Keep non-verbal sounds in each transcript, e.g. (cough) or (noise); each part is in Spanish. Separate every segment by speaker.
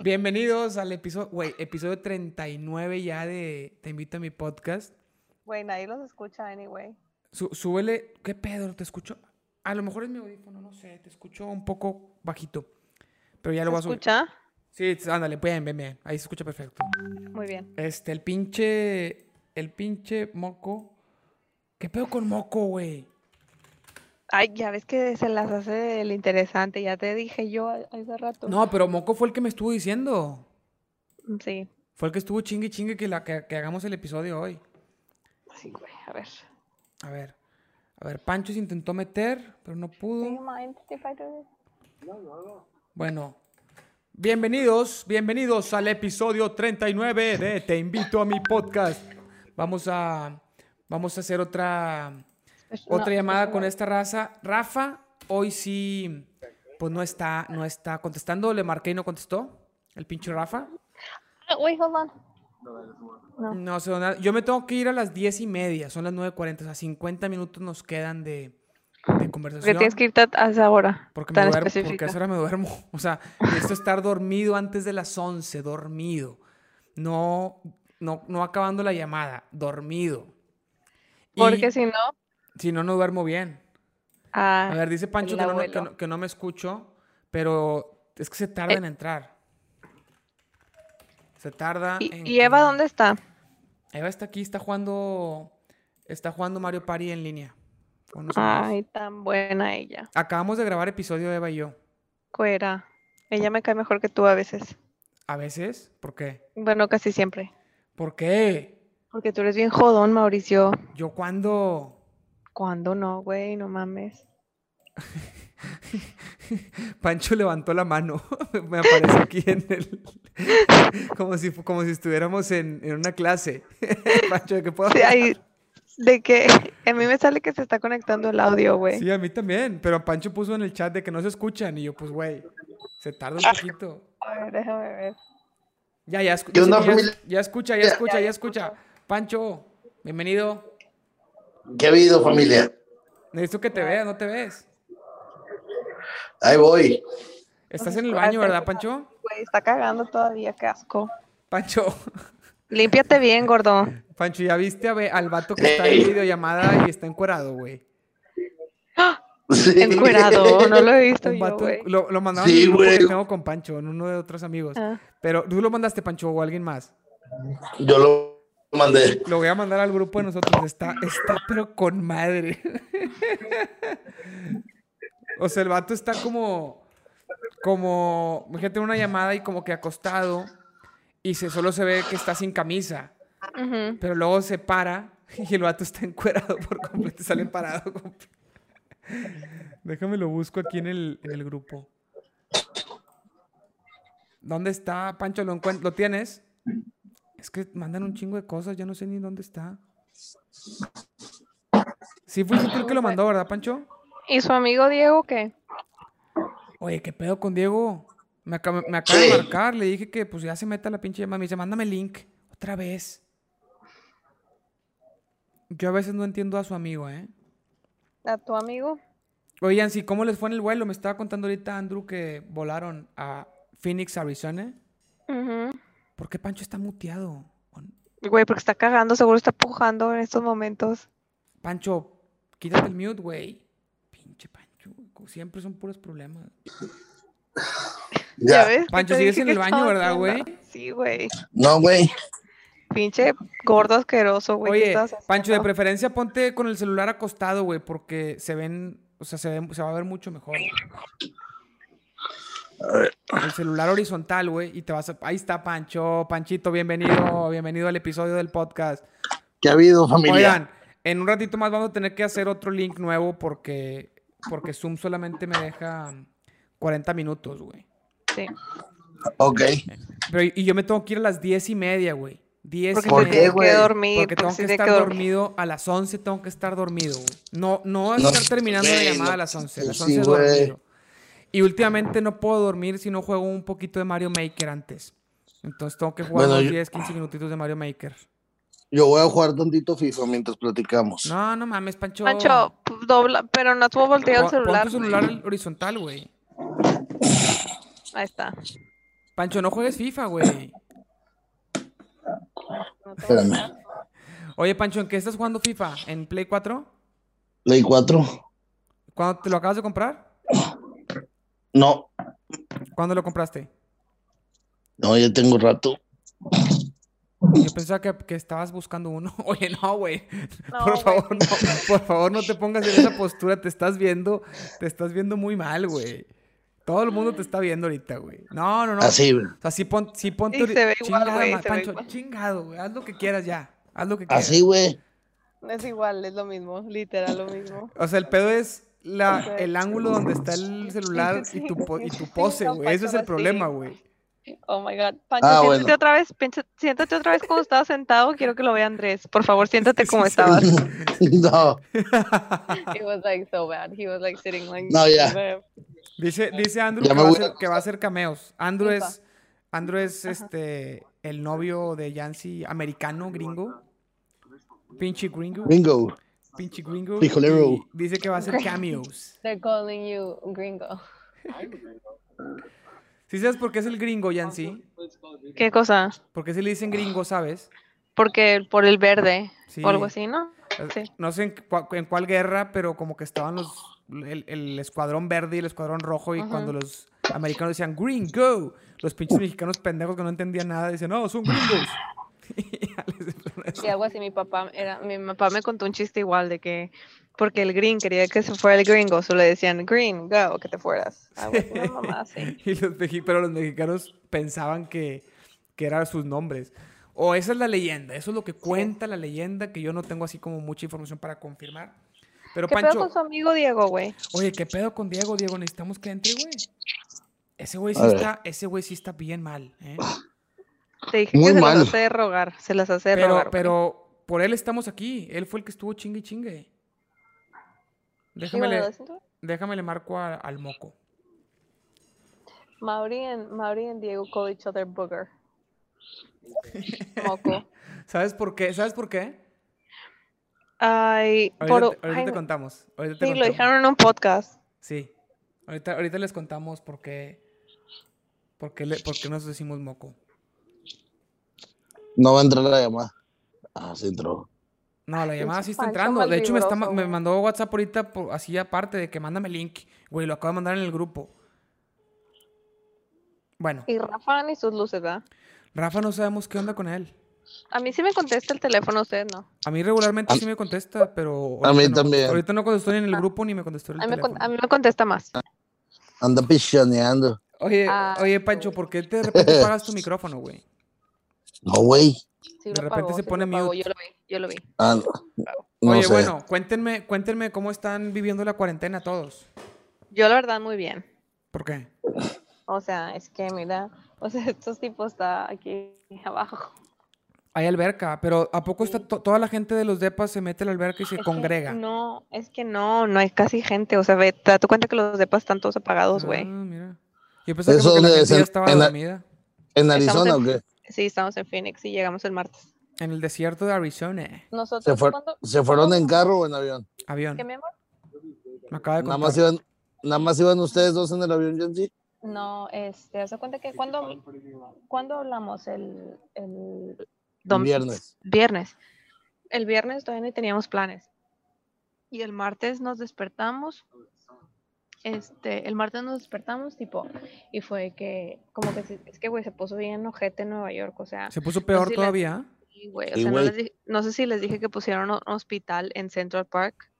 Speaker 1: Bienvenidos al episodio, güey, episodio 39 ya de Te invito a mi podcast.
Speaker 2: Güey, nadie los escucha anyway.
Speaker 1: Su- súbele, ¿qué pedo? Te escucho. A lo mejor es mi audífono, no sé, te escucho un poco bajito. Pero ya lo
Speaker 2: ¿Se
Speaker 1: voy a subir.
Speaker 2: escucha?
Speaker 1: Sí, ándale, bien, bien, bien. Ahí se escucha perfecto.
Speaker 2: Muy bien.
Speaker 1: Este, el pinche. El pinche moco. ¿Qué pedo con moco, güey?
Speaker 2: Ay, ya ves que se las hace el interesante, ya te dije yo a- hace rato.
Speaker 1: No, pero moco fue el que me estuvo diciendo.
Speaker 2: Sí.
Speaker 1: Fue el que estuvo chingue chingue que, la, que, que hagamos el episodio hoy.
Speaker 2: Sí, güey, a ver.
Speaker 1: A ver. A ver, Pancho se intentó meter, pero no
Speaker 2: Do you
Speaker 1: pudo.
Speaker 2: mind if I do this?
Speaker 1: Bueno. Bienvenidos, bienvenidos al episodio 39 de Te invito a mi podcast. Vamos a. Vamos a hacer otra.
Speaker 2: Espera,
Speaker 1: Otra
Speaker 2: Pues, no,
Speaker 1: llamada
Speaker 2: espera,
Speaker 1: con
Speaker 2: no.
Speaker 1: esta raza. Rafa, hoy sí, pues no está, no está contestando. Le marqué y no contestó. El pinche Rafa.
Speaker 2: Ah, Wait, hold on. No.
Speaker 1: No sé dónde. Yo me tengo que ir a las diez y media. Son las 9.40. O sea, 50 minutos nos quedan de, de
Speaker 2: Porque
Speaker 1: conversación.
Speaker 2: tienes que irte a esa hora.
Speaker 1: Pues Porque, me
Speaker 2: tan
Speaker 1: duermo, porque a
Speaker 2: específica.
Speaker 1: esa hora me duermo. (laughs) O sea, necesito estar dormido antes de las 11. Dormido. No, no, no acabando la llamada. Dormido. Y
Speaker 2: Porque si no.
Speaker 1: si no, no duermo bien.
Speaker 2: Ah,
Speaker 1: A ver, dice Pancho
Speaker 2: el
Speaker 1: que no, me- que,
Speaker 2: abuelo. Eh.
Speaker 1: no, que no me escucho, pero es que se tarda en entrar. Se tarda
Speaker 2: ¿Y,
Speaker 1: en
Speaker 2: y Eva
Speaker 1: que-
Speaker 2: dónde está?
Speaker 1: Eva está aquí, está jugando. Está jugando Mario Party en línea. con nosotros.
Speaker 2: Ay, tan buena ella.
Speaker 1: Acabamos de grabar episodio Eva y yo.
Speaker 2: Cuera. Ella me cae mejor que tú a veces.
Speaker 1: A veces, ¿por qué?
Speaker 2: Bueno, casi siempre.
Speaker 1: ¿Por qué?
Speaker 2: Porque tú eres bien jodón, Mauricio.
Speaker 1: Yo cuando.
Speaker 2: ¿Cuándo no, güey? No mames.
Speaker 1: Pancho levantó la mano. (laughs) me aparece aquí en el. como, si, como si estuviéramos en, en una clase. (laughs) Pancho, ¿de qué puedo
Speaker 2: Sí, (laughs) ahí- de que (laughs) a mí me sale que se está conectando el audio, güey.
Speaker 1: Sí, a mí también, pero Pancho puso en el chat de que no se escuchan y yo pues, güey, se tarda un poquito.
Speaker 2: A ver, déjame ver.
Speaker 1: Ya, ya, escu-
Speaker 3: ¿Qué onda,
Speaker 1: ya,
Speaker 3: familia?
Speaker 1: ya escucha, ya escucha, ya escucha. Pancho, bienvenido.
Speaker 3: ¿Qué ha habido, familia?
Speaker 1: Necesito que te veas, no te ves.
Speaker 3: Ahí voy.
Speaker 1: Estás en el baño, ¿verdad, Pancho?
Speaker 2: Güey, está cagando todavía, qué asco.
Speaker 1: Pancho, (laughs)
Speaker 2: Límpiate bien, gordo.
Speaker 1: Pancho, ya viste a ve- al vato que está en
Speaker 3: Ey.
Speaker 1: videollamada y está encuerado, güey.
Speaker 3: Sí.
Speaker 1: (laughs)
Speaker 2: Encuerado, no lo he visto
Speaker 1: Un
Speaker 2: yo,
Speaker 1: vato
Speaker 2: güey.
Speaker 1: en- lo, lo mandaron
Speaker 3: Sí,
Speaker 1: en un grupo que
Speaker 3: güey.
Speaker 1: tengo con Pancho, en uno de otros amigos.
Speaker 2: Ah,
Speaker 1: Pero tú lo mandaste, Pancho, o alguien más.
Speaker 3: Yo lo mandé.
Speaker 1: Lo voy a mandar al grupo de nosotros. Está, está, pero con madre. (laughs) o sea, el vato está como, como, imagínate una llamada y como que acostado y se, solo se ve que está sin camisa,
Speaker 2: ujú.
Speaker 1: pero luego se para (laughs) y el vato está encuerado por completo, sale parado. comple- Déjame lo busco aquí en el, en el grupo. ¿Dónde está, Pancho? ¿Lo, encuent- ¿Lo tienes? Es que mandan un chingo de cosas, ya no sé ni dónde está. Sí, fuiste tú el que lo mandó, ¿verdad, Pancho?
Speaker 2: ¿Y su amigo Diego qué?
Speaker 1: Oye, ¿qué pedo con Diego? Me acaba, me acaba de marcar, le dije que pues ya se meta la pinche llamada. Me dice, mándame el link, otra vez. Yo a veces no entiendo a su amigo, ¿eh?
Speaker 2: ¿A tu amigo?
Speaker 1: Oigan, sí, ¿cómo les fue en el vuelo? Me estaba contando ahorita Andrew que volaron a Phoenix, Arizona.
Speaker 2: Ujú.
Speaker 1: ¿Por qué Pancho está muteado?
Speaker 2: Güey, porque está cagando, seguro está pujando en estos momentos.
Speaker 1: Pancho, quítate el mute, güey. Pinche Pancho, güey, siempre son puros problemas.
Speaker 3: Ya.
Speaker 2: ves? que
Speaker 1: Pancho,
Speaker 2: te
Speaker 1: sigues
Speaker 2: dije
Speaker 1: en
Speaker 2: que
Speaker 1: el baño,
Speaker 2: estaba
Speaker 1: ¿verdad,
Speaker 2: haciendo?
Speaker 1: güey?
Speaker 2: Sí, güey.
Speaker 3: No, güey.
Speaker 2: Pinche gordo asqueroso, güey. ¿qué
Speaker 1: Oye,
Speaker 2: estabas
Speaker 1: Pancho, de
Speaker 2: haciendo?
Speaker 1: preferencia ponte con el celular acostado, güey, porque se ven, o sea, se, ven- se va a ver mucho mejor. El celular horizontal, güey, y te vas a... Ahí está, Pancho. Panchito, bienvenido. Bienvenido al episodio del podcast.
Speaker 3: ¿Qué ha habido, familia?
Speaker 1: Oigan, en un ratito más vamos a tener que hacer otro link nuevo porque, porque Zoom solamente me deja 40 minutos, güey.
Speaker 2: Sí.
Speaker 3: Ok.
Speaker 1: Pero y y yo me tengo que ir a las 10 y media, güey. 10
Speaker 2: Porque
Speaker 1: y
Speaker 3: ¿Por
Speaker 2: se
Speaker 3: qué,
Speaker 1: media.
Speaker 2: tiene
Speaker 3: güey?
Speaker 2: que dormir,
Speaker 1: Porque tengo
Speaker 2: se
Speaker 1: que
Speaker 2: tiene
Speaker 1: estar
Speaker 2: dormir.
Speaker 1: dormido a las 11, tengo que estar dormido. güey. No, no
Speaker 3: No,
Speaker 1: estar terminando la
Speaker 3: güey,
Speaker 1: llamada
Speaker 3: no,
Speaker 1: a las 11, a
Speaker 3: sí,
Speaker 1: las 11
Speaker 3: güey.
Speaker 1: dormido. Y últimamente no puedo dormir si no juego un poquito de Mario Maker antes. Entonces tengo que jugar
Speaker 3: Bueno,
Speaker 1: unos
Speaker 3: yo-
Speaker 1: 10, 15 minutitos de Mario Maker.
Speaker 3: Yo voy a jugar tantito FIFA mientras platicamos.
Speaker 1: No, no mames, Pancho.
Speaker 2: Pancho, p- dobla, pero no tuvo volteado
Speaker 1: pon,
Speaker 2: el
Speaker 1: pon
Speaker 2: celular.
Speaker 1: tu celular al horizontal, güey.
Speaker 2: Ahí está.
Speaker 1: Pancho, no juegues FIFA, güey.
Speaker 2: No te-
Speaker 3: Espérame.
Speaker 1: Oye, Pancho, ¿en qué estás jugando FIFA? ¿En Play 4?
Speaker 3: Play 4.
Speaker 1: ¿Cuándo te lo acabas de comprar?
Speaker 3: No,
Speaker 1: ¿Cuándo lo compraste?
Speaker 3: no, ya tengo rato.
Speaker 1: Yo pensaba que, que estabas buscando uno. (laughs) Oye, no, güey.
Speaker 2: No,
Speaker 1: por
Speaker 2: güey.
Speaker 1: favor,
Speaker 2: (laughs)
Speaker 1: no. Por favor, no te pongas en esa postura. Te estás viendo, te estás viendo muy mal, güey. Todo el mundo te está viendo ahorita, güey. No, no, no.
Speaker 3: Así, güey.
Speaker 1: O sea, sí, pon, sí ponte...
Speaker 2: Sí,
Speaker 1: ori-
Speaker 2: se ve igual,
Speaker 1: Chingada,
Speaker 2: güey,
Speaker 1: ma-
Speaker 2: se ve
Speaker 1: Pancho,
Speaker 2: igual.
Speaker 1: chingado, güey. Haz lo que quieras ya. Haz lo que quieras.
Speaker 3: Así, güey. (laughs)
Speaker 2: Es igual, es lo mismo, literal lo mismo.
Speaker 1: O sea, el pedo es la,
Speaker 2: Ok.
Speaker 1: el ángulo donde está el celular y tu, po- y tu pose, güey. Ese es el problema, güey.
Speaker 2: Oh my god. Pancho,
Speaker 3: Ah,
Speaker 2: siéntate
Speaker 3: bueno.
Speaker 2: otra vez, pinche- siéntate otra vez como estabas sentado. Quiero que lo vea Andrés. Por favor, siéntate como
Speaker 3: (laughs)
Speaker 2: estabas.
Speaker 3: No,
Speaker 2: It was like so bad. He was like sitting like
Speaker 3: No, ya.
Speaker 2: there.
Speaker 1: Dice, dice Andrew
Speaker 3: Ya
Speaker 1: que
Speaker 3: me
Speaker 1: va, a
Speaker 3: voy a
Speaker 1: hacer, que va a hacer cameos. Andrew
Speaker 2: Epa.
Speaker 1: es, Andrew es este, el novio de Yancy, americano, gringo. Pinche gringo.
Speaker 3: bingo.
Speaker 1: Pinche gringo.
Speaker 3: Pijolero.
Speaker 1: y Dice que va a hacer cameos.
Speaker 2: They're calling you gringo.
Speaker 1: ¿Sí sabes por qué es el gringo, Yancy?
Speaker 2: ¿Qué cosa?
Speaker 1: Porque si le dicen gringo, ¿sabes?
Speaker 2: Porque por el verde
Speaker 1: Sí.
Speaker 2: o algo así, ¿no?
Speaker 1: Eh,
Speaker 2: Sí.
Speaker 1: No sé en, cua- en cuál guerra, pero como que estaban los el, el escuadrón verde y el escuadrón rojo y
Speaker 2: Ujú.
Speaker 1: cuando los americanos decían gringo, los pinches mexicanos pendejos que no entendían nada decían, no, son gringos. (laughs) Y ya les-
Speaker 2: Sí, algo así. Mi papá, era, mi papá me contó un chiste igual de que porque el green quería que se fuera el gringo, solo le decían green, go, que te fueras. Algo así,
Speaker 1: (laughs)
Speaker 2: una mamá así.
Speaker 1: y los meji- pero los mexicanos pensaban que, que eran sus nombres. O esa es la leyenda, eso es lo que cuenta la leyenda, que yo no tengo así como mucha información para confirmar. Pero
Speaker 2: ¿Qué pedo
Speaker 1: Pancho,
Speaker 2: con su amigo Diego, güey?
Speaker 1: oye, ¿qué pedo con Diego? Diego, necesitamos que entre, güey. Ese güey sí,
Speaker 3: A ver.
Speaker 1: está- ese güey sí está bien mal, ¿eh?
Speaker 2: Ah, Te dije
Speaker 3: Muy
Speaker 2: que se
Speaker 3: mal.
Speaker 2: las hace de rogar, se las hace de
Speaker 1: Pero,
Speaker 2: rogar. güey.
Speaker 1: pero por él estamos aquí. Él fue el que estuvo chingue y chingue.
Speaker 2: Y
Speaker 1: Déjame
Speaker 2: bueno,
Speaker 1: le,
Speaker 2: lo siento.
Speaker 1: déjame le marco a- al moco.
Speaker 2: Mauri and Mauri and Diego call each other booger.
Speaker 1: (laughs)
Speaker 2: Moco.
Speaker 1: ¿Sabes por qué? ¿Sabes por qué?
Speaker 2: Ay,
Speaker 1: Ahorita,
Speaker 2: por,
Speaker 1: te- ahorita
Speaker 2: ay,
Speaker 1: te contamos. Ahorita te
Speaker 2: sí, lo
Speaker 1: contamos.
Speaker 2: dijeron en un podcast.
Speaker 1: Sí. Ahorita, ahorita les contamos por qué, por, qué le- por qué nos decimos moco.
Speaker 3: No va a entrar la llamada. Ah, sí entró.
Speaker 1: No, la llamada
Speaker 2: Pinche
Speaker 1: sí está
Speaker 2: Pancho
Speaker 1: entrando. De hecho, me, está, ma-
Speaker 2: malvibroso,
Speaker 1: me
Speaker 2: güey.
Speaker 1: mandó WhatsApp ahorita por- así aparte de que mándame link. Güey, lo acabo de mandar en el grupo. Bueno,
Speaker 2: Y Rafa ni sus luces, ¿verdad?
Speaker 1: Rafa no sabemos qué onda con él.
Speaker 2: A mí sí me contesta el teléfono, usted no.
Speaker 1: A mí regularmente
Speaker 3: A-
Speaker 1: sí me contesta, pero.
Speaker 3: a mí
Speaker 1: ahorita no
Speaker 3: también.
Speaker 1: contestó. ahorita no contestó ni en el grupo ni me contestó en el
Speaker 2: Ah. A mí, me, con-
Speaker 1: teléfono.
Speaker 2: a mí me contesta más.
Speaker 3: Anda pichoneando.
Speaker 1: Oye,
Speaker 2: Ah,
Speaker 1: oye, Pancho, ¿por qué de
Speaker 3: (laughs)
Speaker 1: repente apagas tu micrófono, güey?
Speaker 3: No, güey.
Speaker 1: De
Speaker 2: Sí, lo
Speaker 1: repente
Speaker 2: apagó,
Speaker 1: se
Speaker 2: sí lo
Speaker 1: pone
Speaker 2: apagó,
Speaker 1: mute.
Speaker 2: Yo lo vi, yo lo vi.
Speaker 3: Ah, no
Speaker 1: oye,
Speaker 3: sé.
Speaker 1: bueno, cuéntenme, cuéntenme cómo están viviendo la cuarentena todos.
Speaker 2: Yo la verdad muy bien.
Speaker 1: ¿Por qué?
Speaker 2: O sea, es que mira, (laughs) o sea, estos tipos están aquí (laughs) abajo.
Speaker 1: Hay alberca, pero ¿a poco está to- toda la gente de los depas se mete a la alberca y se
Speaker 2: Es que
Speaker 1: congrega?
Speaker 2: No, es que no, no hay casi gente. O sea, ve, te das cuenta que los depas están todos apagados,
Speaker 1: Ah,
Speaker 2: güey.
Speaker 1: mira. Yo pensaba que
Speaker 3: Eso
Speaker 1: porque la
Speaker 3: debe
Speaker 1: gente
Speaker 3: ser
Speaker 1: ya estaba
Speaker 3: en la-
Speaker 1: dormida.
Speaker 3: ¿En
Speaker 2: Estamos en-
Speaker 3: Arizona o qué?
Speaker 2: Sí, estamos en Phoenix y llegamos el martes.
Speaker 1: En el desierto de Arizona.
Speaker 2: Nosotros,
Speaker 3: ¿Se, fue-
Speaker 2: ¿cuándo-
Speaker 3: ¿Se fueron en carro o en avión?
Speaker 1: Avión.
Speaker 2: qué, mi amor?
Speaker 1: Me acaba de
Speaker 3: Nada
Speaker 1: Ah, contar.
Speaker 3: más iban, nada más iban ustedes dos en el avión, Jensi.
Speaker 2: No, este, haz de cuenta que cuando, cuando hablamos el, el
Speaker 3: El
Speaker 2: dom-
Speaker 3: viernes.
Speaker 2: viernes. El viernes todavía ni teníamos planes. Y el martes nos despertamos. Este, el martes nos despertamos, tipo, y fue que, como que, se- es que, güey, se puso bien ojete en Nueva York, o sea,
Speaker 1: Se puso peor
Speaker 2: si les-
Speaker 1: todavía. ¿eh?
Speaker 2: sí, güey, o
Speaker 3: Sí,
Speaker 2: sea, no,
Speaker 3: güey.
Speaker 2: les dije- no sé si les dije que pusieron un hospital en Central Park.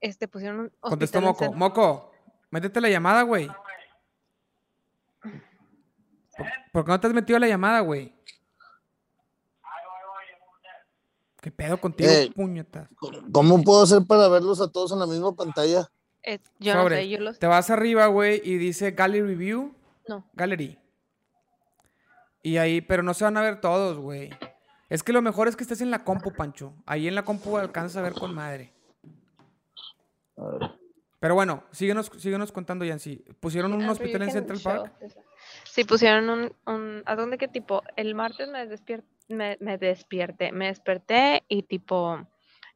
Speaker 2: Este, pusieron un hospital
Speaker 1: Contestó
Speaker 2: en
Speaker 1: Moco.
Speaker 2: Central-
Speaker 1: Moco, métete la llamada, güey. ¿Por, por qué no te has metido a la llamada, güey? ¿Qué pedo contigo,
Speaker 3: Ey.
Speaker 1: puñetas?
Speaker 3: ¿Cómo puedo hacer para verlos a todos en la misma pantalla?
Speaker 2: Eh, yo
Speaker 1: Sobre.
Speaker 2: no sé, yo los...
Speaker 1: Te vas arriba, güey, y dice Gallery View.
Speaker 2: No,
Speaker 1: Gallery. Y ahí, pero no se van a ver todos, güey. Es que lo mejor es que estés en la compu, Pancho. Ahí en la compu alcanzas a ver con madre. Pero bueno, síguenos, síguenos contando, Yancy. ¿Pusieron un
Speaker 2: Ah, pero yo
Speaker 1: hospital en
Speaker 2: dije el
Speaker 1: Central Park?
Speaker 2: show, eso. Sí, pusieron un, un- ¿A dónde qué tipo? El martes me despierto, me, me despierte, me desperté y tipo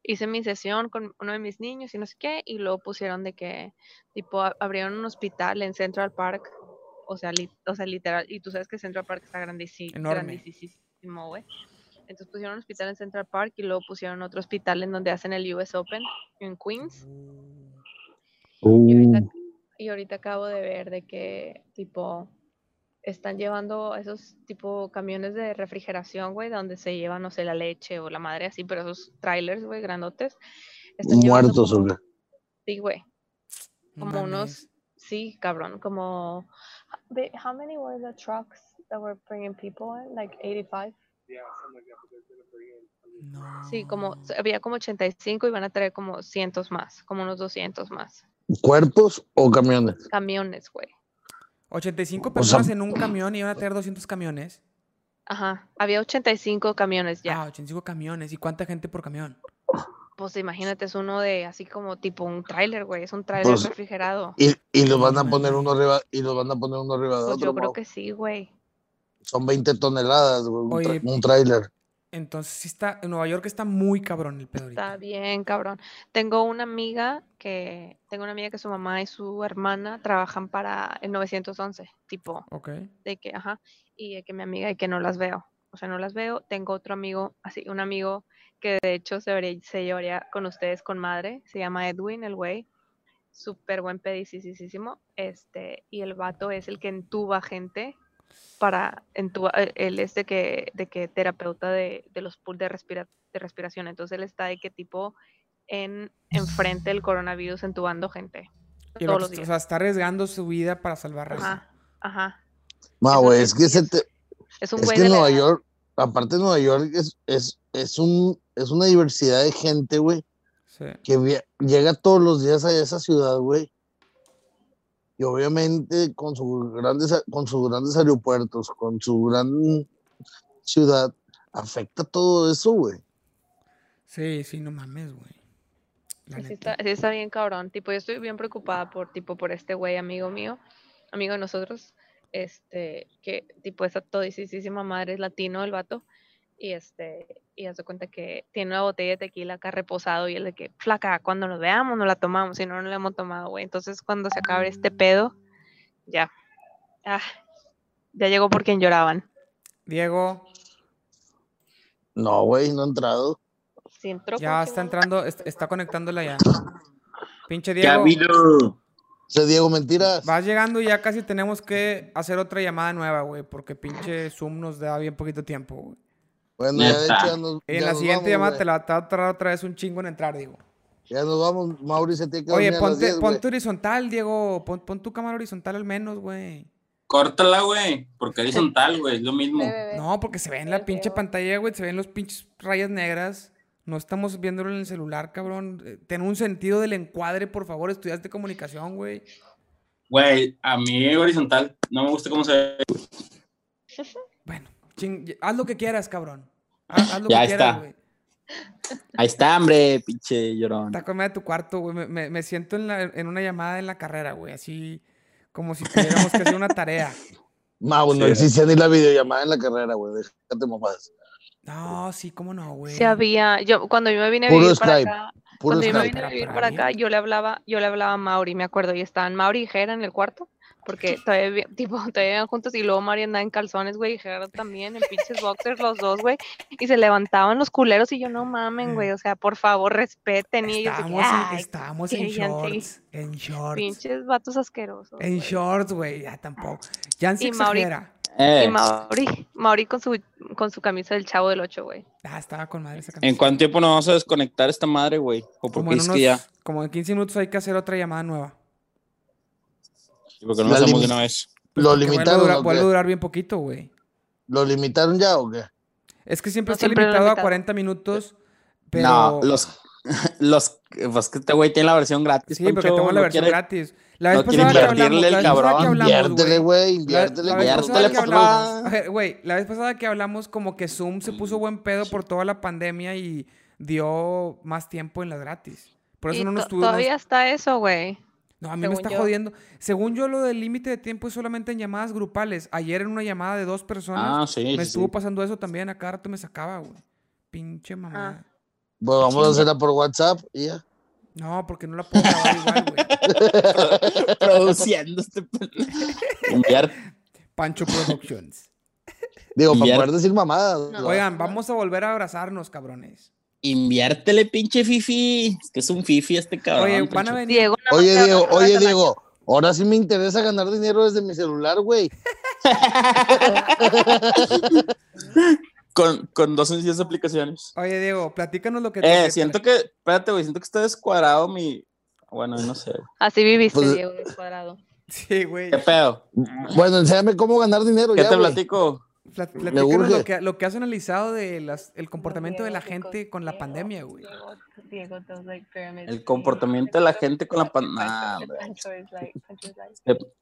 Speaker 2: hice mi sesión con uno de mis niños y no sé qué, y luego pusieron de que tipo a- abrieron un hospital en Central Park o sea, li- o sea, literal, y tú sabes que Central Park está grandísimo,
Speaker 1: Enorme.
Speaker 2: grandísimo, güey. Entonces pusieron un hospital en Central Park y luego pusieron otro hospital en donde hacen el US Open en Queens. Y ahorita, y ahorita acabo de ver de que, tipo, están llevando esos, tipo, camiones de refrigeración, güey, donde se llevan, no sé, la leche o la madre así, pero esos trailers, güey, grandotes. están llevando
Speaker 3: Muertos,
Speaker 2: como-
Speaker 3: hombre.
Speaker 2: Sí, güey.
Speaker 1: No
Speaker 2: como unos-
Speaker 1: mames.
Speaker 2: Sí, cabrón, como They- how many were the trucks that were bringing people in? Like 85.
Speaker 1: No.
Speaker 2: Sí, como había como 85 y van a traer como cientos más, como unos 200 más.
Speaker 3: ¿Cuerpos o camiones?
Speaker 2: Camiones, güey.
Speaker 1: 85
Speaker 3: O sea-
Speaker 1: personas en un camión y iban a traer 200 camiones.
Speaker 2: Ajá, había 85 camiones ya.
Speaker 1: Ah, 85 camiones. ¿Y cuánta gente por camión?
Speaker 2: Pues imagínate, es uno de así como tipo un tráiler, güey, es un tráiler
Speaker 3: Pues,
Speaker 2: refrigerado.
Speaker 3: Y, y los
Speaker 1: No
Speaker 3: van a
Speaker 1: mames.
Speaker 3: poner uno arriba, y los van a poner uno arriba de
Speaker 2: Pues
Speaker 3: otro.
Speaker 2: yo creo
Speaker 3: ¿no?
Speaker 2: que sí, güey.
Speaker 3: Son 20 toneladas, güey, un tra-
Speaker 1: Oye.
Speaker 3: un tráiler.
Speaker 1: Entonces sí está, en Nueva York está muy cabrón el pedo ahorita.
Speaker 2: Está bien, cabrón. Tengo una amiga que tengo una amiga que su mamá y su hermana trabajan para el 911, tipo
Speaker 1: Ok.
Speaker 2: de que, ajá, y de que mi amiga y que no las veo. O sea, no las veo. Tengo otro amigo, así, un amigo que de hecho se, vería- se llevaría con ustedes con madre. Se llama Edwin, el güey. Súper buen pedicicísimo. Este, y el vato es el que entuba gente para entuba, eh, él es de que, de que terapeuta de, de los pools de, respira- de respiración. Entonces él está de que tipo en enfrente del coronavirus entubando gente.
Speaker 1: Y el vato
Speaker 2: Todos los
Speaker 1: está- o
Speaker 2: días.
Speaker 1: sea, está arriesgando su vida para salvar raza.
Speaker 2: Ajá, ajá.
Speaker 3: No, güey, es que,
Speaker 2: Entonces,
Speaker 3: se
Speaker 2: sí,
Speaker 3: te-
Speaker 2: Es un
Speaker 3: es
Speaker 2: güey
Speaker 3: que
Speaker 2: de
Speaker 3: en
Speaker 2: la
Speaker 3: Nueva
Speaker 2: edad-
Speaker 3: York, aparte de Nueva York, es, es, es, un, es una diversidad de gente, güey,
Speaker 1: Sí.
Speaker 3: que via- llega todos los días a esa ciudad, güey. Y obviamente con sus grandes, a- con sus grandes aeropuertos, con su gran ciudad, afecta todo eso, güey.
Speaker 1: Sí, sí, no mames, güey. La
Speaker 2: Sí, sí
Speaker 1: neta.
Speaker 2: está, sí está bien cabrón. Tipo, yo estoy bien preocupada por, tipo, por este güey amigo mío, amigo de nosotros, este, que, tipo, esa todisísima madre es latino el vato, y este, y hace cuenta que tiene una botella de tequila acá reposado, y él de que, flaca, cuando nos veamos no la tomamos, si no, no la hemos tomado, güey. Entonces, cuando se acabe este
Speaker 1: Ah.
Speaker 2: pedo, ya, ah, ya llegó por quien lloraban.
Speaker 1: Diego
Speaker 3: No, güey, no ha entrado.
Speaker 2: Sí, entró
Speaker 1: ya
Speaker 2: por
Speaker 1: está
Speaker 2: quien-
Speaker 1: entrando, est- está conectándola ya. Pinche
Speaker 4: Ya
Speaker 1: Diego,
Speaker 4: vino.
Speaker 3: Ese Diego, mentiras.
Speaker 1: vas llegando y ya casi tenemos que hacer otra llamada nueva, güey, porque pinche Zoom nos da bien poquito tiempo, güey.
Speaker 3: Bueno, ya de
Speaker 4: Neta.
Speaker 3: hecho ya nos,
Speaker 1: En
Speaker 3: ya
Speaker 1: la
Speaker 3: nos
Speaker 1: siguiente
Speaker 3: vamos,
Speaker 1: llamada
Speaker 3: güey.
Speaker 1: te la te va a tardar otra vez un chingo en entrar, Diego.
Speaker 3: Ya nos vamos, Mauri se tiene que
Speaker 1: Oye,
Speaker 3: dormir a las
Speaker 1: ponte,
Speaker 3: 10, güey.
Speaker 1: ponte horizontal, Diego. Pon, pon tu cámara horizontal al menos, güey.
Speaker 4: Córtala, güey. Porque horizontal, güey. Es lo mismo.
Speaker 2: Ve, ve, ve.
Speaker 1: No, porque se ve en la
Speaker 2: El
Speaker 1: pinche
Speaker 2: Diego.
Speaker 1: pantalla, güey. Se ven los pinches rayas negras. No estamos viéndolo en el celular, cabrón. Eh, Ten un sentido del encuadre, por favor. Estudiaste comunicación, güey.
Speaker 4: Güey, a mí horizontal. No me gusta cómo se ve.
Speaker 1: Bueno, ching- haz lo que quieras, cabrón. Haz, haz lo
Speaker 5: Ya
Speaker 1: que quieras,
Speaker 5: está.
Speaker 1: güey.
Speaker 5: Ahí está, hombre, pinche llorón.
Speaker 1: Está comida de tu cuarto, güey. Me, me- me siento en, la- en una llamada en la carrera, güey. Así como si tuviéramos que hacer una tarea.
Speaker 3: Mau, no
Speaker 4: Sí.
Speaker 3: existía ni la videollamada en la carrera, güey. Déjate mamadas.
Speaker 1: No, sí, cómo no, güey.
Speaker 2: Se había, yo, cuando yo me vine a
Speaker 3: Puro
Speaker 2: vivir para
Speaker 3: Skype.
Speaker 2: acá,
Speaker 3: Puro
Speaker 2: Cuando yo me
Speaker 3: Skype.
Speaker 2: vine a
Speaker 1: Para-
Speaker 2: vivir
Speaker 1: para
Speaker 2: para
Speaker 1: mí.
Speaker 2: acá, yo le hablaba, yo le hablaba a Mauri, me acuerdo, y estaban Mauri y Jera en el cuarto,
Speaker 1: (laughs)
Speaker 2: porque todavía, vi- tipo, todavía iban juntos, y luego Mauri andaba en calzones, güey, y Jera también, en pinches boxers, los dos, güey, y se levantaban los culeros, y yo, no mamen, güey, o sea, por favor, respeten, y ellos, de que,
Speaker 1: Estábamos, en,
Speaker 2: "Ay,
Speaker 1: estábamos en
Speaker 2: qué Yancy".
Speaker 1: shorts. En shorts.
Speaker 2: pinches vatos asquerosos,
Speaker 1: En
Speaker 2: güey.
Speaker 1: shorts, güey. Ya tampoco. Yancy
Speaker 2: Y Mauri-
Speaker 1: exagera.
Speaker 5: Eh,
Speaker 2: y Mauri, Mauri con su, con su camisa del chavo del ocho, güey,
Speaker 1: Ah, estaba con madre esa camisa.
Speaker 5: ¿En cuánto tiempo nos vamos a desconectar esta madre, güey? ¿O por
Speaker 1: Como
Speaker 5: qué
Speaker 1: en,
Speaker 5: es
Speaker 1: unos,
Speaker 5: que ya?
Speaker 1: como en 15 minutos hay que hacer otra llamada nueva.
Speaker 5: ¿Y por qué
Speaker 3: La
Speaker 5: no nos hacemos de
Speaker 3: lim-
Speaker 5: una vez?
Speaker 3: ¿Lo
Speaker 1: Porque Pues, vuelve a
Speaker 3: limitaron
Speaker 1: durar,
Speaker 3: o
Speaker 1: vuelve a
Speaker 3: qué?
Speaker 1: durar bien poquito, güey.
Speaker 3: ¿Lo limitaron ya o qué?
Speaker 1: Es que siempre
Speaker 2: No,
Speaker 1: está
Speaker 2: siempre lo
Speaker 1: limitado a
Speaker 2: limitado.
Speaker 1: 40 minutos, pero...
Speaker 5: No, los, (laughs) los, pues que este güey tiene la versión gratis.
Speaker 1: Sí, porque
Speaker 5: Pancho,
Speaker 1: tengo la
Speaker 5: no
Speaker 1: versión
Speaker 5: quiere-
Speaker 1: gratis. La vez
Speaker 5: no quiere
Speaker 1: pasada que hablamos,
Speaker 5: invertirle
Speaker 1: la
Speaker 5: el
Speaker 1: vez pasada que
Speaker 5: cabrón.
Speaker 1: hablamos,
Speaker 3: Inviértele,
Speaker 1: güey.
Speaker 3: güey,
Speaker 1: La, la
Speaker 3: inviértele.
Speaker 1: vez
Speaker 5: inviértele,
Speaker 1: pasada que
Speaker 5: por
Speaker 1: hablamos,
Speaker 5: favor.
Speaker 1: a ver, (laughs) güey, la vez pasada que hablamos como que Zoom se puso buen pedo por toda la pandemia y dio más tiempo en las gratis. Por eso
Speaker 2: y
Speaker 1: no
Speaker 2: to-
Speaker 1: nos tuvimos...
Speaker 2: todavía está eso, güey,
Speaker 1: No, a mí me
Speaker 2: Según
Speaker 1: está
Speaker 2: yo.
Speaker 1: jodiendo. Según yo, lo del límite de tiempo es solamente en llamadas grupales. Ayer en una llamada de dos personas
Speaker 5: Ah, sí,
Speaker 1: me
Speaker 5: sí, sí.
Speaker 1: estuvo pasando eso también. A cada
Speaker 2: Ah.
Speaker 1: rato me sacaba, güey. Pinche mamá.
Speaker 5: (laughs)
Speaker 3: Pues vamos a hacerla por WhatsApp y ya.
Speaker 1: No, porque no la puedo grabar igual, güey.
Speaker 5: (laughs) Produciendo este pendejo. Enviar
Speaker 1: Pancho Productions.
Speaker 3: Digo,
Speaker 5: Y
Speaker 3: para
Speaker 5: ya-
Speaker 3: poder decir mamadas.
Speaker 2: No.
Speaker 3: ¿verdad?
Speaker 1: Oigan, vamos a volver a abrazarnos, cabrones.
Speaker 5: Inviértele, pinche fifi. Es que es un fifi este cabrón.
Speaker 1: Oye, van a
Speaker 5: pinche.
Speaker 1: venir.
Speaker 2: Diego, nada más te
Speaker 3: Oye,
Speaker 2: habla
Speaker 3: Diego,
Speaker 2: una vez
Speaker 3: oye,
Speaker 2: al año.
Speaker 3: Diego. Ahora sí me interesa ganar dinero desde mi celular, güey.
Speaker 5: Con, con dos sencillas aplicaciones.
Speaker 1: Oye, Diego, platícanos lo que
Speaker 5: Eh, siento que, espérate, güey, siento que está descuadrado mi. Bueno, no sé. güey.
Speaker 2: Así viviste,
Speaker 3: Pues-
Speaker 2: Diego, descuadrado.
Speaker 1: (laughs) Sí, güey.
Speaker 5: ¿Qué pedo?
Speaker 3: Bueno, enséñame cómo ganar dinero.
Speaker 5: ¿Qué
Speaker 3: Pues ya,
Speaker 5: te
Speaker 3: güey.
Speaker 5: platico?
Speaker 1: Pla- platícanos lo
Speaker 3: urge.
Speaker 1: que, lo que has analizado del el comportamiento de la gente con la pandemia,
Speaker 2: (laughs)
Speaker 1: güey.
Speaker 5: El comportamiento de la gente con la pan- Nah, hombre. Espérame.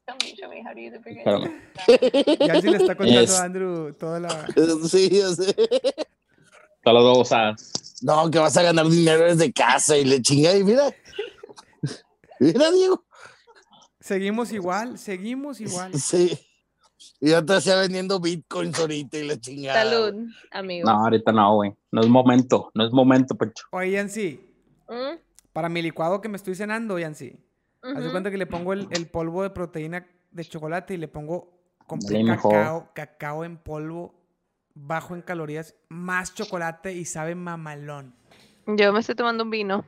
Speaker 1: Ya sí le está contando
Speaker 5: Es-
Speaker 1: a Andrew toda la.
Speaker 3: (laughs) Sí, ya sé.
Speaker 5: Todas las babosadas.
Speaker 3: No, que vas a ganar dinero desde casa y le chinga y mira. Mira, Diego.
Speaker 1: Seguimos igual, seguimos igual.
Speaker 3: Sí. Y ya te hacía vendiendo bitcoins ahorita y la chingada.
Speaker 2: Salud, amigo.
Speaker 5: No, ahorita no, güey. No es momento. No es momento, Pancho.
Speaker 1: Oye, Yancy,
Speaker 2: ¿Mm?
Speaker 1: para mi licuado que me estoy cenando, Yancy, haz de
Speaker 2: Ujú.
Speaker 1: cuenta que le pongo el, el polvo de proteína de chocolate y le pongo compré
Speaker 5: Dale mejor.
Speaker 1: cacao, cacao en polvo, bajo en calorías, más chocolate y sabe mamalón.
Speaker 2: Yo me estoy tomando un vino.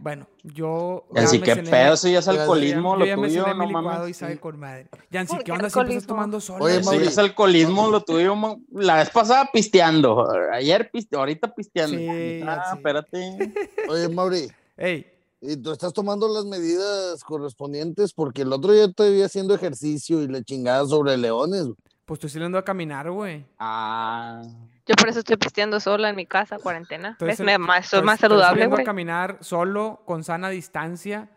Speaker 1: Bueno, yo. ya
Speaker 5: Así
Speaker 1: me
Speaker 5: que
Speaker 1: cené-
Speaker 5: pedo, si ya es
Speaker 3: Ya, ya,
Speaker 5: alcoholismo
Speaker 1: yo
Speaker 5: lo
Speaker 1: ya me
Speaker 5: tuyo,
Speaker 1: cené
Speaker 5: no
Speaker 1: mi licuado y
Speaker 5: mames.
Speaker 1: sabe con madre. Yancy,
Speaker 2: ¿Por
Speaker 1: ¿qué
Speaker 2: qué
Speaker 1: onda si empiezas
Speaker 2: alcoholismo?
Speaker 1: tomando sol?
Speaker 3: Oye,
Speaker 5: Eso ya
Speaker 3: Mauri.
Speaker 5: es alcoholismo lo tuyo. ma- La vez pasada pisteando. Ayer piste, ahorita pisteando.
Speaker 1: Sí,
Speaker 5: ah,
Speaker 1: sí.
Speaker 5: espérate.
Speaker 3: Oye, Mauri.
Speaker 1: Ey,
Speaker 3: Y tú estás tomando las medidas correspondientes porque el otro día estoy haciendo ejercicio y la chingada sobre leones. güey.
Speaker 1: pues estoy saliendo a caminar, güey.
Speaker 5: Ah.
Speaker 2: Yo por eso estoy pisteando sola en mi casa, cuarentena.
Speaker 1: Estoy
Speaker 2: ¿Ves?
Speaker 1: sal-
Speaker 2: Me, más, soy
Speaker 1: estoy-
Speaker 2: más
Speaker 1: estoy
Speaker 2: saludable,
Speaker 1: saliendo a
Speaker 2: güey.
Speaker 1: caminar solo, con sana distancia.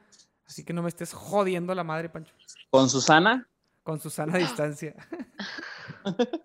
Speaker 1: Así que no me estés jodiendo la madre, Pancho.
Speaker 5: ¿Con Susana?
Speaker 1: Con su
Speaker 2: Ah.
Speaker 1: sana distancia. (laughs)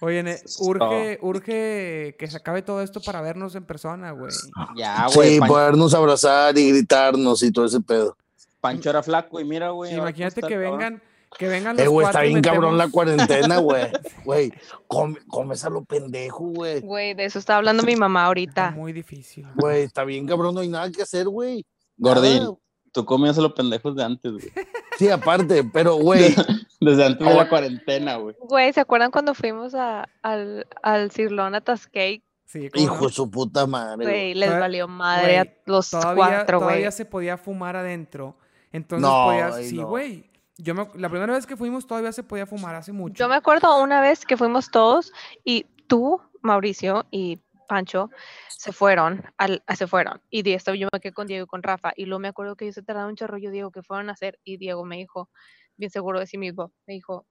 Speaker 1: Oye, ne-
Speaker 5: Eso es
Speaker 1: urge, urge que se acabe todo esto para vernos en persona, güey.
Speaker 3: Ah.
Speaker 5: Ya, güey.
Speaker 3: sí, pues,
Speaker 5: Pan-
Speaker 3: podernos abrazar y gritarnos y todo ese pedo.
Speaker 5: Pancho era flaco y mira, güey. ahora
Speaker 1: Imagínate
Speaker 5: cómo está
Speaker 1: que
Speaker 5: el cabrón.
Speaker 1: vengan, que vengan los
Speaker 3: Eh, güey, está
Speaker 1: cuatro y
Speaker 3: bien cabrón la
Speaker 1: metemos-
Speaker 2: (laughs)
Speaker 3: cuarentena, güey. Güey, come, comes a lo pendejo, güey.
Speaker 2: Güey, de eso está hablando mi mamá
Speaker 1: Está
Speaker 2: ahorita.
Speaker 1: muy difícil. güey.
Speaker 3: Güey, está bien cabrón, no hay nada que hacer, güey.
Speaker 5: Gordín,
Speaker 1: Ah,
Speaker 3: Nada.
Speaker 5: tú comías a los pendejos de antes, güey. (laughs)
Speaker 3: Sí, aparte, pero güey,
Speaker 5: Desde antes de la cuarentena, güey.
Speaker 2: Güey, ¿se acuerdan cuando fuimos a- al, al Cirlona Tascake?
Speaker 1: Sí, ¿cómo
Speaker 3: hijo
Speaker 1: no?
Speaker 3: de su puta madre. güey.
Speaker 2: Güey, les
Speaker 1: Toda-
Speaker 2: valió madre a
Speaker 1: güey,
Speaker 2: los
Speaker 1: todavía,
Speaker 2: cuatro, güey.
Speaker 1: todavía se podía fumar adentro. Entonces
Speaker 3: No,
Speaker 1: podías.
Speaker 3: ay,
Speaker 1: Sí,
Speaker 3: no.
Speaker 1: güey. Yo me- la primera vez que fuimos todavía se podía fumar hace mucho.
Speaker 2: Yo me acuerdo una vez que fuimos todos y tú, Mauricio y Pancho se fueron, al, a- se fueron. Y de esto yo me quedé con Diego y con Rafa. Y luego me acuerdo que yo se tardaba un chorro, yo Diego, ¿qué fueron a hacer? Y Diego me dijo, bien seguro de sí mismo, me dijo,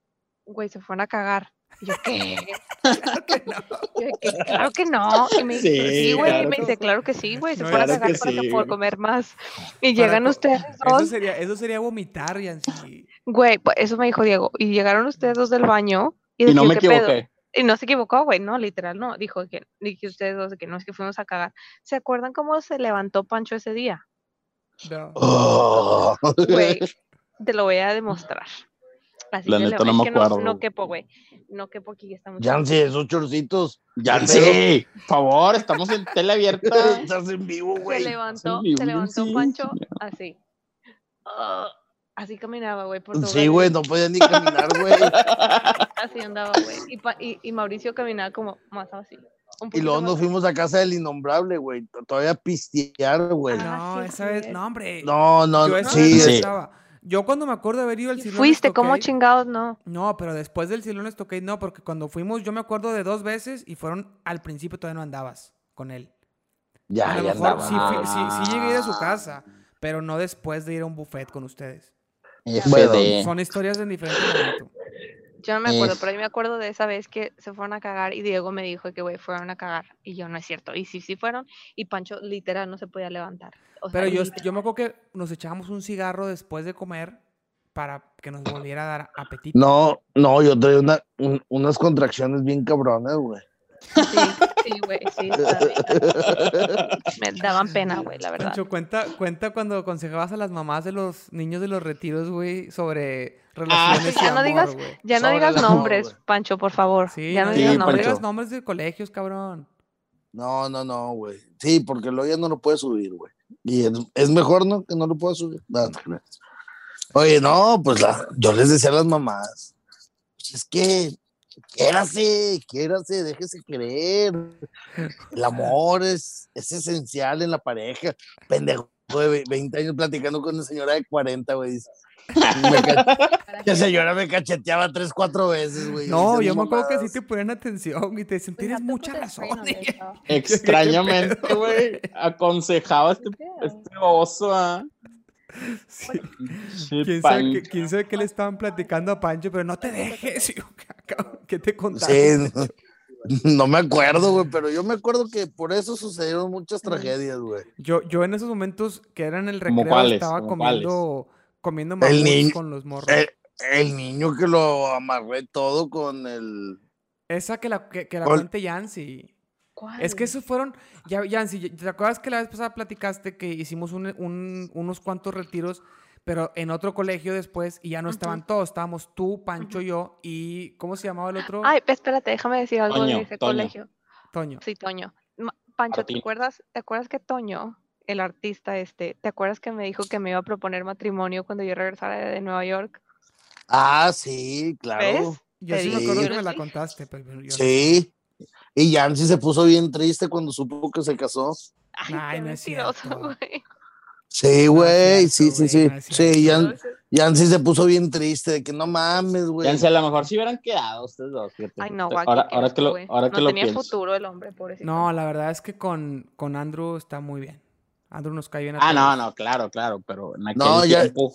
Speaker 2: güey, se fueron a cagar. Y yo, ¿qué?
Speaker 1: (laughs)
Speaker 2: Yo de que, claro que no. Y me dice,
Speaker 5: Sí,
Speaker 2: sí, güey.
Speaker 5: claro
Speaker 2: y me
Speaker 1: que
Speaker 2: dice,
Speaker 1: sí.
Speaker 2: claro que sí, güey. Se
Speaker 1: No,
Speaker 2: fueron a
Speaker 5: claro
Speaker 2: cagar
Speaker 5: que
Speaker 2: para
Speaker 5: sí,
Speaker 2: que pueda
Speaker 5: güey.
Speaker 2: comer más. Y
Speaker 1: Para
Speaker 2: llegan
Speaker 1: co-
Speaker 2: ustedes
Speaker 1: Eso
Speaker 2: dos.
Speaker 1: sería, eso sería vomitar,
Speaker 2: (laughs)
Speaker 1: Yancy.
Speaker 2: Güey, pues, eso me dijo Diego. Y llegaron ustedes dos del baño. Y,
Speaker 5: Y no
Speaker 2: dije,
Speaker 5: me
Speaker 2: "¿Qué pedo?".
Speaker 5: equivoqué.
Speaker 2: Y no se equivocó, güey, no, literal, no. Dijo que, dije ustedes dos, de que no es que fuimos a cagar. ¿Se acuerdan cómo se levantó Pancho ese día?
Speaker 5: (laughs)
Speaker 1: No.
Speaker 3: Oh.
Speaker 2: Güey, te lo voy a demostrar. Así
Speaker 5: La
Speaker 2: se
Speaker 5: neta,
Speaker 2: leva-
Speaker 5: no
Speaker 2: es
Speaker 5: me
Speaker 2: que no,
Speaker 5: acuerdo,
Speaker 2: no
Speaker 5: güey.
Speaker 2: quepo, güey. No quepo aquí, está mucho.
Speaker 3: Yancy, esos chorcitos.
Speaker 5: Ya
Speaker 3: Pero-
Speaker 5: sí, por favor, estamos en tele abierta. (laughs)
Speaker 3: Estás en vivo,
Speaker 2: se
Speaker 3: güey.
Speaker 2: levantó,
Speaker 5: sí,
Speaker 2: se
Speaker 5: bien,
Speaker 2: levantó
Speaker 5: sí,
Speaker 2: Pancho así. Ah, así caminaba, güey, por todo
Speaker 3: Sí, güey, no podía ni caminar, güey.
Speaker 2: (laughs) Así andaba, güey. Y, pa- y, y Mauricio caminaba como más así. un
Speaker 3: Y
Speaker 2: poquito
Speaker 3: luego
Speaker 2: más
Speaker 3: nos fuimos a casa del innombrable, güey. t- Todavía a pistear, güey.
Speaker 2: Ah,
Speaker 1: No,
Speaker 2: sí,
Speaker 1: esa
Speaker 2: sí,
Speaker 1: vez.
Speaker 2: es.
Speaker 1: No, hombre.
Speaker 3: No, no,
Speaker 1: yo
Speaker 3: no,
Speaker 1: esa vez
Speaker 3: sí.
Speaker 1: no
Speaker 5: Sí.
Speaker 3: es-
Speaker 1: estaba. Yo cuando me acuerdo de haber ido al
Speaker 2: así.
Speaker 1: Silón
Speaker 2: Fuiste, como
Speaker 1: Stockade-
Speaker 2: chingados, no.
Speaker 1: No, pero después del Silón Stockade no, porque cuando fuimos, yo me acuerdo de dos veces y fueron al principio todavía no andabas con él.
Speaker 3: Ya,
Speaker 1: a lo
Speaker 3: ya
Speaker 1: mejor
Speaker 3: andaba.
Speaker 1: sí, fui- sí- sí llegué a ir a su casa, pero no después de ir a un buffet con ustedes.
Speaker 5: FD.
Speaker 1: Son historias en
Speaker 3: (laughs)
Speaker 1: diferente momento.
Speaker 2: Yo no me acuerdo,
Speaker 5: Es-
Speaker 2: pero yo me acuerdo de esa vez que se fueron a cagar y Diego me dijo que, güey, fueron a cagar. Y yo, no es cierto. Y sí, sí fueron. Y Pancho literal no se podía levantar. O sea,
Speaker 1: Pero yo,
Speaker 2: literal.
Speaker 1: yo me acuerdo que nos echábamos un cigarro después de comer para que nos volviera a dar (laughs) apetito.
Speaker 3: No, no, yo traía una, un- unas contracciones bien cabronas, güey.
Speaker 2: Sí, sí, güey, sí. está bien, Me daban pena, güey, la verdad.
Speaker 1: Pancho, cuenta, cuenta cuando aconsejabas a las mamás de los niños de los retiros, güey, sobre
Speaker 5: Ah,
Speaker 1: relaciones
Speaker 2: sí,
Speaker 1: y
Speaker 2: ya no
Speaker 1: amor,
Speaker 2: digas-
Speaker 1: güey.
Speaker 2: Ya no
Speaker 3: Sobre
Speaker 2: digas
Speaker 3: el amor,
Speaker 2: nombres,
Speaker 3: güey.
Speaker 2: Pancho, por favor.
Speaker 1: Sí,
Speaker 2: ya no
Speaker 5: sí,
Speaker 2: digas
Speaker 5: Pancho.
Speaker 2: nombres.
Speaker 1: digas nombres de colegios, cabrón.
Speaker 3: No, no, no, güey. Sí, porque luego ya no lo puedes subir, güey. Y es, es mejor, ¿no? Que no lo pueda subir. No, no creas. Oye, no, pues la- yo les decía a las mamás, pues es que quiérase, quiérase, déjese querer. El amor es, es esencial en la pareja. Pendejo de ve- 20 años platicando con una señora de 40, güey. dice. Me ca- La señora me cacheteaba tres, cuatro veces, güey.
Speaker 1: No,
Speaker 3: diciendo
Speaker 1: yo me acuerdo que sí
Speaker 3: mamadas.
Speaker 1: te ponían atención y te decían, tienes
Speaker 2: Dejaste
Speaker 1: mucha
Speaker 2: puta
Speaker 1: razón.
Speaker 2: pena,
Speaker 1: Y-
Speaker 2: viejo.
Speaker 5: Extrañamente, güey, aconsejaba a este,
Speaker 2: ¿Qué?
Speaker 5: este oso, ¿ah?
Speaker 1: (laughs) Sí.
Speaker 5: Pinche
Speaker 1: ¿Quién sabe,
Speaker 5: Pancho.
Speaker 1: qué, quién sabe qué le estaban platicando a Pancho? Pero no te dejes. y yo, (laughs) "Cabrón, ¿Qué te contaron?
Speaker 3: Sí, no, no me acuerdo, güey, pero yo me acuerdo que por eso sucedieron muchas tragedias, güey.
Speaker 1: Yo, yo en esos momentos que eran el
Speaker 5: ¿Cómo
Speaker 1: recreo
Speaker 5: cuáles?
Speaker 1: estaba
Speaker 5: ¿Cómo
Speaker 1: comiendo, comiendo
Speaker 3: El
Speaker 1: mamuts
Speaker 3: niño-
Speaker 1: con los morros.
Speaker 3: El, Eh, el niño que lo amarré todo con el.
Speaker 1: Esa que la, que, que la
Speaker 3: Ol-
Speaker 1: cuente Yancy.
Speaker 2: ¿Cuál?
Speaker 1: Es que esos fueron, ya, Yancy, ya- ¿te acuerdas que la vez pasada platicaste que hicimos un- un- unos cuantos retiros, pero en otro colegio después y ya no
Speaker 2: Ujú.
Speaker 1: estaban todos, estábamos tú, Pancho, yo y ¿cómo se llamaba el otro?
Speaker 2: Ay, espérate, déjame decir algo
Speaker 5: Toño,
Speaker 2: de ese
Speaker 5: Toño.
Speaker 2: colegio.
Speaker 1: Toño.
Speaker 2: Sí, Toño. Ma- Pancho, ¿te
Speaker 5: Martín.
Speaker 2: acuerdas, ¿te acuerdas que Toño, el artista este, ¿te acuerdas que me dijo que me iba a proponer matrimonio cuando yo regresara de Nueva York?
Speaker 3: Ah, sí, claro.
Speaker 2: ¿Ves?
Speaker 1: Yo
Speaker 2: Te
Speaker 1: sí me
Speaker 3: digo,
Speaker 1: acuerdo
Speaker 3: yo
Speaker 1: que
Speaker 2: no
Speaker 1: me la
Speaker 2: estoy-
Speaker 1: contaste, pero yo-
Speaker 3: Sí. Y Yancy se puso bien triste cuando supo que se casó.
Speaker 2: Ay,
Speaker 1: Ay,
Speaker 2: qué
Speaker 1: no es
Speaker 2: mentiroso, (laughs)
Speaker 1: cierto.
Speaker 2: güey.
Speaker 3: Sí, güey, sí, sí,
Speaker 1: Ah, cierto,
Speaker 3: sí.
Speaker 1: güey, no es
Speaker 3: Sí,
Speaker 2: No,
Speaker 3: Yan-
Speaker 2: ese-
Speaker 3: Yancy se puso bien triste, de que no mames, güey.
Speaker 5: Chance, a lo mejor si hubieran quedado ustedes dos. fíjate.
Speaker 2: Ay, no, guau, qué
Speaker 5: ahora, ahora que
Speaker 2: asco,
Speaker 5: lo,
Speaker 2: güey.
Speaker 5: ahora que
Speaker 2: No
Speaker 5: lo
Speaker 2: tenía
Speaker 5: pienso.
Speaker 2: futuro el hombre, pobrecito.
Speaker 1: No, la verdad es que con, con Andrew está muy bien. Andrew nos cae bien a
Speaker 5: Ah, no,
Speaker 1: todos.
Speaker 5: no, claro, claro, pero en aquel
Speaker 3: No, ya-
Speaker 5: tiempo.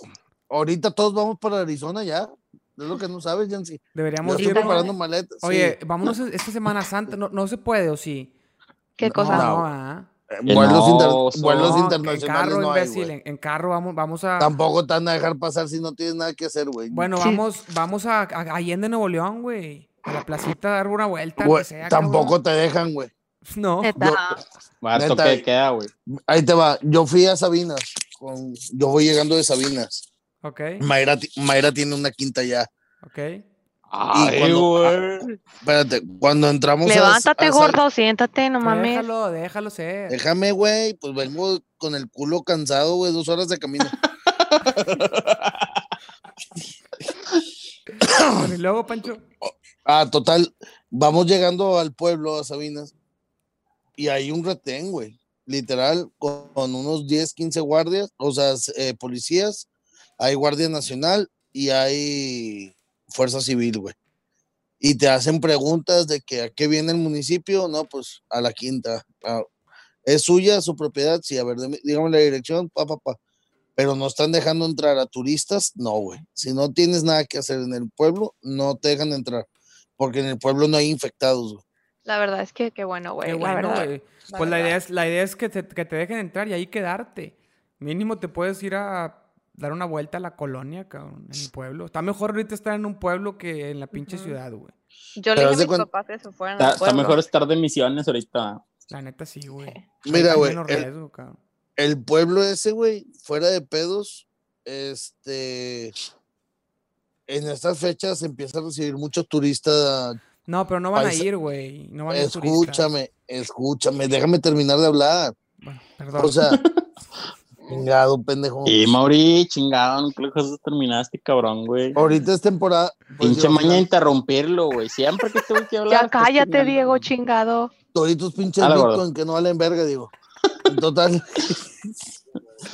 Speaker 3: Ahorita todos vamos para Arizona ya. Es lo que no sabes, Yancy. Yo
Speaker 1: Deberíamos
Speaker 3: estoy
Speaker 2: Ahorita,
Speaker 1: irnos.
Speaker 3: preparando maletas. sí. Eh,
Speaker 1: Oye, vámonos e- esta Semana Santa. No, no se puede, ¿o sí?
Speaker 2: ¿Qué
Speaker 3: No,
Speaker 2: cosa?
Speaker 1: No, ¿ah?
Speaker 3: Eh,
Speaker 5: que
Speaker 3: vuelos,
Speaker 5: no,
Speaker 3: inter-
Speaker 5: oso.
Speaker 3: vuelos
Speaker 1: No,
Speaker 3: internacionales
Speaker 1: En carro,
Speaker 3: no hay,
Speaker 1: imbécil.
Speaker 3: güey.
Speaker 1: en, en carro vamos, vamos a...
Speaker 3: Tampoco te van a dejar pasar si no tienes nada que hacer, güey.
Speaker 1: Bueno,
Speaker 2: Sí.
Speaker 1: vamos, vamos a, a Allende, Nuevo León, güey. A la placita a dar una vuelta.
Speaker 3: Güey,
Speaker 1: que sea,
Speaker 3: tampoco
Speaker 1: cabrón.
Speaker 3: te dejan, güey.
Speaker 1: (laughs) No.
Speaker 2: Neta.
Speaker 3: yo-
Speaker 5: Va, esto
Speaker 3: Neta,
Speaker 5: que queda, güey.
Speaker 3: Ahí te va. Yo fui a Sabinas. con- Yo voy llegando de Sabinas.
Speaker 1: Ok,
Speaker 3: Mayra, ti- Mayra tiene una quinta ya.
Speaker 1: ok.
Speaker 5: Ay,
Speaker 3: cuando- ah,
Speaker 5: güey.
Speaker 3: Espérate, cuando entramos a-
Speaker 2: Levántate,
Speaker 3: a Sa-
Speaker 2: gordo, siéntate, no mames.
Speaker 1: Déjalo, déjalo ser.
Speaker 3: Déjame, güey. Pues vengo con el culo cansado, güey. Dos horas de camino.
Speaker 1: Bueno, y luego, Pancho.
Speaker 3: Ah, total. Vamos llegando al pueblo, a Sabinas. Y hay un retén, güey. Literal, con, con unos 10, 15 guardias, o sea, s- eh, policías. Hay Guardia Nacional y hay Fuerza Civil, güey. Y te hacen preguntas de que a qué viene el municipio. No, pues a la quinta. Ah, ¿Es suya su propiedad? Sí, a ver, deme- dígame la dirección. Pa, pa, pa. Pero no están dejando entrar a turistas. No, güey. Si no tienes nada que hacer en el pueblo, no te dejan entrar porque en el pueblo no hay infectados. güey.
Speaker 2: La verdad es que qué bueno, güey.
Speaker 1: Qué
Speaker 2: la
Speaker 1: bueno,
Speaker 2: verdad.
Speaker 1: güey.
Speaker 2: la
Speaker 1: Pues la
Speaker 2: verdad.
Speaker 1: idea es, la idea es que, te, que te dejen entrar y ahí quedarte. Mínimo te puedes ir a dar una vuelta a la colonia, cabrón, en el pueblo. Está mejor ahorita estar en un pueblo que en la pinche
Speaker 2: Ujú.
Speaker 1: ciudad, güey.
Speaker 2: Yo
Speaker 3: Pero
Speaker 2: le dije
Speaker 3: haz de
Speaker 2: a mis
Speaker 3: cuenta-
Speaker 2: papás que se fueran
Speaker 5: Está,
Speaker 2: al
Speaker 5: está
Speaker 2: pueblo.
Speaker 5: mejor estar de misiones ahorita.
Speaker 1: La neta sí, güey.
Speaker 3: Mira,
Speaker 1: Hay
Speaker 3: güey,
Speaker 1: menos
Speaker 3: el,
Speaker 1: riesgo, cabrón.
Speaker 3: el pueblo ese, güey, fuera de pedos, este, en estas fechas se empieza a recibir muchos turistas.
Speaker 1: No, pero no van a
Speaker 3: Paisa-
Speaker 1: ir, güey. No van a ir turistas.
Speaker 3: Escúchame, escúchame, déjame terminar de hablar.
Speaker 1: Bueno, perdón.
Speaker 3: O sea,
Speaker 1: (laughs)
Speaker 3: chingado, pendejo.
Speaker 5: Y Mauri, chingado, ¿en qué cosas terminaste, cabrón, güey?
Speaker 3: Ahorita es temporada. pues,
Speaker 5: Pinche
Speaker 3: digo,
Speaker 5: maña de
Speaker 3: mira,
Speaker 5: interrumpirlo, güey. Siempre que tengo que hablar. pues,
Speaker 2: Ya
Speaker 5: estás
Speaker 2: cállate,
Speaker 5: chingando.
Speaker 2: Diego, chingado.
Speaker 3: Toritos pinches
Speaker 5: A la gorda.
Speaker 3: Bitcoin que no valen verga, digo. Total,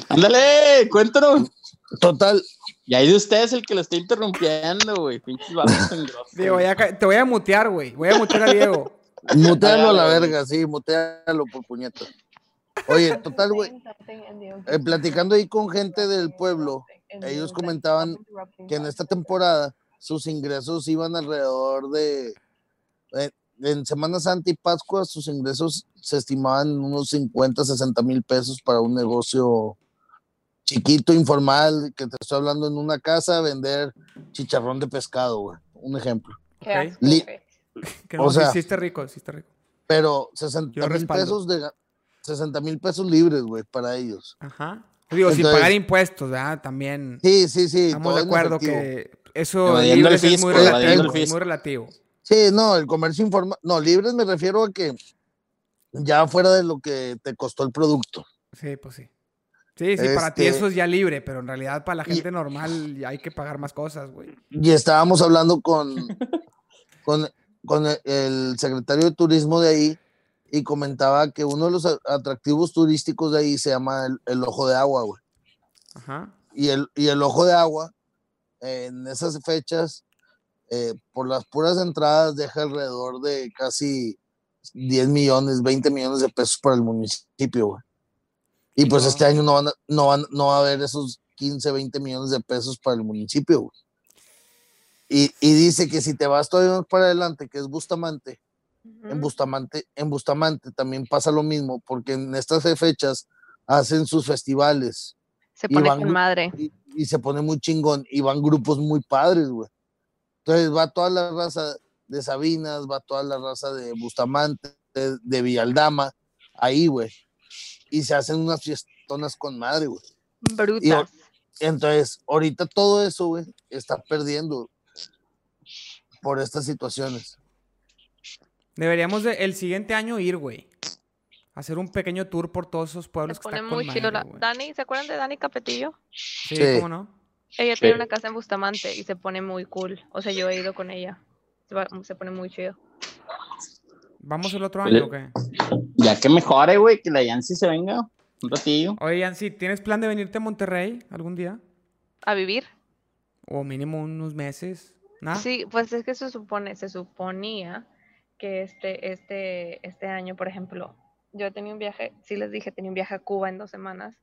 Speaker 5: Ándale, cuéntanos. (laughs)
Speaker 3: total,
Speaker 5: Y ahí de usted es el que lo está interrumpiendo, güey. Pinches vatos tan grosos.
Speaker 1: Diego, ya ca- te voy a mutear, güey. Voy a mutear a Diego.
Speaker 3: mutealo a la
Speaker 5: Ay,
Speaker 3: verga, sí, mutealo por puñeta. Oye, total, güey, Eh, platicando ahí con gente del pueblo, ellos comentaban que en esta temporada sus ingresos iban alrededor de, eh, en Semana Santa y Pascua, sus ingresos se estimaban en unos 50, 60 mil pesos para un negocio chiquito, informal, que te estoy hablando en una casa, vender chicharrón de pescado, güey, un ejemplo.
Speaker 2: Qué
Speaker 1: Ok.
Speaker 2: asco,
Speaker 3: Li-
Speaker 2: güey.
Speaker 1: (laughs) Que
Speaker 3: O
Speaker 1: no, sí,
Speaker 3: sea-
Speaker 1: sí está rico, sí está rico.
Speaker 3: Pero 60
Speaker 1: Yo
Speaker 3: mil
Speaker 1: respaldo.
Speaker 3: pesos de... ga- 60 mil pesos libres, güey, para ellos.
Speaker 1: Ajá. Digo, sin
Speaker 3: Entonces-
Speaker 1: pagar impuestos, ¿verdad? También.
Speaker 3: Sí, sí, sí.
Speaker 1: Estamos
Speaker 3: todo
Speaker 1: de
Speaker 3: en
Speaker 1: acuerdo
Speaker 3: efectivo.
Speaker 1: que eso
Speaker 5: Evadiendo
Speaker 1: libres
Speaker 5: el
Speaker 1: es muy
Speaker 5: fisco,
Speaker 3: evadiendo
Speaker 1: relativo,
Speaker 5: el
Speaker 1: es muy relativo.
Speaker 3: Sí, no, el comercio informal. No, libres me refiero a que ya fuera de lo que te costó el producto.
Speaker 1: Sí, pues sí. Sí, sí, para ti
Speaker 3: Este-
Speaker 1: eso es ya libre, pero en realidad para la
Speaker 3: Y-
Speaker 1: gente normal ya hay que pagar más cosas, güey.
Speaker 3: Y estábamos hablando con, con, con el- el secretario de turismo de ahí y comentaba que uno de los a- atractivos turísticos de ahí se llama el, el ojo de agua, güey.
Speaker 1: Ajá.
Speaker 3: Y el, y el ojo de agua, eh, en esas fechas, eh, por las puras entradas, deja alrededor de casi 10 millones, 20 millones de pesos para el municipio, güey. Y pues
Speaker 1: No.
Speaker 3: este año no, van a- no, van, no va a haber esos 15, 20 millones de pesos para el municipio, güey. Y, y dice que si te vas todavía más para adelante, que es Bustamante, en
Speaker 2: Ujú.
Speaker 3: Bustamante, en Bustamante también pasa lo mismo, porque en estas fe- fechas hacen sus festivales
Speaker 2: Se
Speaker 3: y
Speaker 2: pone
Speaker 3: van
Speaker 2: con
Speaker 3: gru-
Speaker 2: madre.
Speaker 3: y, y se pone muy chingón y van grupos muy padres, güey. Entonces va toda la raza de Sabinas, va toda la raza de Bustamante, de, de Villaldama, ahí, güey. Y se hacen unas fiestonas con madre, güey.
Speaker 2: Brutas.
Speaker 3: Entonces, ahorita todo eso, güey, está perdiendo por estas situaciones.
Speaker 1: Deberíamos de- el siguiente año ir, güey. Hacer un pequeño tour por todos esos
Speaker 2: Se
Speaker 1: pueblos que
Speaker 2: pone
Speaker 1: están
Speaker 2: muy
Speaker 1: con
Speaker 2: chido.
Speaker 1: madre,
Speaker 2: la-
Speaker 1: güey.
Speaker 2: Dani, ¿se acuerdan de Dani Capetillo?
Speaker 1: Sí,
Speaker 3: Sí.
Speaker 1: ¿cómo no?
Speaker 2: Ella tiene
Speaker 4: Sí.
Speaker 2: una casa en Bustamante y se pone muy cool. O sea, yo he ido con ella. Se, va- se pone muy chido.
Speaker 1: ¿Vamos el otro
Speaker 5: Oye.
Speaker 1: año o qué?
Speaker 5: Ya que mejore, güey, que la Yancy se venga un ratillo.
Speaker 1: Oye, Yancy, ¿tienes plan de venirte a Monterrey algún día?
Speaker 2: ¿A vivir?
Speaker 1: O mínimo unos meses. ¿Nada?
Speaker 2: Sí, pues es que se supone, se suponía que este, este, este año, por ejemplo, yo tenía un viaje, sí les dije, tenía un viaje a Cuba en dos semanas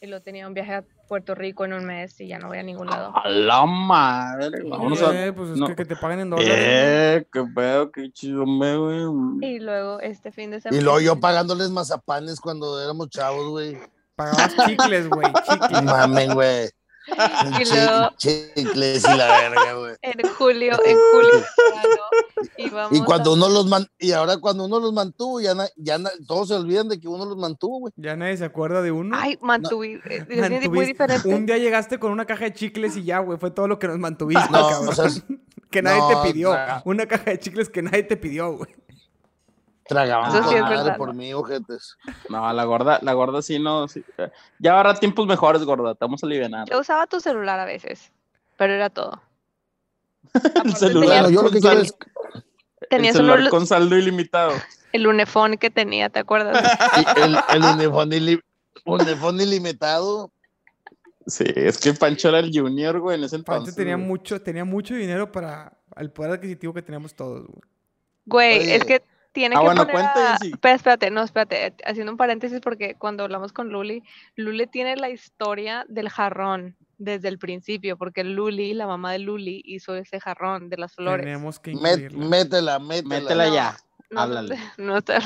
Speaker 2: y lo tenía un viaje a Puerto Rico en un mes y ya no voy a ningún lado.
Speaker 5: A la madre, vámonos a.
Speaker 1: Eh, pues es
Speaker 5: no.
Speaker 1: que, que te paguen en dólares.
Speaker 5: Eh, qué pedo, qué chido, me, güey.
Speaker 2: Y luego este fin de semana.
Speaker 3: Y luego yo pagándoles mazapanes cuando éramos chavos, güey.
Speaker 1: Pagabas chicles, güey,
Speaker 3: (laughs) No
Speaker 1: chicles.
Speaker 3: Mamen, güey.
Speaker 2: (laughs) Y luego
Speaker 3: Chi- Chicles y la verga, güey.
Speaker 2: en julio, en
Speaker 3: (laughs)
Speaker 2: julio, claro, y vamos
Speaker 3: Y cuando
Speaker 2: a-
Speaker 3: uno los man- y ahora cuando uno los mantuvo, ya, na- ya na- todos se olvidan de que uno los mantuvo, güey.
Speaker 1: Ya nadie se acuerda de uno.
Speaker 2: Ay, mantuve, es muy
Speaker 1: Mantuviste-
Speaker 2: diferente.
Speaker 1: Un día llegaste con una caja de chicles y ya, güey, fue todo lo que nos mantuviste,
Speaker 3: No,
Speaker 1: cabrón.
Speaker 3: o sea, es-
Speaker 1: (laughs) que nadie
Speaker 3: no,
Speaker 1: te pidió.
Speaker 3: no.
Speaker 1: Una caja de chicles que nadie te pidió, güey.
Speaker 3: Tragaban
Speaker 5: Eso sí
Speaker 3: con
Speaker 5: es
Speaker 3: madre
Speaker 2: verdad.
Speaker 3: por mí, ojetes.
Speaker 5: No, la gorda, la gorda sí no. sí. eh, Ya habrá tiempos mejores, gorda. Te vamos a aliviar.
Speaker 2: Yo usaba tu celular a veces, pero era todo.
Speaker 5: El
Speaker 2: Aparte
Speaker 5: celular,
Speaker 3: Bueno, yo lo
Speaker 5: con
Speaker 3: que quiero
Speaker 5: saldo, (laughs)
Speaker 3: es
Speaker 5: el
Speaker 2: Tenía solo
Speaker 5: celular
Speaker 2: el,
Speaker 5: con saldo ilimitado.
Speaker 2: el unifón que tenía, ¿te acuerdas?
Speaker 3: y el, el uniforme, ili- uniforme ilimitado.
Speaker 5: Sí, es que Pancho era el junior, güey, en ese
Speaker 1: Pancho
Speaker 5: entonces.
Speaker 1: tenía
Speaker 5: güey.
Speaker 1: mucho, tenía mucho dinero para el poder adquisitivo que teníamos todos, güey.
Speaker 2: Güey, es
Speaker 3: Oye.
Speaker 2: que tiene
Speaker 5: Ah,
Speaker 2: que
Speaker 5: bueno,
Speaker 2: poner
Speaker 5: cuenta,
Speaker 2: a-
Speaker 5: Jessy.
Speaker 2: Espera, espérate, no, espérate, eh, haciendo un paréntesis porque cuando hablamos con Luli, Luli tiene la historia del jarrón desde el principio, porque Luli, la mamá de Luli, hizo ese jarrón de las flores.
Speaker 1: Tenemos que
Speaker 3: Met-
Speaker 1: incluirla.
Speaker 3: métela, métela.
Speaker 5: Métela
Speaker 2: No.
Speaker 5: ya.
Speaker 2: No,
Speaker 5: háblale.
Speaker 2: (laughs) no está-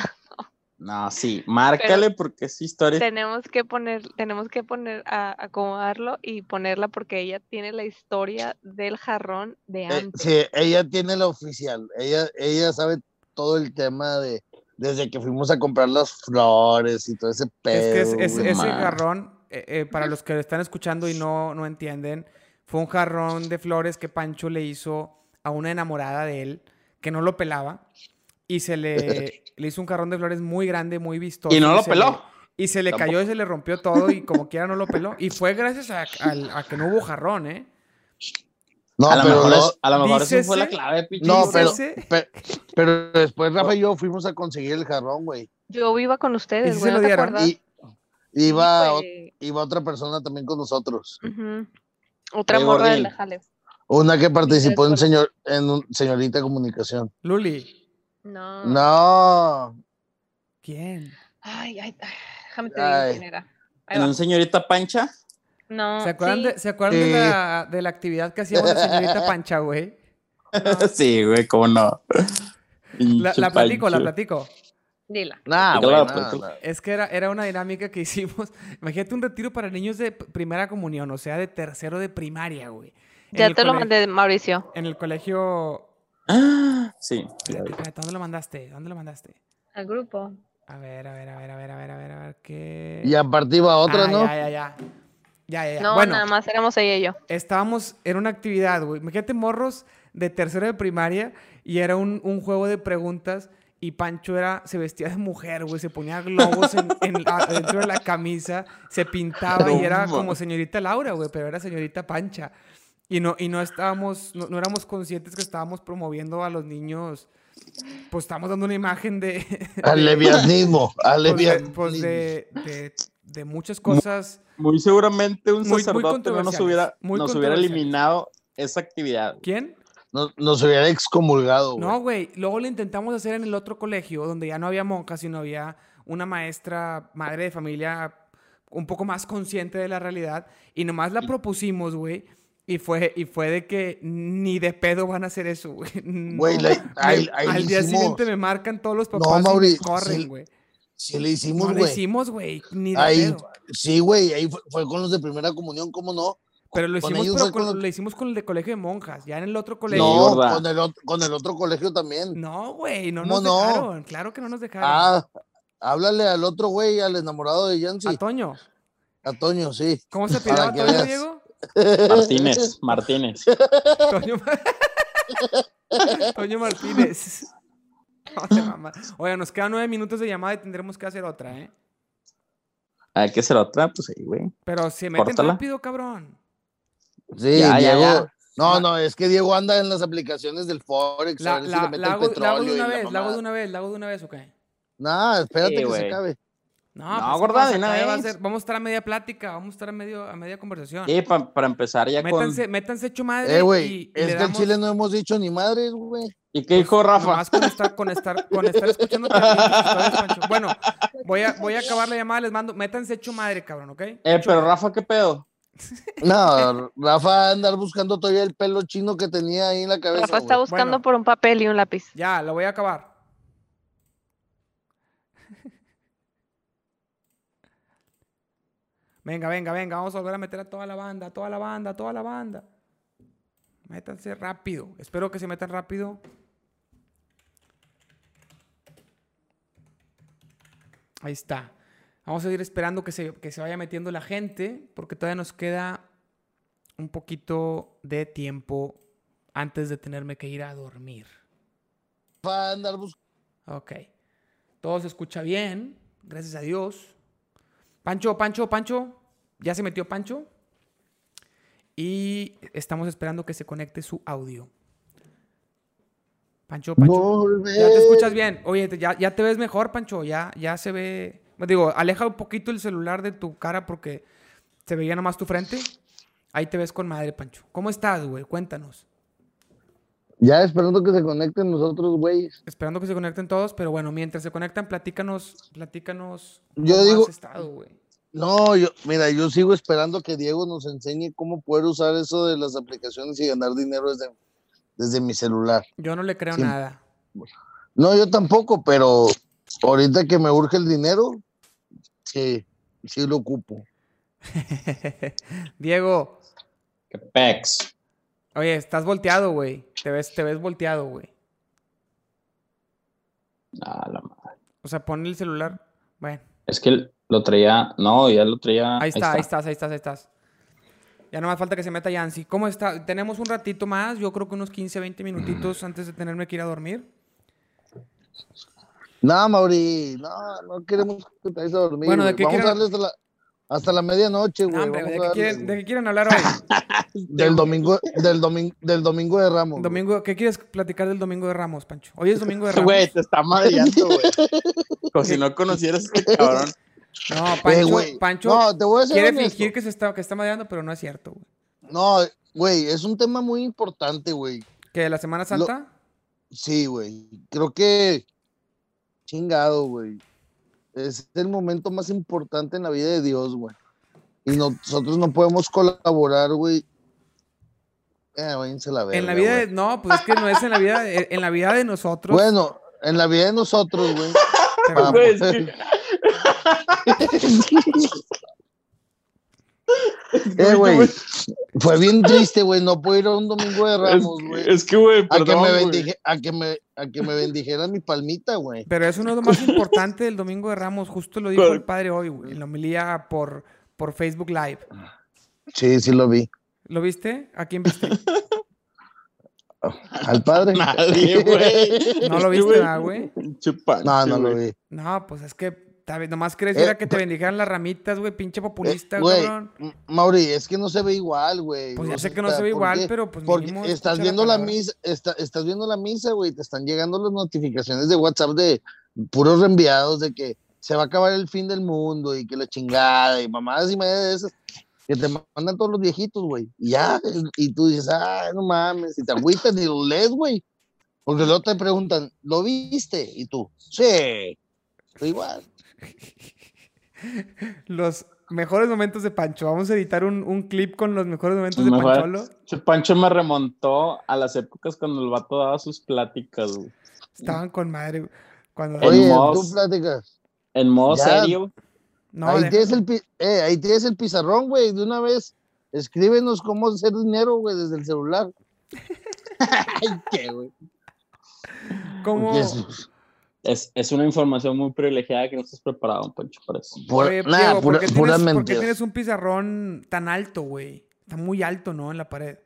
Speaker 5: No, sí, márcale porque es historia.
Speaker 2: tenemos que poner, tenemos que poner a acomodarlo y ponerla porque ella tiene la historia del jarrón de
Speaker 3: Eh,
Speaker 2: antes.
Speaker 3: sí, ella tiene la oficial. Ella, ella sabe todo el tema de desde que fuimos a comprar las flores y todo ese pedo.
Speaker 1: Es que es- es-
Speaker 3: güey.
Speaker 1: ese
Speaker 5: ma.
Speaker 1: jarrón, eh, eh, para los que están escuchando y no, no entienden, fue un jarrón de flores que Pancho le hizo a una enamorada de él que no lo pelaba y se
Speaker 5: (laughs)
Speaker 1: le, le hizo un jarrón de flores muy grande, muy vistoso.
Speaker 5: Y no lo
Speaker 1: se le-
Speaker 5: peló.
Speaker 1: y se le cayó y se le rompió todo y como quiera no lo peló. Y fue gracias a, al- a que no hubo jarrón, ¿eh?
Speaker 3: No,
Speaker 5: a lo
Speaker 3: pero
Speaker 5: mejor,
Speaker 3: no-
Speaker 5: es- a lo mejor eso fue
Speaker 1: dícese-
Speaker 5: la clave, pinche.
Speaker 3: No, pero-
Speaker 1: Dícese-
Speaker 3: Pe- Pero después Rafa y yo fuimos a conseguir el jarrón, güey.
Speaker 2: Yo viva con
Speaker 1: ¿Y si
Speaker 2: ustedes,
Speaker 1: se
Speaker 2: güey,
Speaker 1: lo
Speaker 2: ¿no te
Speaker 1: dieron?
Speaker 2: acuerdas?
Speaker 3: Y iba, ot-
Speaker 2: Güey,
Speaker 3: iba otra persona también con nosotros.
Speaker 2: ujú. Otra
Speaker 5: Oye,
Speaker 2: morra de
Speaker 5: Gordín.
Speaker 2: la Jale.
Speaker 3: Una que participó en
Speaker 2: acuerdo.
Speaker 3: señor, en un- señorita comunicación.
Speaker 1: Luli,
Speaker 2: No.
Speaker 1: Ah.
Speaker 3: No,
Speaker 1: ¿quién?
Speaker 2: Ay, ay, ay, déjame te digo
Speaker 3: Ay.
Speaker 2: quién era. Ahí
Speaker 5: En
Speaker 2: va.
Speaker 5: un señorita pancha.
Speaker 2: No.
Speaker 1: ¿Se acuerdan,
Speaker 2: Ah, sí,
Speaker 1: de, ¿se acuerdan de,
Speaker 3: Sí.
Speaker 1: la, de la actividad que hacíamos la señorita Pancha, güey?
Speaker 5: (laughs) Sí, güey, cómo no.
Speaker 1: La,
Speaker 5: Pinche
Speaker 1: la platico, la
Speaker 5: Pancho.
Speaker 1: platico.
Speaker 2: Dila.
Speaker 3: nah,
Speaker 5: Platícala,
Speaker 3: güey, nah,
Speaker 5: platícala.
Speaker 3: nah.
Speaker 1: Es que era, era una dinámica que (laughs) hicimos. Imagínate un retiro para niños de p- primera comunión, o sea, de tercero de primaria, güey. En
Speaker 2: Ya
Speaker 1: el
Speaker 2: te lo
Speaker 1: coleg-
Speaker 2: mandé, Mauricio.
Speaker 1: En el colegio.
Speaker 5: Ah, sí.
Speaker 1: Espérate, ¿Dónde lo mandaste? ¿Dónde lo mandaste?
Speaker 2: Al grupo.
Speaker 1: A ver, a ver, a ver, a ver, a ver, a ver, a ver, qué.
Speaker 3: Y aparte iba otra,
Speaker 1: Ah,
Speaker 3: ¿no?
Speaker 1: Ya, ya, ya. Ya, ya, ya.
Speaker 2: No,
Speaker 1: bueno,
Speaker 2: nada más éramos ella y yo.
Speaker 1: estábamos en una actividad, güey. Imagínate morros de tercero de primaria y era un, un juego de preguntas Y Pancho era, se vestía de mujer, güey. Se ponía globos en, en la- dentro de la camisa, se pintaba y era como señorita Laura, güey, pero era señorita Pancha. Y no, y no estábamos, no, no éramos conscientes que estábamos promoviendo a los niños. Pues estamos dando una imagen de,
Speaker 3: Al levianismo,
Speaker 1: pues,
Speaker 3: al
Speaker 1: de,
Speaker 3: levianismo.
Speaker 1: pues, de- de- de muchas cosas.
Speaker 5: Muy seguramente un
Speaker 1: Muy- muy
Speaker 5: sacerdote no nos
Speaker 1: controversiales,
Speaker 5: hubiera,
Speaker 1: muy
Speaker 5: nos hubiera
Speaker 1: controversiales.
Speaker 5: eliminado esa actividad.
Speaker 1: ¿Quién?
Speaker 3: No- nos hubiera excomulgado, güey.
Speaker 1: No, güey. Luego lo intentamos hacer en el otro colegio, donde ya no había monjas, sino había una maestra, madre de familia, un poco más consciente de la realidad. Y nomás la propusimos, güey. Y fue, y fue de que ni de pedo van a hacer eso, güey. (laughs) No.
Speaker 3: Güey, la- ahí-
Speaker 1: Me-
Speaker 3: ahí
Speaker 1: al día
Speaker 3: hicimos-
Speaker 1: siguiente me marcan todos los
Speaker 3: No,
Speaker 1: papás y
Speaker 3: Mauri,
Speaker 1: me corren,
Speaker 3: sí,
Speaker 1: güey.
Speaker 3: Sí
Speaker 1: No
Speaker 3: le hicimos,
Speaker 1: lo
Speaker 3: güey.
Speaker 1: hicimos, güey. Ni de
Speaker 3: Ahí-
Speaker 1: pedo.
Speaker 3: Sí, güey, ahí fue, fue con los de primera comunión, ¿cómo no?
Speaker 1: Pero lo
Speaker 3: con
Speaker 1: hicimos,
Speaker 3: ellos
Speaker 1: pero
Speaker 3: fue con
Speaker 1: con-
Speaker 3: los-
Speaker 1: lo hicimos con el de colegio de monjas. Ya en el otro colegio.
Speaker 3: No,
Speaker 5: gorda.
Speaker 3: con el, otro, con el otro colegio también.
Speaker 1: No, güey, no
Speaker 3: ¿Cómo
Speaker 1: nos
Speaker 3: no?
Speaker 1: dejaron. Claro que no nos dejaron.
Speaker 3: Ah, háblale al otro güey, al enamorado de
Speaker 1: A
Speaker 3: Yancy,
Speaker 1: Toño.
Speaker 3: a Toño, sí.
Speaker 1: ¿Cómo se pidaba
Speaker 3: Para que
Speaker 1: Toño,
Speaker 3: veas.
Speaker 1: Diego? (laughs)
Speaker 5: Martínez, Martínez.
Speaker 1: Toño, Ma- (laughs) Toño Martínez. No, te mamas. Oiga, nos quedan nueve minutos de llamada y tendremos que hacer otra, ¿eh?
Speaker 5: Hay que hacer otra, pues ahí, güey.
Speaker 1: Pero se meten
Speaker 5: Córtala.
Speaker 1: rápido, cabrón.
Speaker 3: Sí,
Speaker 5: Ya, ya,
Speaker 3: Diego.
Speaker 5: ya.
Speaker 3: No, no, es que Diego anda en las aplicaciones del Forex. a
Speaker 1: La,
Speaker 3: ver si
Speaker 1: la-
Speaker 3: le mete
Speaker 1: la
Speaker 3: el
Speaker 1: hago, la hago
Speaker 3: petróleo
Speaker 1: de
Speaker 3: y
Speaker 1: una
Speaker 3: la
Speaker 1: vez, la hago
Speaker 3: mamada.
Speaker 1: de una vez, la hago de una vez, ¿ok?
Speaker 3: Nah, espérate
Speaker 5: Sí,
Speaker 3: que se
Speaker 5: güey.
Speaker 3: acabe.
Speaker 1: No,
Speaker 5: No,
Speaker 1: pues,
Speaker 5: gorda,
Speaker 1: ¿cómo
Speaker 5: de una
Speaker 1: vas a- va a
Speaker 5: vez.
Speaker 1: ser- vamos a estar a media plática, vamos a estar a, medio, a media conversación.
Speaker 5: Sí, pa- para empezar ya
Speaker 1: métanse,
Speaker 5: con...
Speaker 1: métanse hecho madre
Speaker 3: Eh,
Speaker 1: y,
Speaker 3: güey,
Speaker 1: y
Speaker 3: es
Speaker 1: le
Speaker 3: que en
Speaker 1: damos-
Speaker 3: Chile no hemos dicho ni
Speaker 1: (laughs)
Speaker 3: madres, güey.
Speaker 5: ¿Y qué dijo Rafa?
Speaker 1: Nomás con estar, con estar, con estar escuchándote a ti, tus historias, Pancho. Bueno, voy a, voy a acabar la llamada, les mando, métanse hecho madre, cabrón, ¿ok?
Speaker 5: Eh, pero Rafa, ¿qué pedo?
Speaker 3: No, Rafa va a andar buscando todavía el pelo chino que tenía ahí en la cabeza.
Speaker 2: Rafa está
Speaker 3: güey.
Speaker 2: buscando
Speaker 1: Bueno.
Speaker 2: por un papel y un lápiz.
Speaker 1: Ya, la voy a acabar. Venga, venga, venga, vamos a volver a meter a toda la banda, toda la banda, toda la banda. Métanse rápido. Espero que se metan rápido. Ahí está. Vamos a ir esperando que se, que se vaya metiendo la gente, porque todavía nos queda un poquito de tiempo antes de tenerme que ir a dormir.
Speaker 3: Rafa va a andar buscando.
Speaker 1: Ok. Todo se escucha bien, gracias a Dios. Pancho, Pancho, Pancho. Ya se metió Pancho. Y estamos esperando que se conecte su audio. Pancho, Pancho. Ya te escuchas bien. Oye, te- ya, ya te ves mejor, Pancho. Ya, ya se ve. Digo, aleja un poquito el celular de tu cara porque se veía nomás tu frente. Ahí te ves con madre, Pancho. ¿Cómo estás, güey? Cuéntanos.
Speaker 3: Ya esperando que se conecten nosotros, güey.
Speaker 1: Esperando que se conecten todos, pero bueno, mientras se conectan, platícanos, platícanos.
Speaker 3: Yo
Speaker 1: cómo
Speaker 3: digo-
Speaker 1: has estado, güey.
Speaker 3: No, yo, mira, yo sigo esperando que Diego nos enseñe cómo poder usar eso de las aplicaciones y ganar dinero desde, desde mi celular.
Speaker 1: Yo no le creo
Speaker 3: Sí.
Speaker 1: nada. (laughs)
Speaker 3: No, yo tampoco, pero ahorita que me urge el dinero, sí, sí lo ocupo.
Speaker 1: Diego,
Speaker 5: Que pex.
Speaker 1: oye, estás volteado, güey. Te ves, te ves volteado, güey.
Speaker 5: Ah, la madre.
Speaker 1: O sea, pon el celular. Bueno,
Speaker 5: Es que lo traía... No, ya lo traía...
Speaker 1: Ah, ahí está, ahí estás, ahí estás, ahí estás. Ya no más falta que se meta Yancy. ¿Cómo está? Tenemos un ratito más, yo creo que unos 15, 20 minutitos antes de tenerme que ir a dormir.
Speaker 3: No, Mauri, no, no queremos que te vayas a dormir.
Speaker 1: Bueno, ¿de
Speaker 3: güey.
Speaker 1: qué
Speaker 3: Vamos a
Speaker 1: quieren-
Speaker 3: darle hasta la, hasta la medianoche,
Speaker 1: No,
Speaker 3: güey.
Speaker 1: hombre, ¿de
Speaker 3: Vamos a
Speaker 1: qué,
Speaker 3: darle,
Speaker 1: quieren, de
Speaker 3: güey.
Speaker 1: qué quieren hablar hoy?
Speaker 3: (laughs) Del domingo, del domingo, del domingo de Ramos. güey.
Speaker 1: Domingo, ¿Qué quieres platicar del Domingo de Ramos, Pancho? Hoy es Domingo de (laughs) Ramos.
Speaker 5: Este Güey, te está madreando, güey.
Speaker 1: (laughs)
Speaker 5: Como si no conocieras a este cabrón.
Speaker 1: No,
Speaker 3: (laughs) Eh,
Speaker 1: Pancho,
Speaker 3: güey,
Speaker 1: Pancho
Speaker 3: no, te voy a ser
Speaker 1: quiere
Speaker 3: honesto.
Speaker 1: fingir que se está, que está madreando, pero no es cierto, güey.
Speaker 3: No, güey, es un tema muy importante, güey.
Speaker 1: ¿Que la Semana Santa?
Speaker 3: Sí, güey. Creo que chingado, güey. Es el momento más importante en la vida de Dios, güey. Y nosotros no podemos colaborar, güey. Eh, váyanse a la verga,
Speaker 1: En la vida de...
Speaker 3: güey.
Speaker 1: No, pues es que no es en la vida de, en la vida de nosotros.
Speaker 3: Bueno, en la vida de nosotros, ah, güey.
Speaker 1: (laughs) pero-
Speaker 3: vamos.
Speaker 5: Güey, es que-
Speaker 3: (laughs) Eh, güey. Fue bien triste, güey. No pude ir a un domingo de Ramos,
Speaker 5: es-
Speaker 3: güey.
Speaker 5: Es que, güey,
Speaker 3: A que,
Speaker 5: perdón,
Speaker 3: me
Speaker 5: güey.
Speaker 3: bendije- a, que me, a que me bendijera mi palmita, güey.
Speaker 1: pero eso no es lo más importante del Domingo de Ramos. Justo lo dijo
Speaker 5: Pero-
Speaker 1: el padre hoy, güey, en la homilía por, por Facebook Live.
Speaker 3: Sí, sí lo vi.
Speaker 1: ¿Lo viste? ¿A quién viste?
Speaker 3: al padre.
Speaker 5: Nadie, güey.
Speaker 1: ¿No lo viste, ¿verdad, güey?
Speaker 5: Chupa.
Speaker 3: No, no lo vi.
Speaker 1: No, pues es que tal vez nomás crees era
Speaker 3: Eh,
Speaker 1: que te bendijeran las ramitas, güey, pinche populista,
Speaker 3: Eh, güey,
Speaker 1: cabrón.
Speaker 3: M- Mauri, es que no se ve igual, güey.
Speaker 1: Pues
Speaker 3: O
Speaker 1: ya sé
Speaker 3: sea,
Speaker 1: que no se ve
Speaker 3: ¿por
Speaker 1: igual,
Speaker 3: qué?
Speaker 1: pero pues
Speaker 3: Porque
Speaker 1: mínimo
Speaker 3: estás
Speaker 1: escucha
Speaker 3: viendo la
Speaker 1: palabra.
Speaker 3: misa, está- estás viendo la misa, güey, te están llegando las notificaciones de WhatsApp de puros reenviados de que se va a acabar el fin del mundo y que la chingada y mamadas y media de esas que te mandan todos los viejitos, güey. Y ya, y tú dices, ah, no mames, y te agüitas ni lo lees, güey. Porque luego te preguntan, ¿lo viste? Y tú, sí. Pero igual.
Speaker 1: Los mejores momentos de Pancho. Vamos a editar un, un clip con los mejores momentos de
Speaker 5: Los mejores.
Speaker 1: Pancholo.
Speaker 5: Pancho me remontó a las épocas cuando el vato daba sus pláticas, güey.
Speaker 1: Estaban con madre. güey. Cuando...
Speaker 5: El
Speaker 3: Oye, tú
Speaker 5: Moss.
Speaker 3: platicas.
Speaker 5: En modo
Speaker 3: Ya.
Speaker 5: serio.
Speaker 1: no,
Speaker 3: ahí,
Speaker 1: deja-
Speaker 3: tienes el, pi- eh, ahí tienes el pizarrón, güey, de una vez. Escríbenos cómo hacer dinero, güey, desde el celular.
Speaker 5: (laughs) Ay, qué, güey.
Speaker 1: ¿cómo-
Speaker 3: Porque es-
Speaker 5: Es, es una información muy privilegiada que no estás preparado, Pancho, para eso.
Speaker 3: Pura-
Speaker 1: Oye,
Speaker 3: nada,
Speaker 1: Diego,
Speaker 3: pura-
Speaker 1: ¿por, qué
Speaker 3: puras
Speaker 1: tienes, por qué
Speaker 3: mentiras.
Speaker 1: tienes un pizarrón tan alto, güey? Está muy alto, ¿no? En la pared.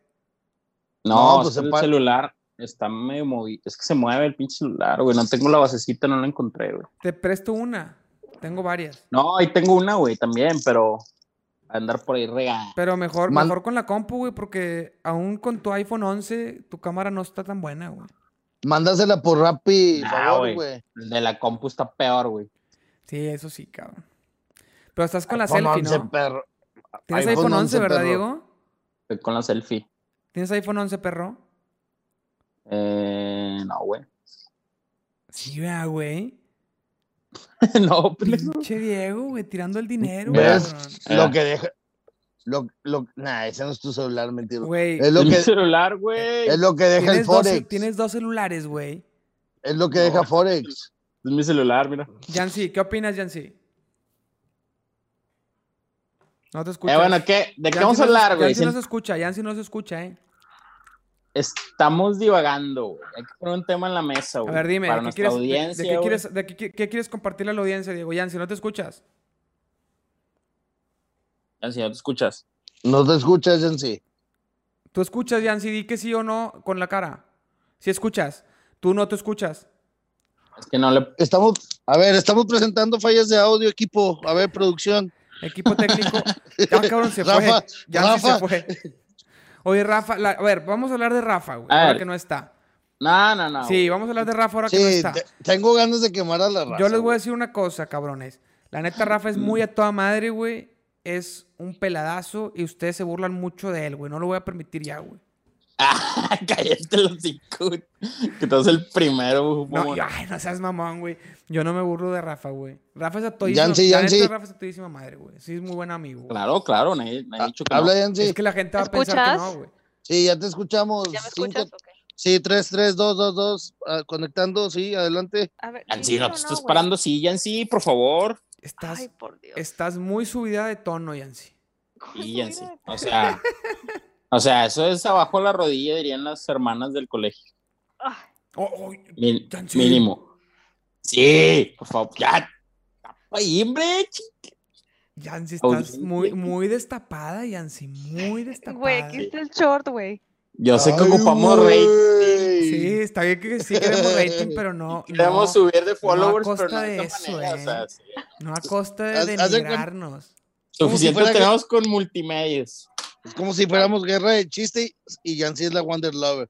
Speaker 5: No,
Speaker 3: No, pues,
Speaker 5: es que el
Speaker 3: aparte-
Speaker 5: celular está medio movido. Es que se mueve el pinche celular, güey. No tengo la basecita, no la encontré, güey.
Speaker 1: Te presto una. Tengo varias.
Speaker 5: No, ahí tengo una, güey, también, pero andar por ahí rega.
Speaker 1: Pero mejor,
Speaker 3: Man-
Speaker 1: mejor con la compu, güey, porque aún con tu iPhone 11, tu cámara no está tan buena, güey.
Speaker 3: Mándasela por Rappi,
Speaker 5: Nah,
Speaker 3: favor,
Speaker 5: güey.
Speaker 3: güey.
Speaker 5: El de la compu está peor, güey.
Speaker 1: Sí, eso sí, cabrón. Pero estás con la
Speaker 3: iPhone
Speaker 1: selfie,
Speaker 3: 11,
Speaker 1: ¿no?
Speaker 3: perro.
Speaker 1: Tienes
Speaker 3: iPhone
Speaker 1: iPhone 11,
Speaker 3: 11,
Speaker 1: ¿verdad,
Speaker 3: perro.
Speaker 1: Diego?
Speaker 5: Estoy con la selfie.
Speaker 1: ¿Tienes iPhone 11, perro?
Speaker 5: Eh, no, güey. (laughs)
Speaker 1: Sí, vea, güey.
Speaker 5: no, pues, pendejo.
Speaker 1: Pinche Diego, güey, tirando el dinero,
Speaker 3: ¿Ves?
Speaker 1: cabrón.
Speaker 3: Lo
Speaker 5: Ah.
Speaker 3: que deja. Lo, lo, nah, ese no es tu celular, mentira.
Speaker 1: Güey,
Speaker 3: Es lo
Speaker 5: el
Speaker 3: que,
Speaker 5: celular, güey.
Speaker 3: es lo que deja el
Speaker 1: tienes dos,
Speaker 3: Forex.
Speaker 1: tienes dos celulares, güey.
Speaker 3: Es lo que deja
Speaker 5: No.
Speaker 3: Forex.
Speaker 5: Es mi celular, mira. Eh,
Speaker 1: Jancy, ¿qué opinas, Jancy? No te escuchas.
Speaker 5: Eh, bueno, ¿qué? ¿de qué
Speaker 1: Yancy
Speaker 5: vamos a
Speaker 1: no se-
Speaker 5: hablar, güey?
Speaker 1: Yancy no se escucha, Yancy no se escucha, ¿eh?
Speaker 5: Estamos divagando, güey. Hay que poner un tema en la mesa,
Speaker 1: A
Speaker 5: güey.
Speaker 1: ver, dime,
Speaker 5: Para
Speaker 1: ¿de qué
Speaker 5: nuestra
Speaker 1: quieres, de-
Speaker 5: audiencia,
Speaker 1: de, qué,
Speaker 5: güey.
Speaker 1: quieres, de qué, qué quieres compartirle a la audiencia, Diego? Yancy, ¿no te escuchas?
Speaker 5: Ah, sí, ¿no te escuchas?
Speaker 3: No te escuchas, Jensi.
Speaker 1: ¿Tú escuchas, Yancy? Di que sí o no con la cara. Si escuchas. Tú no te escuchas.
Speaker 5: Es que no le...
Speaker 3: Estamos, a ver, estamos presentando fallas de audio, equipo. A ver, producción.
Speaker 1: Equipo técnico.
Speaker 3: (laughs)
Speaker 1: Ya, cabrón, se
Speaker 3: Rafa,
Speaker 1: fue. Yancy
Speaker 3: Rafa.
Speaker 1: se fue. Oye, Rafa, la- a ver, vamos a hablar de Rafa, güey,
Speaker 5: A
Speaker 1: ahora
Speaker 5: ver.
Speaker 1: que no está.
Speaker 5: No, no, no.
Speaker 1: sí, vamos a hablar de Rafa ahora que no
Speaker 3: Sí,
Speaker 1: está.
Speaker 3: te- tengo ganas de quemar a la raza.
Speaker 1: Yo les voy a decir una cosa, cabrones. La neta, Rafa es muy a toda madre, güey. Es un peladazo y ustedes se burlan mucho de él, güey. No lo voy a permitir ya, güey.
Speaker 5: (laughs) Ah, cállate los hocico. Que tú eres el primero.
Speaker 1: No,
Speaker 5: mamón.
Speaker 1: yo- ay, no seas mamón, güey. Yo no me burlo de Rafa, güey. Rafa es a todísima,
Speaker 3: Yancy,
Speaker 1: la
Speaker 3: Yancy.
Speaker 1: neta, Rafa es a todísima madre, güey. Sí, es muy buen amigo. güey.
Speaker 5: Claro, claro. Nadie, nadie ha dicho que
Speaker 3: Ah, Habla,
Speaker 5: no.
Speaker 3: Jensi.
Speaker 1: Es que la gente va a pensar que
Speaker 2: ¿Escuchas?
Speaker 1: no, güey.
Speaker 3: Sí, ya te escuchamos.
Speaker 2: ¿Ya me
Speaker 3: Cinco-
Speaker 2: escuchas? Ok.
Speaker 3: Sí, 3, 3, 2, 2, 2. ah, conectando, sí, adelante.
Speaker 2: A ver,
Speaker 5: Yancy,
Speaker 2: ¿sí
Speaker 5: Ah, no
Speaker 2: o
Speaker 5: te estás
Speaker 2: güey?
Speaker 5: parando sí, Yancy, por favor.
Speaker 1: Estás,
Speaker 2: Ay, por Dios.
Speaker 1: estás muy subida de tono, Yancy.
Speaker 5: Sí,
Speaker 2: Mira,
Speaker 5: Yancy. O sea, o sea, eso es abajo de la rodilla, dirían las hermanas del colegio.
Speaker 2: ah,
Speaker 1: Oh, oh,
Speaker 5: Min-
Speaker 1: Yancy.
Speaker 5: mínimo. Sí, por favor, ya. Ay, hombre, chi-
Speaker 1: Yancy,
Speaker 5: Oh,
Speaker 1: estás
Speaker 5: sí.
Speaker 1: muy, muy destapada, Yancy. Muy destapada.
Speaker 2: (laughs) Güey, aquí está el short, güey.
Speaker 5: yo sé que
Speaker 3: Ay,
Speaker 5: ocupamos
Speaker 3: güey.
Speaker 5: rating.
Speaker 1: Sí, está bien que sí queremos rating, pero no. no.
Speaker 5: Queremos subir de followers,
Speaker 1: costa
Speaker 5: pero no de
Speaker 1: de
Speaker 5: esa
Speaker 1: eso,
Speaker 5: manera.
Speaker 1: eh.
Speaker 5: O sea, sí.
Speaker 1: No a costa de
Speaker 3: Haz- haz de cuenta-
Speaker 1: denigrarnos.
Speaker 3: Como si
Speaker 5: Suficiente
Speaker 3: fuera que-
Speaker 5: tenemos con multimedios.
Speaker 3: Es como si fuéramos guerra de chiste y Yancy es la Wonder Lover.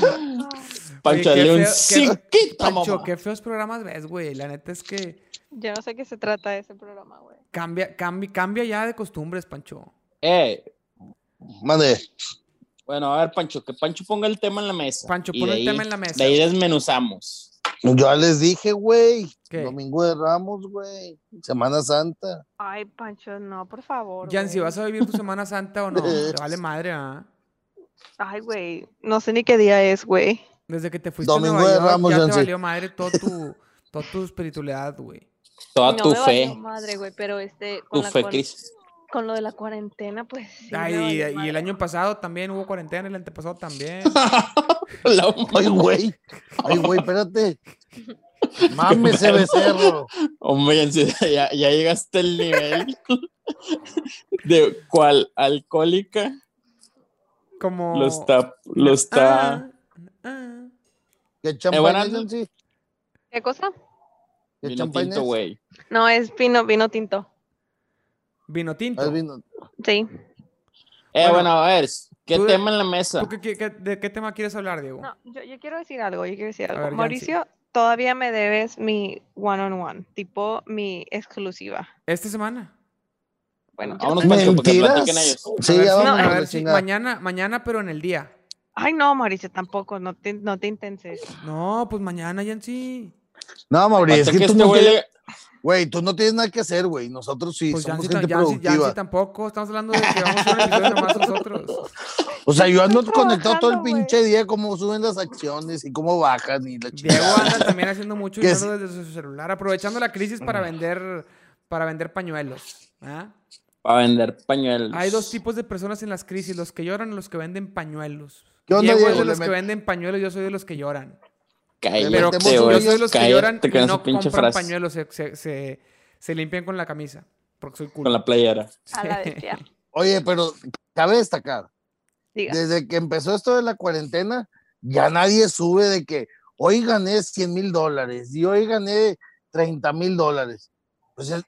Speaker 5: Pancho,
Speaker 1: Oye, qué
Speaker 5: dale un
Speaker 1: feo- qué-
Speaker 5: cinquito,
Speaker 1: Pancho,
Speaker 5: mamá.
Speaker 1: qué feos programas ves, güey. La neta es que
Speaker 2: Ya no sé qué se trata ese programa, güey.
Speaker 1: cambia, cambia, cambia ya de costumbres, Pancho.
Speaker 5: Eh,
Speaker 3: Mande.
Speaker 5: bueno, a ver, Pancho, que Pancho ponga el tema en la mesa.
Speaker 1: Pancho,
Speaker 5: Y
Speaker 1: pon
Speaker 5: de
Speaker 1: el
Speaker 5: ahí-
Speaker 1: tema en la mesa.
Speaker 5: De ahí desmenuzamos.
Speaker 3: Yo ya les dije, güey.
Speaker 1: ¿Qué?
Speaker 3: Domingo de Ramos, güey. Semana Santa.
Speaker 2: Ay, Pancho, no, por favor.
Speaker 1: Yancy,
Speaker 2: güey.
Speaker 1: ¿vas a vivir tu Semana Santa o no? Te vale madre, ¿ah?
Speaker 2: Ay, güey. No sé ni qué día es, güey.
Speaker 1: Desde que te fuiste
Speaker 3: Domingo
Speaker 1: a Nueva
Speaker 3: de
Speaker 1: York,
Speaker 3: Ramos,
Speaker 1: ya te
Speaker 3: Yancy.
Speaker 1: valió madre todo tu, toda tu espiritualidad, güey.
Speaker 5: Toda
Speaker 2: no
Speaker 5: tu
Speaker 2: me valió
Speaker 5: fe.
Speaker 2: madre, güey, pero este. Con
Speaker 5: Tu
Speaker 2: la
Speaker 5: fe,
Speaker 2: cuar-
Speaker 5: Cris. (laughs)
Speaker 2: Con lo de la cuarentena, pues. Sí me
Speaker 1: Ay,
Speaker 2: valió
Speaker 1: y, y el
Speaker 2: madre.
Speaker 1: año pasado también hubo cuarentena, el antepasado también.
Speaker 5: La-
Speaker 1: (laughs)
Speaker 3: Ay, güey. Ay, güey, espérate. Mámese becerro.
Speaker 5: Hombre, en serio, ya, ya llegaste al nivel (laughs) de cual alcohólica
Speaker 1: Como.
Speaker 5: lo está, lo está.
Speaker 1: Ah, ah.
Speaker 3: ¿Qué
Speaker 5: bueno,
Speaker 3: champán es,
Speaker 5: ando-
Speaker 3: Nancy?
Speaker 2: ¿Qué cosa?
Speaker 3: ¿Qué
Speaker 5: Vino
Speaker 3: champán
Speaker 5: tinto,
Speaker 3: es?
Speaker 5: güey. Eh,
Speaker 2: No, es vino, vino tinto.
Speaker 1: Vino tinto.
Speaker 3: Ah, es vino.
Speaker 2: Sí.
Speaker 5: Eh,
Speaker 1: Bueno,
Speaker 5: bueno, a ver, ¿qué
Speaker 1: tú-
Speaker 5: tema en la mesa?
Speaker 1: ¿Tú qué- qué- qué- ¿De qué tema quieres hablar, Diego?
Speaker 2: No, yo, yo quiero decir algo, yo quiero decir algo.
Speaker 1: ver, Yancy.
Speaker 2: Mauricio, todavía me debes mi one on one, tipo mi exclusiva.
Speaker 1: Esta semana.
Speaker 2: Bueno, ya
Speaker 5: Vámonos
Speaker 2: me-
Speaker 5: Pues para el que
Speaker 3: Mentiras.
Speaker 5: platiquen ellos.
Speaker 1: A
Speaker 3: Sí,
Speaker 1: ver
Speaker 3: ya
Speaker 1: si-
Speaker 3: vamos
Speaker 1: a
Speaker 3: a
Speaker 1: ver
Speaker 3: la
Speaker 1: si-
Speaker 3: chingada.
Speaker 1: mañana, mañana, pero en el día.
Speaker 2: Ay, no, Mauricio, tampoco, no te, no te intenses.
Speaker 1: No, pues mañana, Yancy.
Speaker 3: No, Mauricio, es
Speaker 5: Hasta
Speaker 3: que,
Speaker 5: que
Speaker 3: tú,
Speaker 5: este
Speaker 3: no
Speaker 5: güey
Speaker 3: tienes-
Speaker 5: llegue-
Speaker 3: güey, tú no tienes nada que hacer, güey. Nosotros sí
Speaker 1: Pues
Speaker 3: somos
Speaker 1: Yancy,
Speaker 3: gente
Speaker 1: tam- Yancy-
Speaker 3: productiva.
Speaker 1: Yancy tampoco. Estamos hablando de que vamos a hacer un episodio nomás nosotros.
Speaker 3: (laughs) O sea, yo ando
Speaker 2: Estoy
Speaker 3: conectado todo el
Speaker 2: trabajando,
Speaker 3: pinche día, cómo suben las acciones y cómo bajan y la
Speaker 1: Diego
Speaker 3: chingada.
Speaker 1: anda también haciendo mucho
Speaker 3: Que
Speaker 1: dinero desde su celular, aprovechando la crisis para vender, para vender pañuelos. ¿ah?
Speaker 5: para vender pañuelos.
Speaker 1: Hay dos tipos de personas en las crisis, los que lloran y los que venden pañuelos.
Speaker 3: ¿Qué onda,
Speaker 1: Diego, es
Speaker 3: Diego?
Speaker 1: de
Speaker 3: Le
Speaker 1: los que
Speaker 3: met-
Speaker 1: venden pañuelos, yo soy de los que lloran.
Speaker 5: Cállate,
Speaker 1: Pero
Speaker 3: metemos
Speaker 1: yo
Speaker 3: un-
Speaker 5: güey,
Speaker 1: soy de los que
Speaker 5: cállate
Speaker 1: lloran
Speaker 5: con
Speaker 1: y
Speaker 5: esa
Speaker 1: no
Speaker 5: pinche
Speaker 1: compran
Speaker 5: frase,
Speaker 1: pañuelos, se, se- se- se limpian con la camisa, porque soy culo.
Speaker 5: Con la playera.
Speaker 2: A la bestia.
Speaker 3: Oye, pero cabe destacar,
Speaker 2: (laughs) Diga.
Speaker 3: desde que empezó esto de la cuarentena, ya nadie sube de que hoy gané 100 mil dólares y hoy gané 30 mil dólares. Pues es-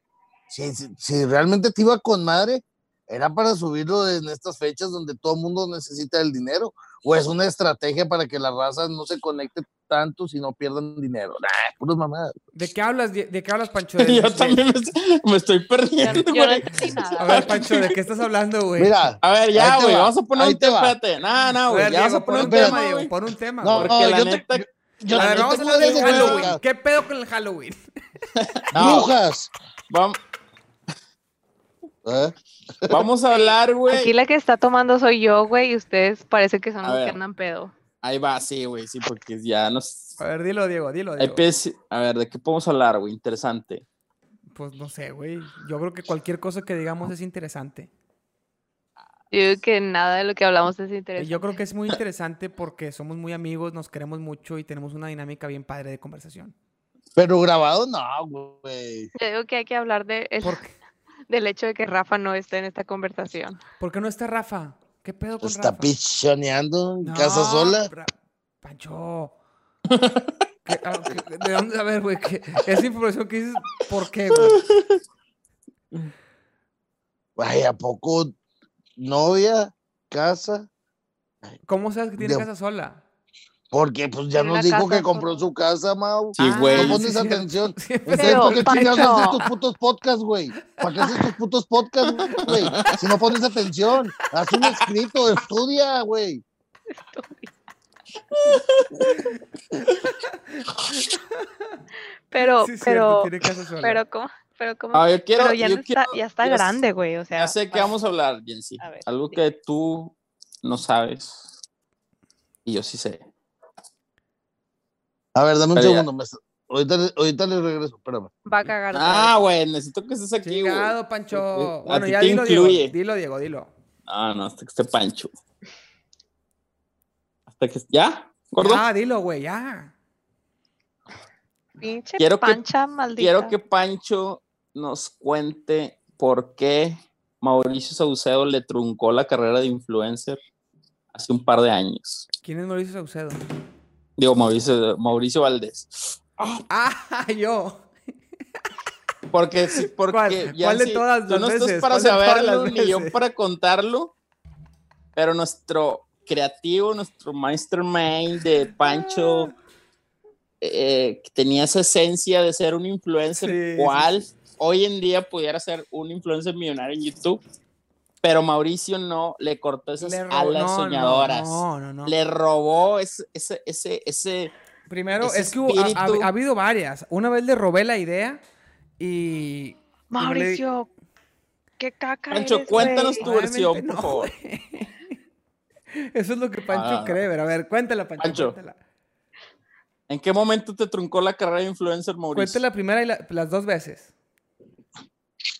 Speaker 3: si, si- si realmente te iba con madre, era para subirlo en estas fechas donde todo el mundo necesita el dinero. O es una estrategia para que la raza no se conecte tanto si no pierdan dinero. Nah, puras mamadas.
Speaker 1: (laughs) ¿De qué hablas, Die- de qué hablas,
Speaker 5: (laughs)
Speaker 1: Pancho?
Speaker 2: Pues,
Speaker 1: De-
Speaker 5: Yo
Speaker 1: de-
Speaker 5: también me, me estoy (laughs)
Speaker 2: Yo,
Speaker 5: perdiendo,
Speaker 2: yo no
Speaker 5: güey.
Speaker 2: entendí
Speaker 1: A
Speaker 2: nada.
Speaker 1: ver, Pancho, ¿de qué estás hablando, güey? (laughs)
Speaker 3: Mira,
Speaker 5: A ver,
Speaker 3: Ahí
Speaker 5: ya,
Speaker 3: te
Speaker 5: güey,
Speaker 3: va,
Speaker 5: vamos a poner
Speaker 3: ahí
Speaker 5: un
Speaker 3: te
Speaker 5: tema.
Speaker 3: va.
Speaker 5: Espérate. No,
Speaker 1: A
Speaker 5: no,
Speaker 1: ver,
Speaker 5: güey, ya
Speaker 1: Diego,
Speaker 5: vamos a poner
Speaker 1: pon
Speaker 5: un tema,
Speaker 1: Diego,
Speaker 5: güey.
Speaker 1: pon un tema.
Speaker 3: No,
Speaker 1: güey.
Speaker 5: Porque
Speaker 3: yo
Speaker 5: la
Speaker 3: te-
Speaker 5: neta,
Speaker 3: yo
Speaker 1: a ver,
Speaker 3: también
Speaker 1: vamos a
Speaker 3: tengo
Speaker 1: hablar del
Speaker 3: algo que
Speaker 1: Halloween.
Speaker 3: platicar.
Speaker 1: ¿Qué pedo con el Halloween?
Speaker 5: no,
Speaker 3: brujas.
Speaker 5: vam-
Speaker 3: ¿Eh?
Speaker 5: vamos a hablar,
Speaker 2: Aquí
Speaker 5: güey.
Speaker 2: la que está tomando soy yo, güey, y ustedes parece que son
Speaker 5: A
Speaker 2: los que
Speaker 5: ver.
Speaker 2: andan pedo.
Speaker 5: Ahí va, sí, güey, sí, porque ya nos...
Speaker 1: A ver, dilo, Diego, dilo,
Speaker 5: Ahí
Speaker 1: Diego.
Speaker 5: pides- A ver, ¿de qué podemos hablar, güey? Interesante.
Speaker 1: Pues no sé, güey. Yo creo que cualquier cosa que digamos es interesante.
Speaker 2: Yo digo que nada de lo que hablamos es
Speaker 1: Y
Speaker 2: interesante.
Speaker 1: Yo creo que es muy interesante porque somos muy amigos, nos queremos mucho y tenemos una dinámica bien padre de conversación.
Speaker 3: Pero grabado no, güey.
Speaker 2: Yo digo que hay que hablar de el-
Speaker 1: ¿Por, qué-
Speaker 2: del hecho de que Rafa no esté en esta conversación.
Speaker 1: por qué no está Rafa? ¿Qué pedo con
Speaker 3: Está
Speaker 1: Rafa?
Speaker 3: pichoneando en
Speaker 1: No,
Speaker 3: casa sola.
Speaker 1: Ra- Pancho. ¿Qué- a- qué- ¿De dónde? A ver, güey. ¿qué- Esa información que dices, ¿por qué, güey?
Speaker 3: Ay, ¿a poco novia, casa?
Speaker 1: ¿Cómo sabes que tiene
Speaker 3: De-
Speaker 1: casa sola? (laughs)
Speaker 3: Porque pues ya
Speaker 2: Tiene
Speaker 3: nos
Speaker 2: una
Speaker 3: dijo
Speaker 2: casa
Speaker 3: que compró
Speaker 2: sola.
Speaker 3: su casa, Mau.
Speaker 5: Sí,
Speaker 2: Ah,
Speaker 5: güey.
Speaker 2: pues,
Speaker 3: No pones
Speaker 1: sí, sí.
Speaker 3: atención.
Speaker 1: Sí,
Speaker 3: Entonces,
Speaker 2: Pero,
Speaker 3: ¿por qué chingados
Speaker 2: Pancho.
Speaker 3: haces tus putos podcasts, güey? ¿Para qué haces tus putos podcasts, güey? Si no pones atención, haz un escrito, estudia, güey.
Speaker 2: Pero,
Speaker 1: sí, es cierto,
Speaker 2: pero,
Speaker 1: tiene casa sola.
Speaker 2: pero, ¿cómo? Pero, ¿cómo?
Speaker 5: Ah, yo quiero...
Speaker 2: pero ya,
Speaker 5: yo
Speaker 2: no
Speaker 5: quiero-
Speaker 2: está, ya está
Speaker 5: quiero-
Speaker 2: grande, güey. O sea,
Speaker 5: Ya sé que
Speaker 2: para-
Speaker 5: vamos a hablar, Jensi.
Speaker 2: A ver,
Speaker 5: Algo
Speaker 2: dime.
Speaker 5: que tú no sabes. Y yo sí sé.
Speaker 3: A ver, dame un
Speaker 5: Pero ya.
Speaker 3: segundo. me está- Ahorita, le- ahorita le regreso, espérame.
Speaker 2: va a cagar. otra
Speaker 5: Ah, güey, necesito que estés aquí, güey.
Speaker 1: Chingado,
Speaker 5: eh, A
Speaker 1: Pancho.
Speaker 5: ti
Speaker 1: Bueno, ya
Speaker 5: te
Speaker 1: dilo,
Speaker 5: incluye.
Speaker 1: Diego. Dilo, Diego, dilo.
Speaker 5: Ah, no, hasta que esté Pancho. Hasta que... ¿Ya? ¿Gordo?
Speaker 1: Ah, dilo, güey, ya.
Speaker 2: vez. Pinche
Speaker 5: quiero que-
Speaker 2: pancha maldita.
Speaker 5: Quiero que Pancho nos cuente por qué Mauricio Saucedo le truncó la carrera de influencer hace un par de años.
Speaker 1: ¿Quién es Mauricio Saucedo? (laughs)
Speaker 5: Digo, Mauricio, Mauricio Valdés.
Speaker 1: Ah, yo. (laughs)
Speaker 5: Porque, si- porque
Speaker 1: ¿Cuál? ¿Cuál de
Speaker 5: si-
Speaker 1: todas
Speaker 5: tú
Speaker 1: las
Speaker 5: no
Speaker 1: veces?
Speaker 5: estás para
Speaker 1: ¿Cuál de todas
Speaker 5: saberlo
Speaker 1: las
Speaker 5: ni yo
Speaker 1: veces?
Speaker 5: para contarlo, pero nuestro creativo, nuestro mastermind de Pancho,
Speaker 1: Ah.
Speaker 5: eh, que tenía esa esencia de ser un influencer,
Speaker 1: Sí, sí,
Speaker 5: cual hoy en día pudiera ser un influencer millonario en YouTube, pero Mauricio no le cortó esas
Speaker 1: Le ro-
Speaker 5: alas
Speaker 1: no, no,
Speaker 5: soñadoras.
Speaker 1: No, no, no.
Speaker 5: Le robó ese, ese, ese, ese-
Speaker 1: Primero,
Speaker 5: ese
Speaker 1: es que hubo- ha- ha,
Speaker 5: espíritu.
Speaker 1: ha habido varias. Una vez le robé la idea y.
Speaker 2: Mauricio, qué caca.
Speaker 5: Pancho,
Speaker 2: eres,
Speaker 5: cuéntanos
Speaker 2: güey.
Speaker 5: tu versión,
Speaker 1: Obviamente
Speaker 5: por
Speaker 1: no,
Speaker 5: favor.
Speaker 1: Eso es lo que Pancho
Speaker 5: Ah.
Speaker 1: cree. Pero a ver, cuéntala, Pancho.
Speaker 5: Pancho.
Speaker 1: Cuéntala.
Speaker 5: ¿En qué momento te truncó la carrera de influencer, Mauricio?
Speaker 1: Cuéntala primera y la- las dos veces.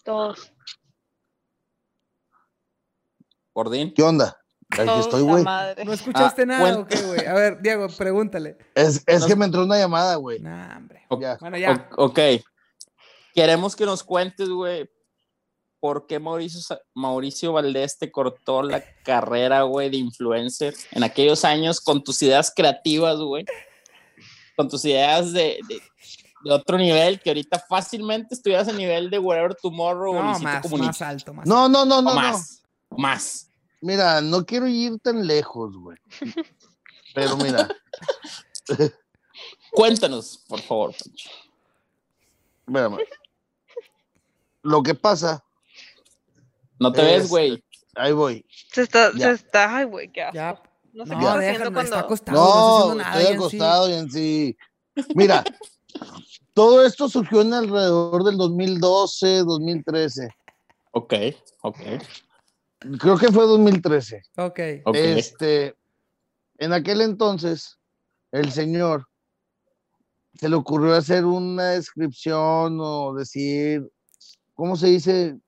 Speaker 2: Dos.
Speaker 5: Gordín.
Speaker 3: ¿Qué onda? Aquí estoy, güey.
Speaker 2: madre.
Speaker 1: ¿No escuchaste nada
Speaker 5: bueno.
Speaker 1: o qué, güey? A ver, Diego, pregúntale.
Speaker 3: Es, es
Speaker 5: No.
Speaker 3: que me entró una llamada, güey.
Speaker 1: Nah, hombre.
Speaker 5: O-
Speaker 3: Ya.
Speaker 1: Bueno, ya.
Speaker 5: O- ok. Queremos que nos cuentes, güey, por qué Mauricio, Sa- Mauricio Valdés te cortó la carrera, güey, de influencer en aquellos años con tus ideas creativas, güey. Con tus ideas de, de- de otro nivel, que ahorita fácilmente estuvieras a nivel de Whatever Tomorrow o
Speaker 1: No,
Speaker 5: Luisito
Speaker 1: más,
Speaker 5: Comunica.
Speaker 1: más alto, más
Speaker 3: No, no, no,
Speaker 5: O
Speaker 3: no, no.
Speaker 5: más. Más.
Speaker 3: Mira, no quiero ir tan lejos, güey. Pero mira,
Speaker 5: Cuéntanos, por favor. Pancho.
Speaker 3: espérame. (laughs) Lo que pasa,
Speaker 5: No te ves,
Speaker 3: Es-
Speaker 5: güey.
Speaker 3: ahí voy.
Speaker 2: Se está,
Speaker 3: Ya.
Speaker 2: se está, ay, güey, qué
Speaker 1: alto.
Speaker 2: asco.
Speaker 1: Ya.
Speaker 2: No sé
Speaker 1: No,
Speaker 2: qué
Speaker 1: déjalo,
Speaker 2: está haciendo
Speaker 1: está
Speaker 2: cuando.
Speaker 1: acostado.
Speaker 3: No,
Speaker 1: está haciendo nada,
Speaker 3: estoy
Speaker 1: Ian, sí.
Speaker 3: acostado y en sí. Mira, todo esto surgió en alrededor del 2012, 2013.
Speaker 5: Ok, ok,
Speaker 3: Creo que fue 2013.
Speaker 1: Ok.
Speaker 5: ok.
Speaker 3: Este, en aquel entonces, el señor se le ocurrió hacer una descripción o decir, ¿cómo se dice?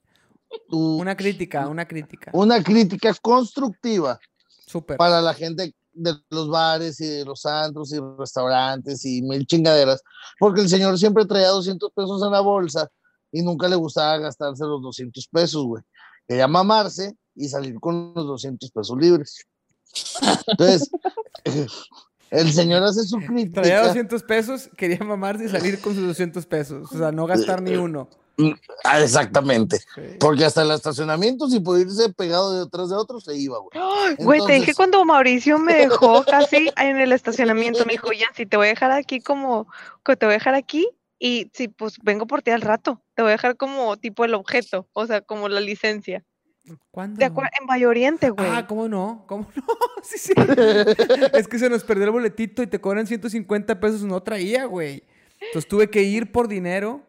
Speaker 3: Tu-
Speaker 1: Una crítica, una crítica.
Speaker 3: una crítica constructiva
Speaker 1: Súper.
Speaker 3: para la gente de los bares y de los antros y restaurantes y mil chingaderas, porque el señor siempre traía 200 pesos en la bolsa y nunca le gustaba gastarse los 200 pesos, güey. Quería mamarse y salir con los 200 pesos libres. Entonces, (laughs) el señor hace su
Speaker 1: (laughs)
Speaker 3: crítica.
Speaker 1: Traía 200 pesos, quería mamarse y salir con sus 200 pesos. O sea, no gastar
Speaker 3: Eh,
Speaker 1: ni uno.
Speaker 3: Ah, exactamente,
Speaker 1: Sí.
Speaker 3: porque hasta el estacionamiento, si por irse pegado detrás de otro, se iba, güey.
Speaker 2: Ay, (gasps) Güey, te dije
Speaker 3: Entonces-
Speaker 2: cuando Mauricio me
Speaker 5: (laughs)
Speaker 2: dejó casi en el estacionamiento, me dijo, ya, si te voy a dejar aquí como, que te voy a dejar aquí y si pues vengo por ti al rato, te voy a dejar como tipo el objeto, o sea, como la licencia.
Speaker 1: ¿Cuándo?
Speaker 2: ¿Te acuerdas? En Valle Oriente, güey.
Speaker 1: Ah, ¿cómo no? ¿Cómo no? (laughs) Sí, sí. es que se nos perdió el boletito y te cobran 150 pesos. No traía, güey. Entonces tuve que ir por dinero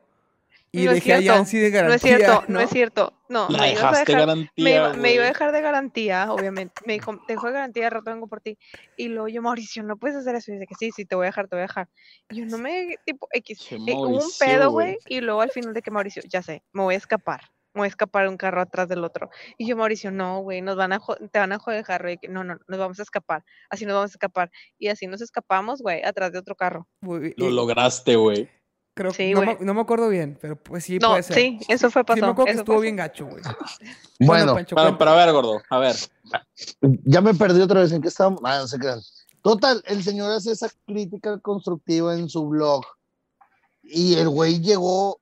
Speaker 1: y
Speaker 2: No es
Speaker 1: dejé a
Speaker 2: cierto,
Speaker 1: Yancy de
Speaker 2: no es
Speaker 1: garantía.
Speaker 2: cierto, no, es cierto. No,
Speaker 5: La
Speaker 2: me ibas a
Speaker 5: dejaste
Speaker 2: dejar- me
Speaker 5: garantía.
Speaker 2: iba, me iba a
Speaker 5: güey.
Speaker 2: dejar de garantía, obviamente. Me dijo, te dejo de garantía, al rato vengo por ti. Y luego yo, Mauricio, no puedes hacer eso. Y dice que sí, sí, te voy a dejar, te voy a dejar. Y yo no me, tipo, X.
Speaker 5: Che,
Speaker 2: Eh, hubo un
Speaker 5: Mauricio,
Speaker 2: pedo,
Speaker 5: güey.
Speaker 2: güey. Y luego al final de que Mauricio, ya sé, me voy a escapar. Me voy a escapar de un carro atrás del otro. Y yo, Mauricio, no, güey, nos van a jo- te van a joder, Harry. que No, no, nos vamos a escapar. Así nos vamos a escapar. Y así nos escapamos, güey, atrás de otro carro.
Speaker 1: Muy bien.
Speaker 5: Lo lograste, güey.
Speaker 1: Creo-
Speaker 2: Sí,
Speaker 1: no,
Speaker 2: güey.
Speaker 1: me, no me acuerdo bien, pero pues sí
Speaker 2: no,
Speaker 1: puede ser.
Speaker 2: sí, eso fue
Speaker 1: Sí me
Speaker 2: pasado.
Speaker 1: acuerdo que
Speaker 2: eso
Speaker 1: estuvo
Speaker 2: pasó.
Speaker 1: bien gacho, güey.
Speaker 3: Bueno,
Speaker 1: Pancho,
Speaker 5: Pero,
Speaker 1: cuenta.
Speaker 5: pero a ver, gordo, a ver.
Speaker 3: Ya me perdí otra vez en qué estábamos. Ah, no se crean. Total, el señor hace esa crítica constructiva en su blog. Y el güey llegó,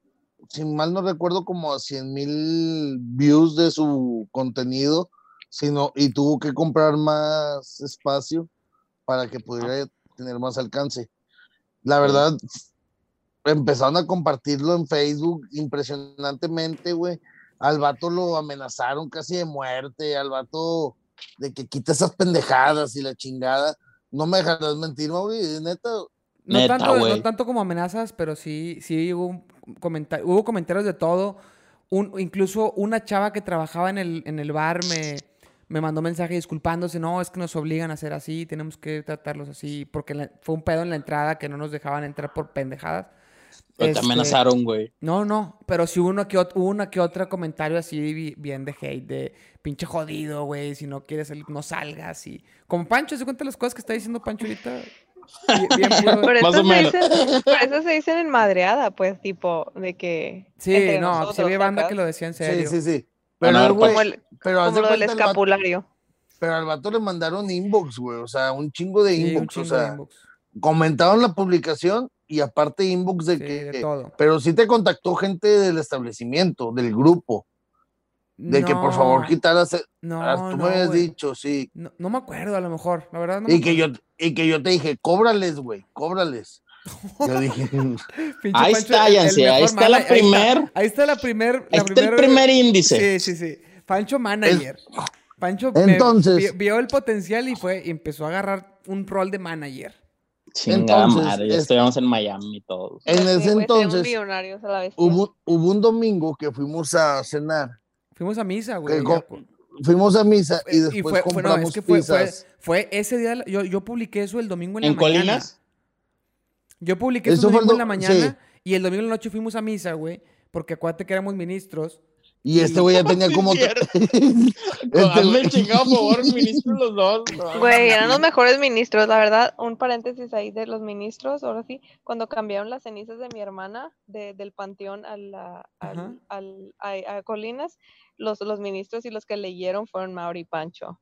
Speaker 3: si mal no recuerdo, como a 100 mil views de su contenido. Sino, y tuvo que comprar más espacio para que pudiera tener más alcance. La verdad, empezaron a compartirlo en Facebook impresionantemente, güey. Al vato lo amenazaron casi de muerte, al vato de que quita esas pendejadas y la chingada. No me dejarás mentir, Mauri, neta.
Speaker 1: No,
Speaker 5: Neta,
Speaker 1: tanto, no
Speaker 5: güey.
Speaker 1: tanto como amenazas, pero sí, sí hubo, un comenta- hubo comentarios de todo. Un, incluso una chava que trabajaba en el, en el bar me, me mandó mensaje disculpándose. No, es que nos obligan a hacer así, tenemos que tratarlos así, porque la- fue un pedo en la entrada que no nos dejaban entrar por pendejadas.
Speaker 5: Pero
Speaker 1: Este,
Speaker 5: te amenazaron, güey.
Speaker 1: No, no, pero sí hubo una que, ot- hubo una que otra comentario así bi- bien de hate, de pinche jodido, güey, si no quieres salir, no salgas y... Como Pancho, ¿se cuenta las cosas que está diciendo Pancho ahorita? Bien- bien puro-
Speaker 2: Pero
Speaker 5: Más
Speaker 2: eso,
Speaker 5: o
Speaker 2: se
Speaker 5: menos.
Speaker 2: dicen, pero eso se dicen en madreada, pues, tipo, de que.
Speaker 1: Sí,
Speaker 2: entre
Speaker 1: no, se
Speaker 2: nosotros,
Speaker 1: ve banda que
Speaker 2: ¿sacas?
Speaker 1: lo decía en
Speaker 3: Sí,
Speaker 1: serio.
Speaker 3: sí, sí.
Speaker 5: Van
Speaker 3: Pero,
Speaker 5: a dar
Speaker 3: el güey,
Speaker 2: Como, el,
Speaker 3: pero, Pues, haz
Speaker 2: como
Speaker 3: de
Speaker 2: lo del
Speaker 3: cuenta, el vato-
Speaker 2: escapulario.
Speaker 3: pero al vato le mandaron inbox, güey. O sea, un chingo de
Speaker 1: Sí, un
Speaker 3: inbox.
Speaker 1: chingo
Speaker 3: o
Speaker 1: de
Speaker 3: sea,
Speaker 1: inbox.
Speaker 3: comentaron la publicación y aparte inbox de
Speaker 1: Sí,
Speaker 3: que.
Speaker 1: de todo.
Speaker 3: Pero sí te contactó gente del establecimiento, del grupo, de que por favor
Speaker 1: No,
Speaker 3: quitaras. e-
Speaker 1: No,
Speaker 3: ah, tú
Speaker 1: no,
Speaker 3: me habías
Speaker 1: güey.
Speaker 3: dicho, sí.
Speaker 1: No, no me acuerdo, a lo mejor, la verdad no me
Speaker 3: Y que, yo,
Speaker 1: acuerdo. (laughs)
Speaker 3: y que yo te dije, cóbrales, güey, cóbrales.
Speaker 2: (laughs)
Speaker 3: Yo dije,
Speaker 1: Pinche
Speaker 5: Ahí
Speaker 1: Pancho,
Speaker 5: está,
Speaker 1: el- el
Speaker 5: Yancy, ahí
Speaker 1: mejor
Speaker 5: está
Speaker 1: mana-
Speaker 5: la
Speaker 1: ahí está-
Speaker 5: primer.
Speaker 1: Ahí está la primer,
Speaker 5: Ahí
Speaker 1: la
Speaker 5: está el
Speaker 1: primer-
Speaker 5: primer índice.
Speaker 1: Sí, sí, sí. Pancho manager. Pancho me-
Speaker 3: Entonces-
Speaker 1: vi- vio el potencial y fue y empezó a agarrar un rol de manager.
Speaker 5: Chingada
Speaker 3: Entonces,
Speaker 5: madre, ya
Speaker 3: es-
Speaker 5: estuvimos en Miami todos.
Speaker 3: en ese entonces.
Speaker 2: millonarios a la vez.
Speaker 3: hubo, hubo un domingo que fuimos a cenar,
Speaker 1: Fuimos a misa, güey.
Speaker 3: Que
Speaker 1: yo-
Speaker 3: fuimos a misa y
Speaker 1: y
Speaker 3: después
Speaker 1: fue- fue- no,
Speaker 3: compramos
Speaker 1: es que fue, fue-
Speaker 3: pizzas.
Speaker 1: fue ese día, yo, yo publiqué eso el domingo en la
Speaker 5: ¿En
Speaker 1: mañana.
Speaker 5: Colinas?
Speaker 1: Yo publiqué eso
Speaker 3: Eso
Speaker 1: el
Speaker 3: fue el
Speaker 1: domingo en la
Speaker 3: do-
Speaker 1: mañana y el domingo en la noche fuimos a misa, güey, porque acuérdate que éramos ministros
Speaker 3: Y este
Speaker 1: (laughs)
Speaker 3: güey ya tenía como.
Speaker 5: Sí, cierto.
Speaker 3: (laughs) Este
Speaker 5: Hazme
Speaker 3: güey-
Speaker 5: el
Speaker 3: (laughs)
Speaker 5: chingado favor, ministro, los dos. no.
Speaker 2: Güey, eran los mejores ministros, la verdad. Un paréntesis ahí de los ministros, ahora sí, cuando cambiaron las cenizas de mi hermana de- del panteón a, la, al-
Speaker 1: Ajá.
Speaker 2: al- a, a Colinas, los, los ministros y los que leyeron fueron Mauri y Pancho.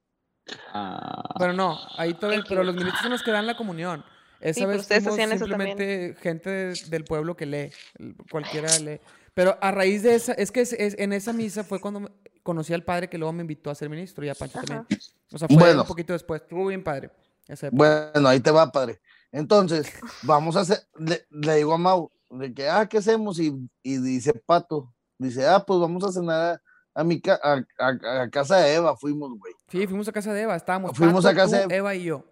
Speaker 5: Ah,
Speaker 1: Pero no, ahí todavía,
Speaker 2: Thank
Speaker 1: pero
Speaker 2: you.
Speaker 1: los ministros son los que dan la comunión. Esa
Speaker 2: pero
Speaker 1: vez
Speaker 2: ustedes
Speaker 1: fuimos
Speaker 2: hacían eso también.
Speaker 1: simplemente gente de- del pueblo que lee, el- cualquiera lee. Pero a raíz de esa, es que es- es- en esa misa fue cuando me- conocí al padre que luego me invitó a ser ministro y a Pancho
Speaker 2: Ajá.
Speaker 1: también. O sea, fue
Speaker 3: Bueno.
Speaker 1: un poquito después. Estuvo bien padre. esa época.
Speaker 3: Bueno, ahí te va, padre. Entonces, vamos a hacer, le, le digo a Mau, de que, ah, ¿qué hacemos? Y, y dice Pato, dice, ah, pues vamos a cenar a, a mi ca- a, a- a casa de Eva, fuimos, güey.
Speaker 1: Sí, fuimos a casa de Eva, estábamos.
Speaker 3: Fuimos
Speaker 1: Pato,
Speaker 3: a casa
Speaker 1: tú,
Speaker 3: de-
Speaker 1: Eva y yo.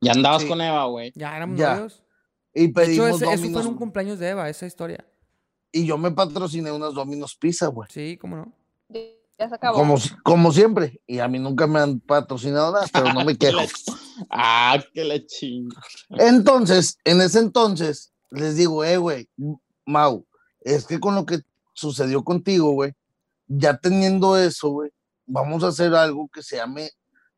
Speaker 5: ya andabas
Speaker 3: Sí.
Speaker 5: con Eva, güey.
Speaker 1: Ya éramos
Speaker 3: Ya.
Speaker 1: novios.
Speaker 3: Y
Speaker 1: De hecho,
Speaker 3: pedimos
Speaker 1: ese- eso fue
Speaker 3: dominos.
Speaker 1: en un cumpleaños de Eva, esa historia.
Speaker 3: y yo me patrociné unas dominos pizza, güey.
Speaker 1: Sí, cómo no.
Speaker 2: Ya ya se acabó.
Speaker 3: Como, si- como siempre. Y a mí nunca me han patrocinado nada, pero no me
Speaker 5: (laughs)
Speaker 3: quejo.
Speaker 5: Ah, que la chinga.
Speaker 3: Entonces, en ese entonces, les digo, eh, güey, Mau, es que con lo que sucedió contigo, güey, ya teniendo eso, güey, vamos a hacer algo que se llame,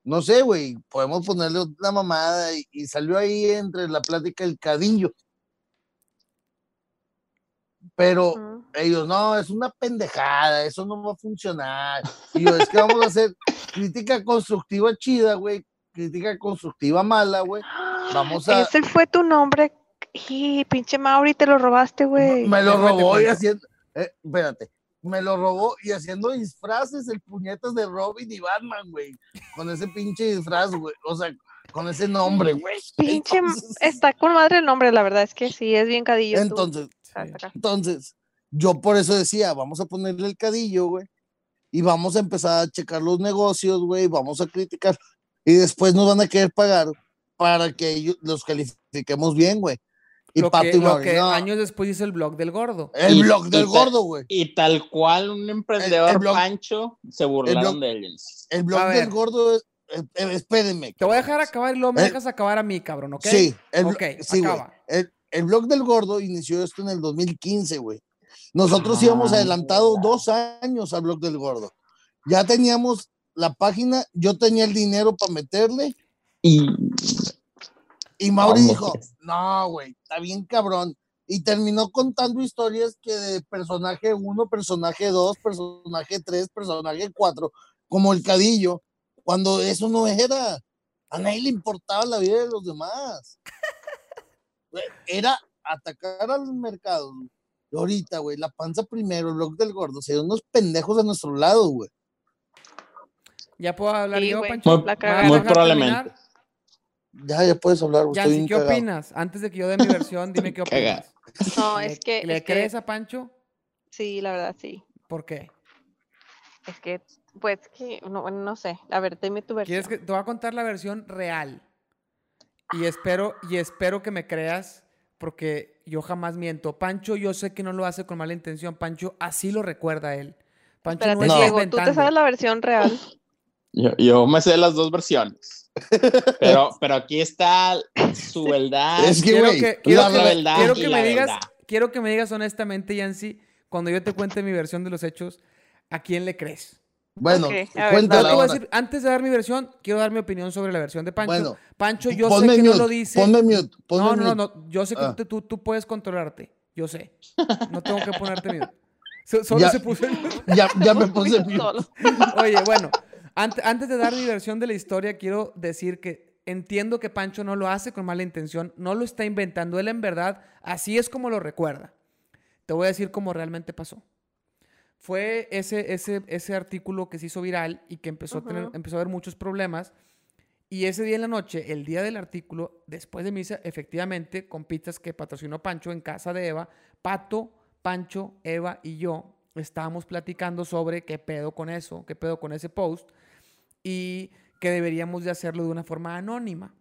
Speaker 3: no sé, güey, podemos ponerle una mamada y, y salió ahí entre la plática el cadillo. Pero
Speaker 2: Ujú.
Speaker 3: ellos, no, es una pendejada, eso no va a funcionar. Y yo, es que vamos a hacer crítica constructiva chida, güey, crítica constructiva mala, güey. Vamos a-
Speaker 2: Ese fue tu nombre. Y pinche Mauri, te lo robaste, güey.
Speaker 3: Me lo
Speaker 1: Déjame te
Speaker 3: robó y
Speaker 1: cuento.
Speaker 3: haciendo. eh, espérate. Me lo robó y haciendo disfraces, el puñetas de Robin y Batman, güey. Con ese pinche disfraz, güey. O sea, con ese nombre, güey.
Speaker 2: Pinche, m-
Speaker 3: Entonces-
Speaker 2: está con madre el nombre, la verdad es que sí, es bien cadillo. tú.
Speaker 3: Entonces,
Speaker 2: Ah, está acá.
Speaker 3: entonces, yo por eso decía, vamos a ponerle el cadillo, güey. Y vamos a empezar a checar los negocios, güey. Vamos a criticar. Y después nos van a querer pagar para que ellos los califiquemos bien, güey. Y
Speaker 1: lo
Speaker 3: Pato
Speaker 1: que,
Speaker 3: y
Speaker 1: lo
Speaker 3: Mari,
Speaker 1: que
Speaker 3: no, Eh,
Speaker 1: años después hice el blog del gordo.
Speaker 3: El
Speaker 5: Y-
Speaker 3: blog
Speaker 5: y
Speaker 3: del
Speaker 5: te-
Speaker 3: gordo, güey.
Speaker 5: Y tal cual, un emprendedor
Speaker 3: el blog-
Speaker 5: Pancho se burlaron
Speaker 3: blog-
Speaker 5: de ellos.
Speaker 3: El blog
Speaker 1: A
Speaker 3: del
Speaker 1: ver.
Speaker 3: gordo es. eh, eh, espérenme.
Speaker 1: Te voy a dejar acabar y luego me
Speaker 3: Eh,
Speaker 1: dejas acabar a mí, cabrón, ¿ok?
Speaker 3: Sí, el, blo-
Speaker 1: Ok,
Speaker 3: sí, güey.
Speaker 1: acaba.
Speaker 3: El, el blog del gordo inició esto en el 2015, güey. Nosotros
Speaker 5: Ah,
Speaker 3: íbamos adelantado
Speaker 5: mira.
Speaker 3: dos años al blog del gordo. Ya teníamos la página, yo tenía el dinero para meterle
Speaker 5: Y
Speaker 3: y Mauri
Speaker 5: Vamos.
Speaker 3: dijo, no, güey, está bien cabrón. Y terminó contando historias que de personaje 1, personaje 2, personaje 3, personaje 4, como el cadillo, cuando eso no era. A nadie le importaba la vida de los demás. Güey, Era atacar al mercado. güey. Y ahorita, güey, la panza primero, el blog del gordo, se dio unos pendejos a nuestro lado, güey.
Speaker 1: Ya puedo hablar
Speaker 2: Sí,
Speaker 1: yo,
Speaker 2: güey,
Speaker 1: Pancho.
Speaker 2: la
Speaker 1: ¿Me
Speaker 2: cagaste.
Speaker 1: vas a
Speaker 5: Muy
Speaker 1: dejar
Speaker 5: probablemente.
Speaker 1: terminar?
Speaker 3: Ya, ya puedes hablar, güey. estoy
Speaker 1: Yancy,
Speaker 3: bien
Speaker 1: ¿qué
Speaker 3: cagado.
Speaker 1: opinas? Antes de que yo dé mi versión, dime
Speaker 3: (laughs)
Speaker 1: qué
Speaker 5: Caga.
Speaker 1: opinas.
Speaker 2: No,
Speaker 1: ¿Le-
Speaker 2: es que,
Speaker 1: ¿Le
Speaker 2: es que-
Speaker 1: crees a Pancho?
Speaker 2: sí, la verdad, sí.
Speaker 1: ¿Por qué?
Speaker 2: Es que, pues, que, no, bueno, no sé. A ver, dime tu versión.
Speaker 1: ¿Quieres que te voy a contar la versión real? Y espero, y espero que me creas, porque yo jamás miento. Pancho, yo sé que no lo hace con mala intención. Pancho así lo recuerda a él. Pancho
Speaker 2: Espérate,
Speaker 1: no
Speaker 3: No.
Speaker 1: está
Speaker 2: Diego, tú te
Speaker 1: inventando.
Speaker 2: sabes la versión real.
Speaker 5: yo, yo me sé las dos versiones. Pero, pero aquí está su verdad.
Speaker 3: Es que,
Speaker 1: Quiero
Speaker 3: güey,
Speaker 1: que- quiero
Speaker 3: la
Speaker 1: que-
Speaker 3: verdad-
Speaker 5: verdad
Speaker 1: Quiero
Speaker 5: y
Speaker 1: que
Speaker 5: la
Speaker 1: me digas,
Speaker 5: verdad.
Speaker 1: quiero que me digas honestamente, Yancy, cuando yo te cuente mi versión de los hechos, ¿a quién le crees?
Speaker 3: Bueno,
Speaker 2: Ok, a ver, dale.
Speaker 1: Yo
Speaker 3: cuéntala
Speaker 1: te voy a
Speaker 3: ahora.
Speaker 1: decir, antes de dar mi versión, quiero dar mi opinión sobre la versión de Pancho.
Speaker 3: Bueno,
Speaker 1: Pancho, yo sé
Speaker 3: ponme
Speaker 1: que no
Speaker 3: mute,
Speaker 1: lo dice.
Speaker 3: Ponme mute. Ponme
Speaker 1: no, no, no,
Speaker 3: mute.
Speaker 1: no, yo sé que
Speaker 3: Ah.
Speaker 1: tú, tú, tú puedes controlarte, yo
Speaker 5: (laughs)
Speaker 1: sé. No tengo que ponerte miedo. So- Solo
Speaker 3: Ya.
Speaker 1: se puso el-
Speaker 3: Ya, (laughs)
Speaker 1: (laughs)
Speaker 3: ya me puse mute.
Speaker 2: Solo.
Speaker 1: Oye, bueno, ant- antes de dar mi versión de la historia, quiero decir que entiendo que Pancho no lo hace con mala intención, no lo está inventando, él en verdad, así es como lo recuerda. Te voy a decir cómo realmente pasó. Fue ese, ese, ese artículo que se hizo viral y que empezó, a tener,
Speaker 2: Ujú.
Speaker 1: empezó a haber muchos problemas. Y ese día en la noche, el día del artículo, después de misa, efectivamente, con pizzas que patrocinó Pancho en casa de Eva, Pato, Pancho, Eva y yo estábamos platicando sobre qué pedo con eso, qué pedo con ese post y que deberíamos de hacerlo de una forma anónima.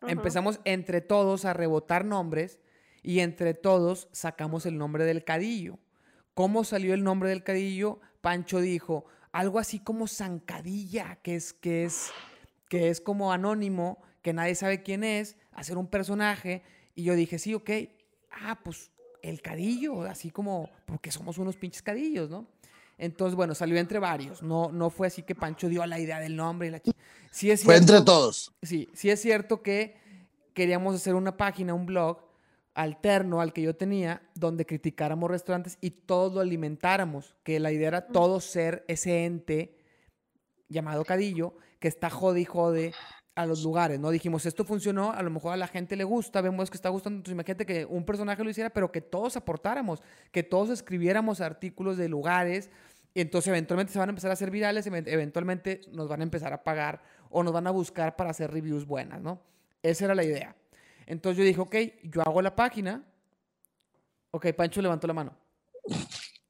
Speaker 2: Ujú.
Speaker 1: Empezamos entre todos a rebotar nombres y entre todos sacamos el nombre del cadillo. ¿Cómo salió el nombre del cadillo? Pancho dijo algo así como zancadilla, que es que es que es como anónimo, que nadie sabe quién es, hacer un personaje y yo dije, "Sí, ok. Ah, pues el cadillo, así como porque somos unos pinches cadillos, ¿no?" Entonces, bueno, salió entre varios. No, no fue así que Pancho dio la idea del nombre. Y la... chi- Sí es
Speaker 3: Fue
Speaker 1: cierto-
Speaker 3: entre todos.
Speaker 1: Sí, sí es cierto que queríamos hacer una página, un blog alterno al que yo tenía, donde criticáramos restaurantes y todos lo alimentáramos, que la idea era todo ser ese ente llamado Cadillo, que está jode y jode a los lugares, ¿no? Dijimos, esto funcionó, a lo mejor a la gente le gusta, vemos que está gustando, entonces imagínate que un personaje lo hiciera, pero que todos aportáramos, que todos escribiéramos artículos de lugares, y entonces eventualmente se van a empezar a hacer virales, even- eventualmente nos van a empezar a pagar o nos van a buscar para hacer reviews buenas, ¿no? Esa era la idea. Entonces yo dije, ok, yo hago la página. Ok, Pancho levantó la mano. (laughs)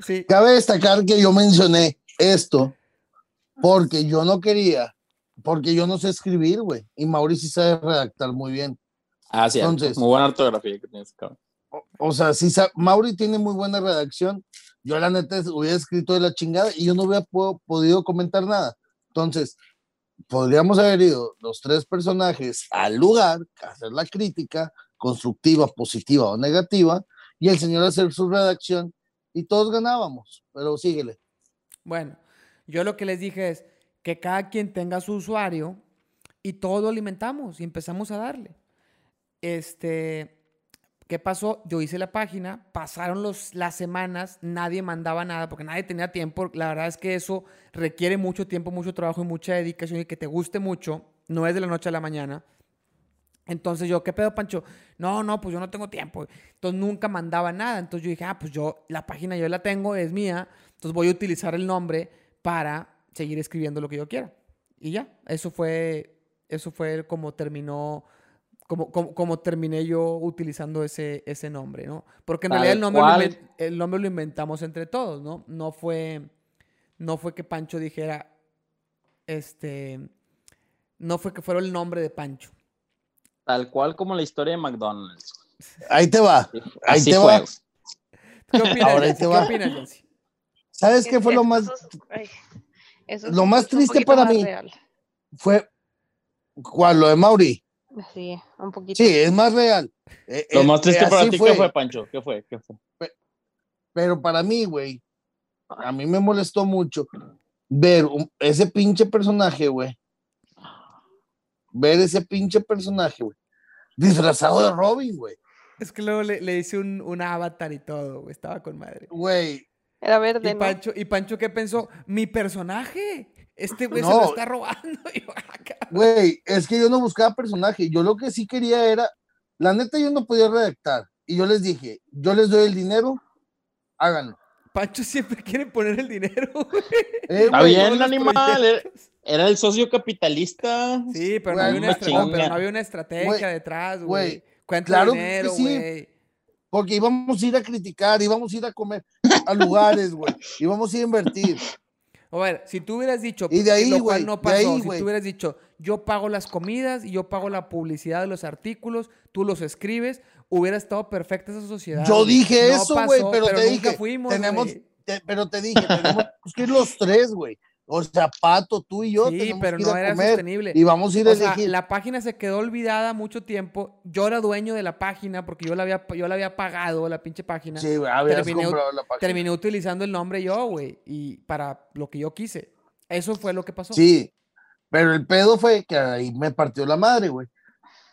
Speaker 1: Sí,
Speaker 3: Cabe destacar que yo mencioné esto porque yo no quería, porque yo no sé escribir, güey, y Mauri sí sabe redactar muy bien.
Speaker 5: Ah, sí,
Speaker 3: Entonces-
Speaker 5: muy buena ortografía que tienes, cabrón.
Speaker 3: O, o sea, sí sa- Mauri tiene muy buena redacción. Yo la neta es- hubiera escrito de la chingada y yo no hubiera po- podido comentar nada. Entonces, podríamos haber ido los tres personajes al lugar, a hacer la crítica constructiva, positiva o negativa, y el señor hacer su redacción y todos ganábamos. Pero síguele.
Speaker 1: bueno, yo lo que les dije es que cada quien tenga su usuario y todo lo alimentamos y empezamos a darle. Este, ¿qué pasó? Yo hice la página, pasaron los, las semanas, nadie mandaba nada porque nadie tenía tiempo. La verdad es que eso requiere mucho tiempo, mucho trabajo y mucha dedicación y que te guste mucho. No es de la noche a la mañana. Entonces yo, ¿qué pedo, Pancho? No, no, pues yo no tengo tiempo. Entonces nunca mandaba nada. Entonces yo dije, ah, pues yo, la página yo la tengo, es mía. Entonces voy a utilizar el nombre para seguir escribiendo lo que yo quiera. Y ya, eso fue, eso fue como terminó, como, como, como terminé yo utilizando ese, ese nombre, ¿no? Porque en
Speaker 5: Tal
Speaker 1: realidad el nombre, lo
Speaker 5: cual.
Speaker 1: inven- el nombre lo inventamos entre todos, ¿no? No fue, no fue que Pancho dijera, este, no fue que fuera el nombre de Pancho.
Speaker 5: Tal cual como la historia de McDonald's.
Speaker 3: Ahí te va. Ahí
Speaker 5: Así
Speaker 3: te
Speaker 5: fue.
Speaker 3: va.
Speaker 5: güey.
Speaker 1: ¿Qué opinas,
Speaker 3: Ahora ahí
Speaker 1: Yancy?
Speaker 3: te
Speaker 1: ¿Qué
Speaker 3: va.
Speaker 1: opinas, Yancy?
Speaker 3: ¿Sabes qué fue lo
Speaker 2: Eso
Speaker 3: más?
Speaker 2: es- ay, eso
Speaker 3: lo
Speaker 2: sí
Speaker 3: más
Speaker 2: es un
Speaker 3: triste
Speaker 2: poquito
Speaker 3: para
Speaker 2: más
Speaker 3: mí.
Speaker 2: real.
Speaker 3: Fue cuál, lo de Mauri.
Speaker 2: Sí, un poquito.
Speaker 3: Sí, es más real. Eh,
Speaker 5: Lo
Speaker 3: eh,
Speaker 5: más triste
Speaker 3: eh,
Speaker 5: para
Speaker 3: así
Speaker 5: ti, ¿qué fue, Pancho? ¿Qué fue? ¿Qué fue?
Speaker 3: Pero para mí, güey, a mí me molestó mucho ver un- ese pinche personaje, güey. Ver ese pinche personaje, güey. Disfrazado de Robin, güey.
Speaker 1: Es que luego le, le hice un, un avatar y todo, güey. Estaba con madre.
Speaker 3: Güey,
Speaker 2: Era
Speaker 1: ¿Y
Speaker 2: verde, ¿no?
Speaker 1: Pancho, ¿Y Pancho qué pensó? ¿Mi personaje? Este güey se
Speaker 3: No.
Speaker 1: lo está robando. (laughs) Y yo, ah, cabrón.
Speaker 3: güey, es que yo no buscaba personaje. Yo lo que sí quería era, la neta yo no podía redactar. Y yo les dije, yo les doy el dinero, háganlo.
Speaker 1: Pancho siempre quiere poner el dinero, güey.
Speaker 3: Eh,
Speaker 5: Está
Speaker 3: güey,
Speaker 5: bien,
Speaker 1: todos los
Speaker 5: animal,
Speaker 1: proyectos.
Speaker 5: Era el socio capitalista.
Speaker 1: eh. Sí, pero,
Speaker 3: Güey,
Speaker 1: no había una
Speaker 5: una
Speaker 1: estra- no, pero
Speaker 5: chinga.
Speaker 1: no había una estrategia
Speaker 3: Güey,
Speaker 1: detrás,
Speaker 3: güey,
Speaker 1: güey. Cuánto
Speaker 3: claro que
Speaker 1: dinero,
Speaker 3: sí.
Speaker 1: güey.
Speaker 3: porque íbamos a ir a criticar, íbamos a ir a comer a lugares,
Speaker 5: (laughs)
Speaker 3: güey, íbamos a ir a invertir.
Speaker 1: A ver, si tú hubieras dicho,
Speaker 3: Y de ahí,
Speaker 1: lo cual
Speaker 3: güey,
Speaker 1: no
Speaker 3: de
Speaker 1: pasó,
Speaker 3: ahí,
Speaker 1: si
Speaker 3: güey.
Speaker 1: tú hubieras dicho, yo pago las comidas y yo pago la publicidad de los artículos, tú los escribes, hubiera estado perfecta esa sociedad.
Speaker 3: Yo
Speaker 1: güey.
Speaker 3: dije
Speaker 1: No
Speaker 3: eso, güey,
Speaker 1: pasó,
Speaker 3: pero, te
Speaker 1: nunca
Speaker 3: dije,
Speaker 1: fuimos,
Speaker 3: tenemos,
Speaker 1: güey.
Speaker 3: te- pero te dije,
Speaker 1: (laughs)
Speaker 3: tenemos que ir los tres, güey. O sea, Pato, tú y yo
Speaker 1: Sí,
Speaker 3: tenemos
Speaker 1: pero
Speaker 3: que ir
Speaker 1: no
Speaker 3: a
Speaker 1: era
Speaker 3: comer
Speaker 1: sostenible.
Speaker 3: y vamos a ir a
Speaker 1: O sea,
Speaker 3: elegir.
Speaker 1: la página se quedó olvidada mucho tiempo. Yo era dueño de la página porque yo la había, yo la había pagado, la pinche página.
Speaker 3: sí, güey, habías
Speaker 1: terminé-
Speaker 3: comprado la página.
Speaker 1: Terminé utilizando el nombre yo, güey, y para lo que yo quise. Eso fue lo que pasó.
Speaker 3: Sí, pero el pedo fue que ahí me partió la madre, güey.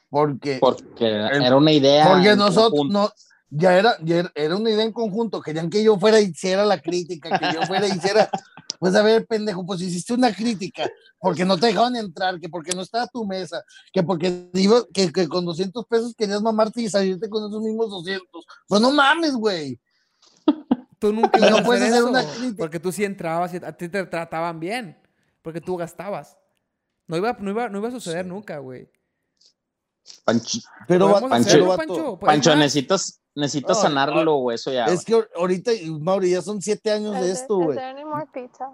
Speaker 3: Porque,
Speaker 5: Porque era una idea.
Speaker 3: porque
Speaker 5: en
Speaker 3: nosotros,
Speaker 5: conjunto.
Speaker 3: no, ya, era, ya era, era una idea en conjunto, querían que yo fuera y hiciera la crítica, que yo fuera y hiciera... (laughs) Pues a ver, pendejo, pues hiciste una crítica, porque no te dejaban entrar, que porque no estaba tu mesa, que porque iba- que, que con 200 pesos querías mamarte y salirte con esos mismos 200. Pues no mames, güey.
Speaker 1: Tú nunca
Speaker 3: Y no
Speaker 1: ibas a
Speaker 3: puedes
Speaker 1: hacer
Speaker 3: hacer una
Speaker 1: eso,
Speaker 3: crítica.
Speaker 1: Porque tú sí entrabas y a ti te trataban bien. Porque tú gastabas. No iba, no iba, no iba a suceder nunca, güey.
Speaker 5: Pancho,
Speaker 3: Pero
Speaker 1: ¿Podemos
Speaker 3: vato,
Speaker 1: hacerlo,
Speaker 3: pero
Speaker 1: Pancho?
Speaker 3: vato,
Speaker 1: Pues,
Speaker 5: Pancho,
Speaker 1: es más,
Speaker 5: necesitas, necesitas
Speaker 3: Ay,
Speaker 5: sanarlo, güey, eso ya.
Speaker 3: Es que ahor- ahorita, Mauri, ya son siete años de
Speaker 2: Is there-
Speaker 3: esto,
Speaker 2: is
Speaker 3: güey.
Speaker 2: there any more pizza?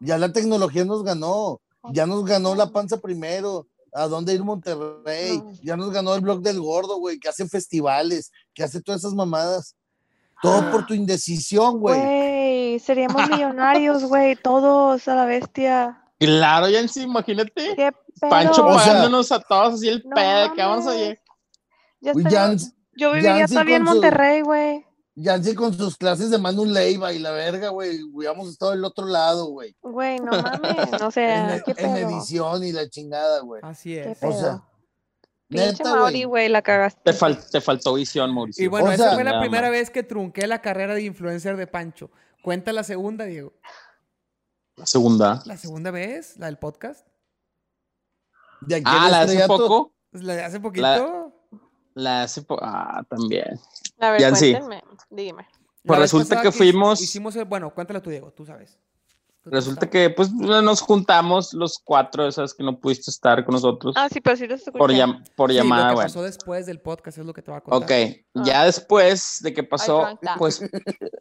Speaker 3: Ya la tecnología nos ganó. Ya nos ganó la panza primero. ¿A dónde ir Monterrey?
Speaker 2: No.
Speaker 3: Ya nos ganó el blog del gordo, güey, que hace festivales, que hace todas esas mamadas. Todo por tu indecisión,
Speaker 2: Pues,
Speaker 3: güey.
Speaker 2: Güey, seríamos millonarios, güey, todos a la bestia.
Speaker 5: Claro, ya sí, imagínate.
Speaker 2: ¿Qué pedo?
Speaker 5: Pancho
Speaker 3: O sea,
Speaker 5: pagándonos a todos así el
Speaker 2: No
Speaker 5: pedo que vamos a
Speaker 2: mames.
Speaker 5: llegar.
Speaker 2: Ya
Speaker 3: Güey,
Speaker 2: estaría-
Speaker 3: Jans-
Speaker 2: yo
Speaker 3: Yancy
Speaker 2: vivía todavía en
Speaker 3: con su-
Speaker 2: Monterrey, güey.
Speaker 3: Yancy con sus clases de Manu Leiva y la verga, güey. Hubiéramos estado del otro lado, güey.
Speaker 2: Güey,
Speaker 3: (laughs)
Speaker 2: no mames. O
Speaker 3: En,
Speaker 2: sea,
Speaker 3: e-
Speaker 2: qué
Speaker 3: en
Speaker 2: pedo.
Speaker 3: edición y la chingada, güey.
Speaker 1: Así
Speaker 2: Qué
Speaker 1: es.
Speaker 3: O sea,
Speaker 2: Pinche
Speaker 3: neta,
Speaker 2: Mauri,
Speaker 3: güey.
Speaker 2: güey, la cagaste.
Speaker 5: Te, fal- te faltó visión, Mauricio.
Speaker 1: Y bueno,
Speaker 3: o
Speaker 1: esa
Speaker 3: sea-
Speaker 1: fue la
Speaker 5: Nada
Speaker 1: primera
Speaker 5: más.
Speaker 1: vez que trunqué la carrera de influencer de Pancho. Cuenta la segunda, Diego.
Speaker 5: La segunda.
Speaker 1: La segunda vez, la del podcast.
Speaker 3: De aquí
Speaker 5: Ah,
Speaker 3: al
Speaker 5: la de hace
Speaker 3: estrellato,
Speaker 5: poco.
Speaker 1: La de hace poquito.
Speaker 5: La de hace poco. Ah, también.
Speaker 2: A ver,
Speaker 5: Yancy.
Speaker 2: cuéntenme. Dime.
Speaker 1: La vez
Speaker 5: Pues resulta
Speaker 1: pasada
Speaker 5: que fuimos-
Speaker 1: Hicimos el- bueno, cuéntala tú, Diego, tú sabes. Tú- tú
Speaker 5: Resulta
Speaker 1: sabes.
Speaker 5: que pues nos juntamos los cuatro, esas que no pudiste estar con nosotros
Speaker 2: Ah, sí, pero sí los escuché.
Speaker 5: por, llam- por
Speaker 1: Sí,
Speaker 5: llamada.
Speaker 1: Lo que
Speaker 5: bueno.
Speaker 1: pasó después del podcast es lo que te va a contar.
Speaker 5: Ok, ya después de que pasó,
Speaker 2: Frank, da.
Speaker 5: pues,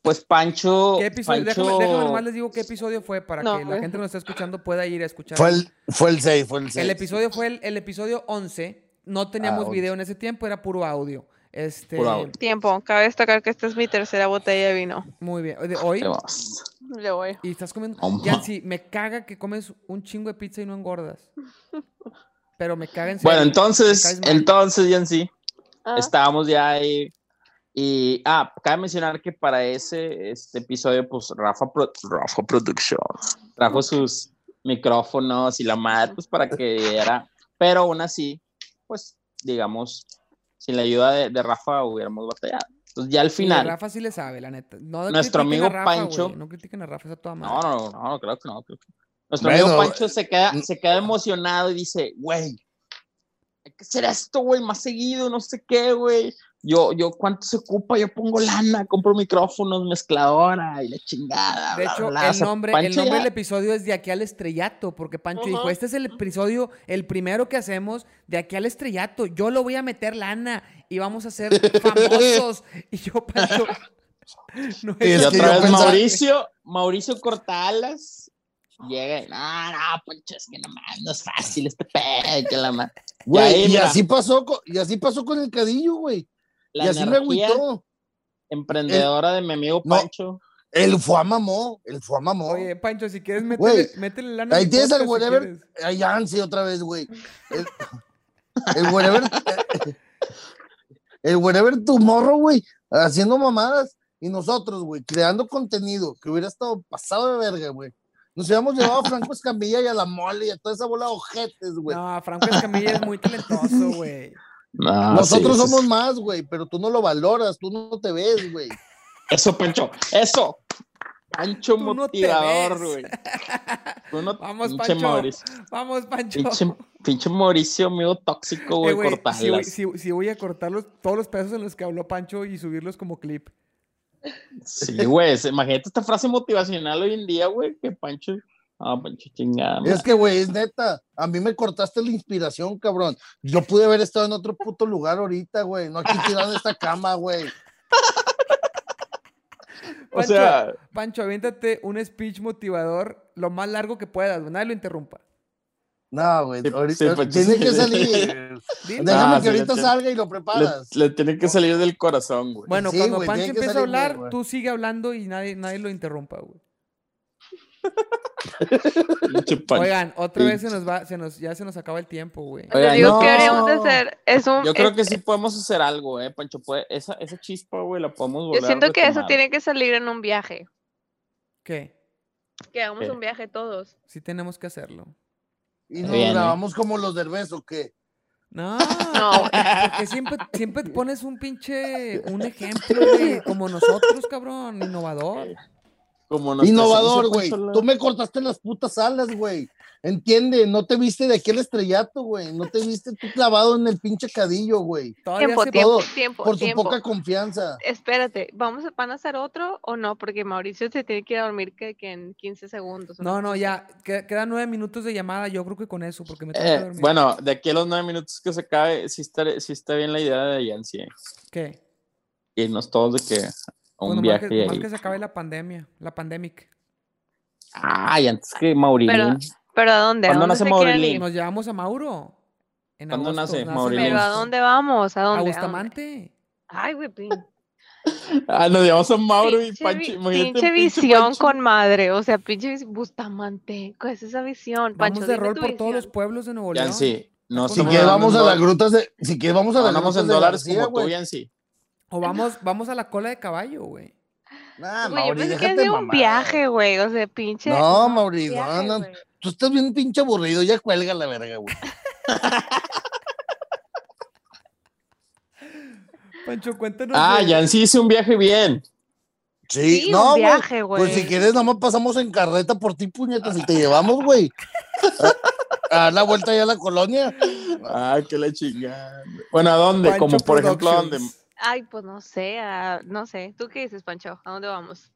Speaker 5: pues Pancho,
Speaker 1: ¿Qué episodio?
Speaker 5: Pancho
Speaker 1: Déjame, déjame nomás les digo qué episodio fue para
Speaker 2: No, pues.
Speaker 1: que la
Speaker 2: güey.
Speaker 1: gente que nos está escuchando pueda ir a escuchar.
Speaker 3: Fue el, fue el 6, fue el 6.
Speaker 1: El episodio fue el, el episodio 11. No teníamos
Speaker 3: Ah, 11.
Speaker 1: video en ese tiempo, era puro audio. Este,
Speaker 5: Puro audio.
Speaker 2: Tiempo. Cabe destacar que esta es mi tercera botella de vino.
Speaker 1: Muy bien. De hoy.
Speaker 5: te vas.
Speaker 2: Le voy.
Speaker 1: Y estás comiendo.
Speaker 5: Toma.
Speaker 1: Yancy, me caga que comes un chingo de pizza y no engordas. Pero me caga en serio.
Speaker 5: Bueno, entonces,
Speaker 1: caes mal.
Speaker 5: entonces, Yancy,
Speaker 2: Ah,
Speaker 5: estábamos ya ahí. Y, ah, cabe mencionar que para ese este episodio, pues Rafa, Pro- Rafa Production trajo sus micrófonos y la madre, pues para que era. Pero aún así, pues, digamos, sin la ayuda de, de Rafa hubiéramos batallado. Entonces, ya al
Speaker 1: Y a
Speaker 5: final.
Speaker 1: Rafa sí le sabe, la neta. No
Speaker 5: Nuestro
Speaker 1: critiquen a
Speaker 5: amigo
Speaker 1: Rafa,
Speaker 5: Pancho-
Speaker 1: güey, No critiquen a Rafa, está toda
Speaker 5: No,
Speaker 1: madre.
Speaker 5: no, no, no, claro que no. creo que no. Nuestro amigo
Speaker 3: Bueno,
Speaker 5: Pancho se queda,
Speaker 3: n-
Speaker 5: se queda emocionado y dice, güey, hay que hacer esto, güey, más seguido, no sé qué, güey. Yo, yo, ¿cuánto se ocupa? Yo pongo lana, compro micrófonos, mezcladora y Ah, la chingada.
Speaker 1: De
Speaker 5: bla,
Speaker 1: hecho,
Speaker 5: bla, bla". O
Speaker 1: el
Speaker 5: sea,
Speaker 1: nombre, el
Speaker 5: Pancho
Speaker 1: nombre
Speaker 5: ya-
Speaker 1: del episodio es De aquí al estrellato, porque Pancho dijo,
Speaker 2: Ujú.
Speaker 1: este es el episodio, el primero que hacemos, De aquí al estrellato, yo lo voy a meter lana y vamos a ser famosos. Y yo, Pancho... no
Speaker 3: Y
Speaker 5: Y
Speaker 3: es que
Speaker 5: otra
Speaker 3: yo
Speaker 5: vez
Speaker 3: pensaba-
Speaker 5: Mauricio, Mauricio Cortalas llega y, no, no, Pancho, es que no mames, no es fácil este pedo, que la ma- Y ahí,
Speaker 3: Güey, y,
Speaker 5: mira,
Speaker 3: así pasó con, y así pasó con el cadillo, güey.
Speaker 5: la
Speaker 3: y así me
Speaker 5: energía
Speaker 3: agüitó.
Speaker 5: emprendedora de mi amigo
Speaker 3: No.
Speaker 5: Pancho.
Speaker 3: El fue mamó, el fue mamó.
Speaker 1: Oye, Pancho, si quieres,
Speaker 3: Güey,
Speaker 1: métele, métele lana. a
Speaker 3: ahí
Speaker 1: mi
Speaker 3: tienes al
Speaker 1: podcast si
Speaker 3: whatever.
Speaker 1: quieres.
Speaker 5: pues,
Speaker 3: Ay, Ansi otra vez, güey. El, el wherever. El wherever tomorrow, güey. Haciendo mamadas. Y nosotros, güey, creando contenido que hubiera estado pasado de verga, güey. Nos hubiéramos llevado a Franco Escamilla y a la mole y a toda esa bola de ojetes, güey.
Speaker 1: No, Franco Escamilla es muy talentoso, güey.
Speaker 5: No,
Speaker 3: Nosotros
Speaker 5: sí, sí,
Speaker 3: somos
Speaker 5: sí.
Speaker 3: más, güey, pero tú no lo valoras, tú no te ves, güey.
Speaker 5: Eso, Pancho, eso. Pancho
Speaker 1: Tú no te
Speaker 5: motivador,
Speaker 1: ves. (laughs)
Speaker 5: güey. Tú no-
Speaker 1: Vamos,
Speaker 5: pinche
Speaker 1: Pancho.
Speaker 5: Mauricio.
Speaker 1: Vamos, Pancho.
Speaker 5: Pinche, pinche Mauricio, amigo tóxico,
Speaker 1: Eh,
Speaker 5: güey,
Speaker 1: güey, si, voy-
Speaker 5: cortalas.
Speaker 1: si- si voy a cortar los- todos los pedazos en los que habló Pancho y subirlos como clip.
Speaker 5: Sí, güey. se- Imagínate esta frase motivacional hoy en día, güey, que Pancho. Ah, Pancho, chingada.
Speaker 3: Es que, güey, es neta. A mí me cortaste la inspiración, cabrón. Yo pude haber estado en otro puto lugar ahorita, güey. No aquí tirado en esta cama, güey.
Speaker 5: o sea,
Speaker 1: Pancho, aviéntate un speech motivador lo más largo que puedas, güey, nadie lo interrumpa.
Speaker 3: No, güey,
Speaker 5: Sí,
Speaker 3: ahorita
Speaker 5: sí, pues,
Speaker 3: tiene
Speaker 5: sí.
Speaker 3: que salir.
Speaker 1: Dilo.
Speaker 3: Déjame
Speaker 5: Ah,
Speaker 3: que
Speaker 5: sí,
Speaker 3: ahorita
Speaker 5: le-
Speaker 3: salga y lo
Speaker 5: le,
Speaker 3: preparas.
Speaker 5: le tiene que salir del corazón, güey.
Speaker 1: Bueno,
Speaker 3: sí,
Speaker 1: cuando
Speaker 3: güey,
Speaker 1: Pancho
Speaker 3: tiene que
Speaker 1: empieza a
Speaker 3: salir bien,
Speaker 1: hablar,
Speaker 3: güey.
Speaker 1: tú sigue hablando y nadie, nadie lo interrumpa, güey.
Speaker 5: Pinche Pancho.
Speaker 1: Oigan, otra vez se
Speaker 5: Pinche.
Speaker 1: nos va, se nos, ya se nos acaba el tiempo, güey.
Speaker 5: Oiga,
Speaker 2: Te digo
Speaker 5: no.
Speaker 2: que deberíamos de hacer. Es un,
Speaker 5: Yo creo
Speaker 2: es-
Speaker 5: que sí podemos hacer algo, eh, Pancho. Puede, esa, esa chispa, güey, la podemos volver
Speaker 2: yo
Speaker 5: a este
Speaker 2: siento que eso
Speaker 5: retomar.
Speaker 2: tiene que salir en un viaje.
Speaker 1: ¿Qué?
Speaker 2: Que hagamos
Speaker 5: Ok.
Speaker 2: un viaje todos.
Speaker 1: Sí tenemos que hacerlo.
Speaker 3: Y nos
Speaker 5: Bien, ¿eh?
Speaker 3: grabamos como los derbez, ¿o qué?
Speaker 1: No,
Speaker 2: No.
Speaker 1: porque siempre, siempre pones un pinche, un ejemplo, güey, como nosotros, cabrón, innovador.
Speaker 5: Como nos
Speaker 3: Innovador,
Speaker 5: presenta
Speaker 3: güey.
Speaker 5: Pancho la-
Speaker 3: Tú me cortaste las putas alas, güey. Entiende, no te viste de aquel estrellato, güey. No te viste tú clavado en el pinche cadillo, güey.
Speaker 1: Todavía
Speaker 2: Tiempo,
Speaker 1: se-
Speaker 2: tiempo,
Speaker 3: todo
Speaker 2: tiempo,
Speaker 3: Por tu
Speaker 2: tiempo.
Speaker 3: poca confianza.
Speaker 2: Espérate, ¿vamos a, ¿van a hacer otro o no? Porque Mauricio se tiene que ir a dormir que, que en 15 segundos. ¿o
Speaker 1: No, no, ya. que- Quedan nueve minutos de llamada. Yo creo que con eso, porque me tengo que
Speaker 5: Eh,
Speaker 1: dormir.
Speaker 5: bueno, de aquí a los nueve minutos que se acabe, sí está, sí está bien la idea de Yancy. eh.
Speaker 1: ¿Qué?
Speaker 5: Irnos todos de que a
Speaker 1: Pues
Speaker 5: un
Speaker 1: nomás
Speaker 5: viaje
Speaker 1: que,
Speaker 5: y
Speaker 1: nomás
Speaker 5: ahí.
Speaker 1: que se acabe la pandemia, la pandemic.
Speaker 5: Ay, antes que Mauricio.
Speaker 2: Pero- ¿Pero a dónde? ¿A
Speaker 5: ¿Cuándo
Speaker 2: dónde
Speaker 5: nace
Speaker 2: se quieren
Speaker 5: Maurilín?
Speaker 2: ir?
Speaker 1: Nos llevamos a Mauro. En
Speaker 5: ¿Cuándo
Speaker 1: agosto,
Speaker 5: nace
Speaker 1: en
Speaker 5: Maurilín?
Speaker 2: ¿Pero a
Speaker 1: agosto.
Speaker 2: dónde vamos? ¿A dónde?
Speaker 1: A
Speaker 2: ¿A dónde?
Speaker 1: Bustamante.
Speaker 2: Ay, güey, pin-
Speaker 5: Ah, nos llevamos a Mauro y
Speaker 2: pinche
Speaker 5: Pancho.
Speaker 2: vi-
Speaker 5: imagínate,
Speaker 2: pinche
Speaker 5: pinche
Speaker 2: visión
Speaker 5: Pancho.
Speaker 2: con madre. O sea, pinche vis- Bustamante. ¿Cuál es esa visión? Pancho,
Speaker 1: Vamos de
Speaker 2: dime
Speaker 1: rol
Speaker 2: tu
Speaker 1: por todos los
Speaker 2: visión.
Speaker 1: pueblos de Nuevo León.
Speaker 5: Yancy, no
Speaker 1: Si
Speaker 3: Si
Speaker 5: estamos
Speaker 1: quieres,
Speaker 3: quieres, vamos a
Speaker 5: hablando
Speaker 3: las
Speaker 5: en
Speaker 3: grutas de. Si quieres, vamos a
Speaker 5: dólares,
Speaker 3: las
Speaker 5: Ganamos
Speaker 3: grutas
Speaker 5: en
Speaker 3: de
Speaker 5: dólares
Speaker 3: García,
Speaker 5: como tú,
Speaker 3: güey.
Speaker 5: Yancy.
Speaker 1: O vamos, vamos a la cola de caballo, güey.
Speaker 2: Pues, Güey, yo
Speaker 3: Nah, Ah, Mauri,
Speaker 2: pensé que
Speaker 3: déjate
Speaker 2: es de un
Speaker 3: mamar.
Speaker 2: viaje, güey. O sea, pinche.
Speaker 3: No, Mauri, no,
Speaker 2: viaje,
Speaker 3: no.
Speaker 2: güey.
Speaker 3: Tú estás bien pinche aburrido, ya cuelga la
Speaker 2: (laughs)
Speaker 3: verga, güey.
Speaker 1: Pancho, cuéntanos.
Speaker 5: Ah,
Speaker 1: de-
Speaker 5: ya en sí hice un viaje bien.
Speaker 3: Sí,
Speaker 2: Sí,
Speaker 3: no,
Speaker 2: un
Speaker 3: güey.
Speaker 2: viaje, güey.
Speaker 3: Pues si quieres, nomás pasamos en carreta por ti, puñetas,
Speaker 2: (laughs)
Speaker 3: y te llevamos, güey. A, a la vuelta ya a la colonia.
Speaker 5: Ay, Ah, qué la chingada. Bueno, ¿a dónde?
Speaker 1: Pancho
Speaker 5: Como por ejemplo, ¿a dónde?
Speaker 1: Productions.
Speaker 2: Ay, pues no sé, ah, no sé. ¿Tú qué dices, Pancho? ¿A dónde vamos?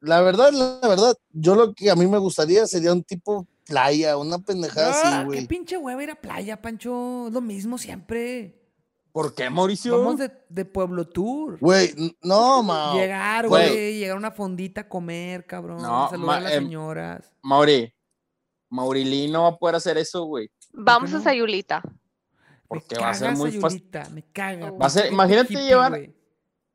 Speaker 3: La verdad, la verdad, yo lo que a mí me gustaría sería un tipo playa, una pendejada
Speaker 1: Ah,
Speaker 3: así,
Speaker 1: qué
Speaker 3: güey.
Speaker 1: pinche hueva ir a playa, Pancho. Es Lo mismo siempre.
Speaker 5: ¿Por qué, Mauricio?
Speaker 1: Vamos de, de Pueblo Tour.
Speaker 3: Güey, n- no, ma.
Speaker 1: Llegar,
Speaker 5: Güey.
Speaker 1: güey, llegar a una fondita a comer, cabrón.
Speaker 5: No,
Speaker 1: saludar a
Speaker 5: ma-
Speaker 1: las
Speaker 5: em-
Speaker 1: señoras.
Speaker 5: Mauri. Maurilí no va a poder hacer eso, güey.
Speaker 2: Vamos
Speaker 1: no?
Speaker 2: a Sayulita.
Speaker 5: Porque
Speaker 1: me
Speaker 5: va a ser
Speaker 1: caga
Speaker 5: muy
Speaker 1: esa
Speaker 5: fácil.
Speaker 1: Yolita, Me caga.
Speaker 2: Va a
Speaker 5: ser-
Speaker 1: pinche
Speaker 5: imagínate
Speaker 1: hippie,
Speaker 5: llevar-
Speaker 1: güey.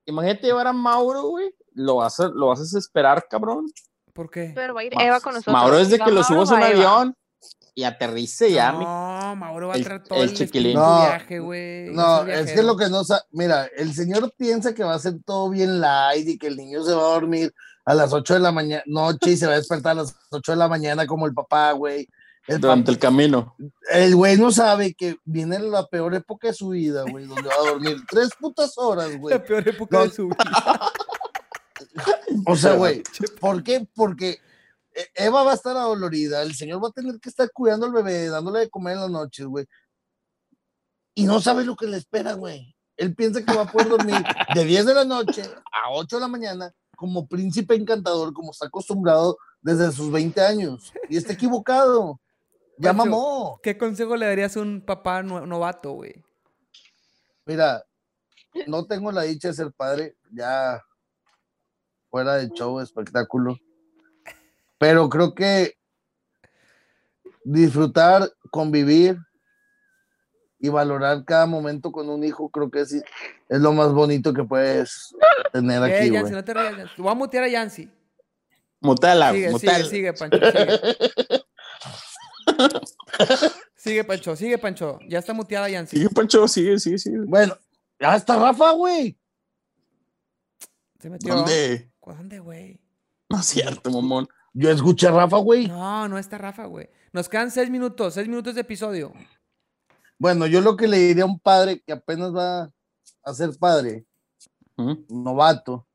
Speaker 5: Imagínate llevar a Mauro, güey. Lo vas a, lo vas a desesperar, cabrón.
Speaker 1: ¿Por qué?
Speaker 2: Pero va a ir
Speaker 5: Ma-
Speaker 2: Eva con nosotros.
Speaker 5: Mauro es
Speaker 2: Si
Speaker 5: de
Speaker 2: va
Speaker 5: que lo
Speaker 2: Mauro,
Speaker 5: subas a un
Speaker 2: va Eva.
Speaker 5: avión y aterrice ya. mi-
Speaker 1: No, Mauro va a
Speaker 5: El-
Speaker 1: traer todo el,
Speaker 5: el chiquilín.
Speaker 1: espíritu
Speaker 3: No,
Speaker 1: viaje, güey. Va a
Speaker 3: No,
Speaker 1: ser
Speaker 3: es que
Speaker 1: viajero.
Speaker 3: lo que no sa- mira, el señor piensa que va a ser todo bien light y que el niño se va a dormir a las 8 de la mañana, noche y se va a despertar a las 8 de la mañana como el papá, güey. El
Speaker 5: durante el camino.
Speaker 3: El güey no sabe que viene la peor época de su vida, güey, donde va a dormir tres putas horas,
Speaker 1: (laughs)
Speaker 3: güey.
Speaker 1: La peor época de
Speaker 3: No.
Speaker 1: su vida.
Speaker 3: O sea, güey, ¿por qué? Porque eh, Eva va a estar adolorida, el señor va a tener que estar cuidando al bebé, dándole de comer en las noches, güey. Y no sabe lo que le espera, güey. Él piensa que va a poder dormir de 10 de la noche a 8 de la mañana como príncipe encantador, como está acostumbrado desde sus 20 años. Y está equivocado. Ya
Speaker 1: Pancho.
Speaker 3: mamó.
Speaker 1: ¿Qué consejo le darías a un papá nue- novato, güey?
Speaker 3: Mira, no tengo la dicha de ser padre, ya fuera de show, espectáculo. Pero creo que disfrutar, convivir y valorar cada momento con un hijo, creo que sí, es lo más bonito que puedes tener
Speaker 1: Eh,
Speaker 3: aquí,
Speaker 1: Yancy,
Speaker 3: güey.
Speaker 1: no te rías, Yancy. Voy a mutear a Yancy.
Speaker 5: Mutala,
Speaker 1: Sigue, sigue,
Speaker 5: mutala.
Speaker 1: sigue, Pancho. Sigue.
Speaker 5: (laughs)
Speaker 1: Sigue, Pancho, sigue, Pancho. Ya está muteada Yancy.
Speaker 5: Sigue, Pancho, sigue, sigue, sigue.
Speaker 3: Bueno, ya está Rafa, güey.
Speaker 1: Se metió.
Speaker 5: ¿Dónde?
Speaker 1: ¿Cu- ¿Dónde, güey?
Speaker 5: No es cierto, mamón.
Speaker 3: Yo escuché a Rafa, güey.
Speaker 1: No, no está Rafa, güey. Nos quedan seis minutos, seis minutos de episodio.
Speaker 3: Bueno, yo lo que le diría a un padre que apenas va a ser padre
Speaker 5: ¿Mm?
Speaker 3: novato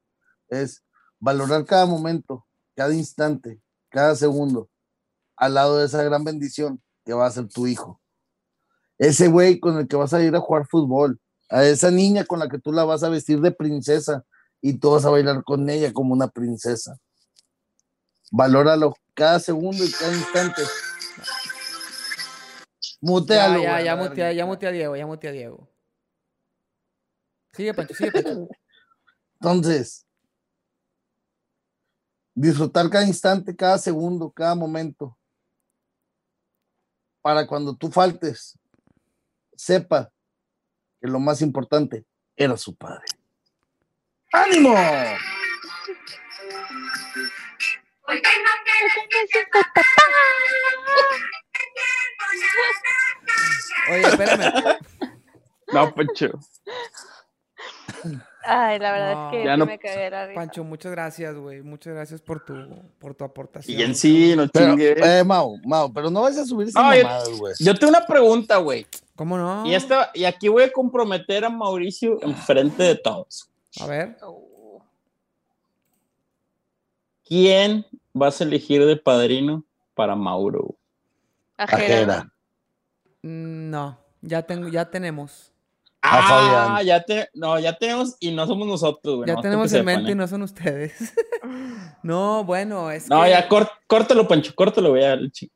Speaker 3: es valorar cada momento, cada instante, cada segundo, al lado de esa gran bendición que va a ser tu hijo. Ese güey con el que vas a ir a jugar fútbol, a esa niña con la que tú la vas a vestir de princesa y tú vas a bailar con ella como una princesa. Valóralo cada segundo y cada instante. Mutealo.
Speaker 1: ya, ya,
Speaker 3: güey,
Speaker 1: ya
Speaker 3: a la
Speaker 1: mutea,
Speaker 3: verga.
Speaker 1: ya mutea a Diego, ya mutea a Diego. Sigue, Pancho, sigue, Pancho.
Speaker 3: Entonces, disfrutar cada instante, cada segundo, cada momento, para cuando tú faltes, sepa que lo más importante era su padre. ¡Ánimo!
Speaker 1: Oye, espérame.
Speaker 5: No, Pancho.
Speaker 2: Ay, la verdad
Speaker 1: No.
Speaker 2: es que
Speaker 5: Ya
Speaker 2: sí
Speaker 5: no-
Speaker 2: me cagué de la risa.
Speaker 1: Pancho, muchas gracias, güey. Muchas gracias por tu, por tu aportación.
Speaker 5: Y en sí, no
Speaker 3: Pero,
Speaker 5: chingue.
Speaker 3: eh, Mau, Mau, pero no vas a subir esa
Speaker 5: No, yo-
Speaker 3: mamada, güey.
Speaker 5: Yo tengo una pregunta, güey.
Speaker 1: ¿Cómo no?
Speaker 5: Y, esta, y aquí voy a comprometer a Mauricio enfrente de todos.
Speaker 1: A ver.
Speaker 2: Oh.
Speaker 5: ¿Quién vas a elegir de padrino para Mauro?
Speaker 2: Ajera.
Speaker 3: Ajera.
Speaker 1: Mm, No, ya tengo, ya tenemos.
Speaker 3: A
Speaker 1: Ah,
Speaker 3: Fabián.
Speaker 5: Ah, ya te, no, ya tenemos y no somos nosotros, güey.
Speaker 1: ya
Speaker 5: nomás
Speaker 1: tenemos
Speaker 5: para
Speaker 1: en
Speaker 5: que
Speaker 1: mente y
Speaker 5: sepan, ¿eh?
Speaker 1: no son ustedes. (laughs) no, bueno, es
Speaker 5: No,
Speaker 1: que-
Speaker 5: ya cór- córtalo, Pancho, córtalo, güey. al chi-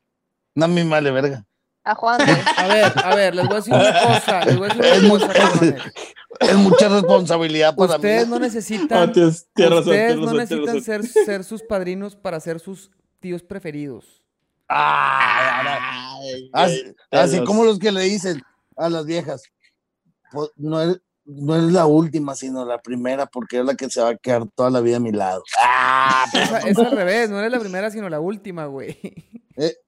Speaker 3: No me vale verga.
Speaker 2: A
Speaker 5: (laughs)
Speaker 2: Juan. de-
Speaker 1: A ver, a ver, les voy a decir una cosa, les voy a decir una
Speaker 5: (laughs)
Speaker 1: cosa, cabrones.
Speaker 3: Es mucha responsabilidad para
Speaker 1: Ustedes
Speaker 3: mí.
Speaker 1: no necesitan,
Speaker 5: No, tienes, Ah, tienes razón,
Speaker 1: ustedes
Speaker 5: tienes
Speaker 1: no
Speaker 5: razón,
Speaker 1: necesitan
Speaker 5: tienes razón.
Speaker 1: ser, ser sus padrinos para ser sus tíos preferidos.
Speaker 3: Ah, ahora-
Speaker 5: Ay, güey,
Speaker 3: Así,
Speaker 5: te
Speaker 3: así
Speaker 5: los-
Speaker 3: como ah, los que le dicen a las viejas, "Po- no es, no es la última, sino la primera, porque es la que se va a quedar toda la vida a mi lado.
Speaker 1: Es, a- es al revés, no eres la primera, sino la última, güey.
Speaker 3: Es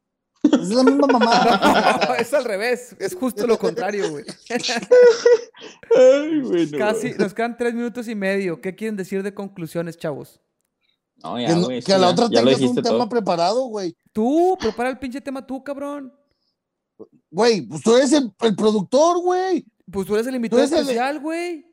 Speaker 3: la misma
Speaker 5: (laughs)
Speaker 3: mamada.
Speaker 1: (laughs) No, es al revés. Es justo lo contrario, güey.
Speaker 5: Ay, güey, no,
Speaker 1: Casi,
Speaker 5: güey.
Speaker 1: nos quedan tres minutos y medio. ¿Qué quieren decir de conclusiones, chavos?
Speaker 5: No,
Speaker 3: Que
Speaker 5: (laughs) ya,
Speaker 3: no-
Speaker 5: güey,
Speaker 3: que
Speaker 5: sí,
Speaker 3: a la
Speaker 5: ya-
Speaker 3: otra
Speaker 5: ya lo
Speaker 3: tengas un
Speaker 5: dijiste
Speaker 3: tema
Speaker 5: todo.
Speaker 3: preparado, güey.
Speaker 1: Tú, prepara el pinche tema tú, cabrón.
Speaker 3: Güey, pues tú eres el, el productor, güey.
Speaker 1: Pues tú eres el invitado
Speaker 3: eres el-
Speaker 1: especial, güey.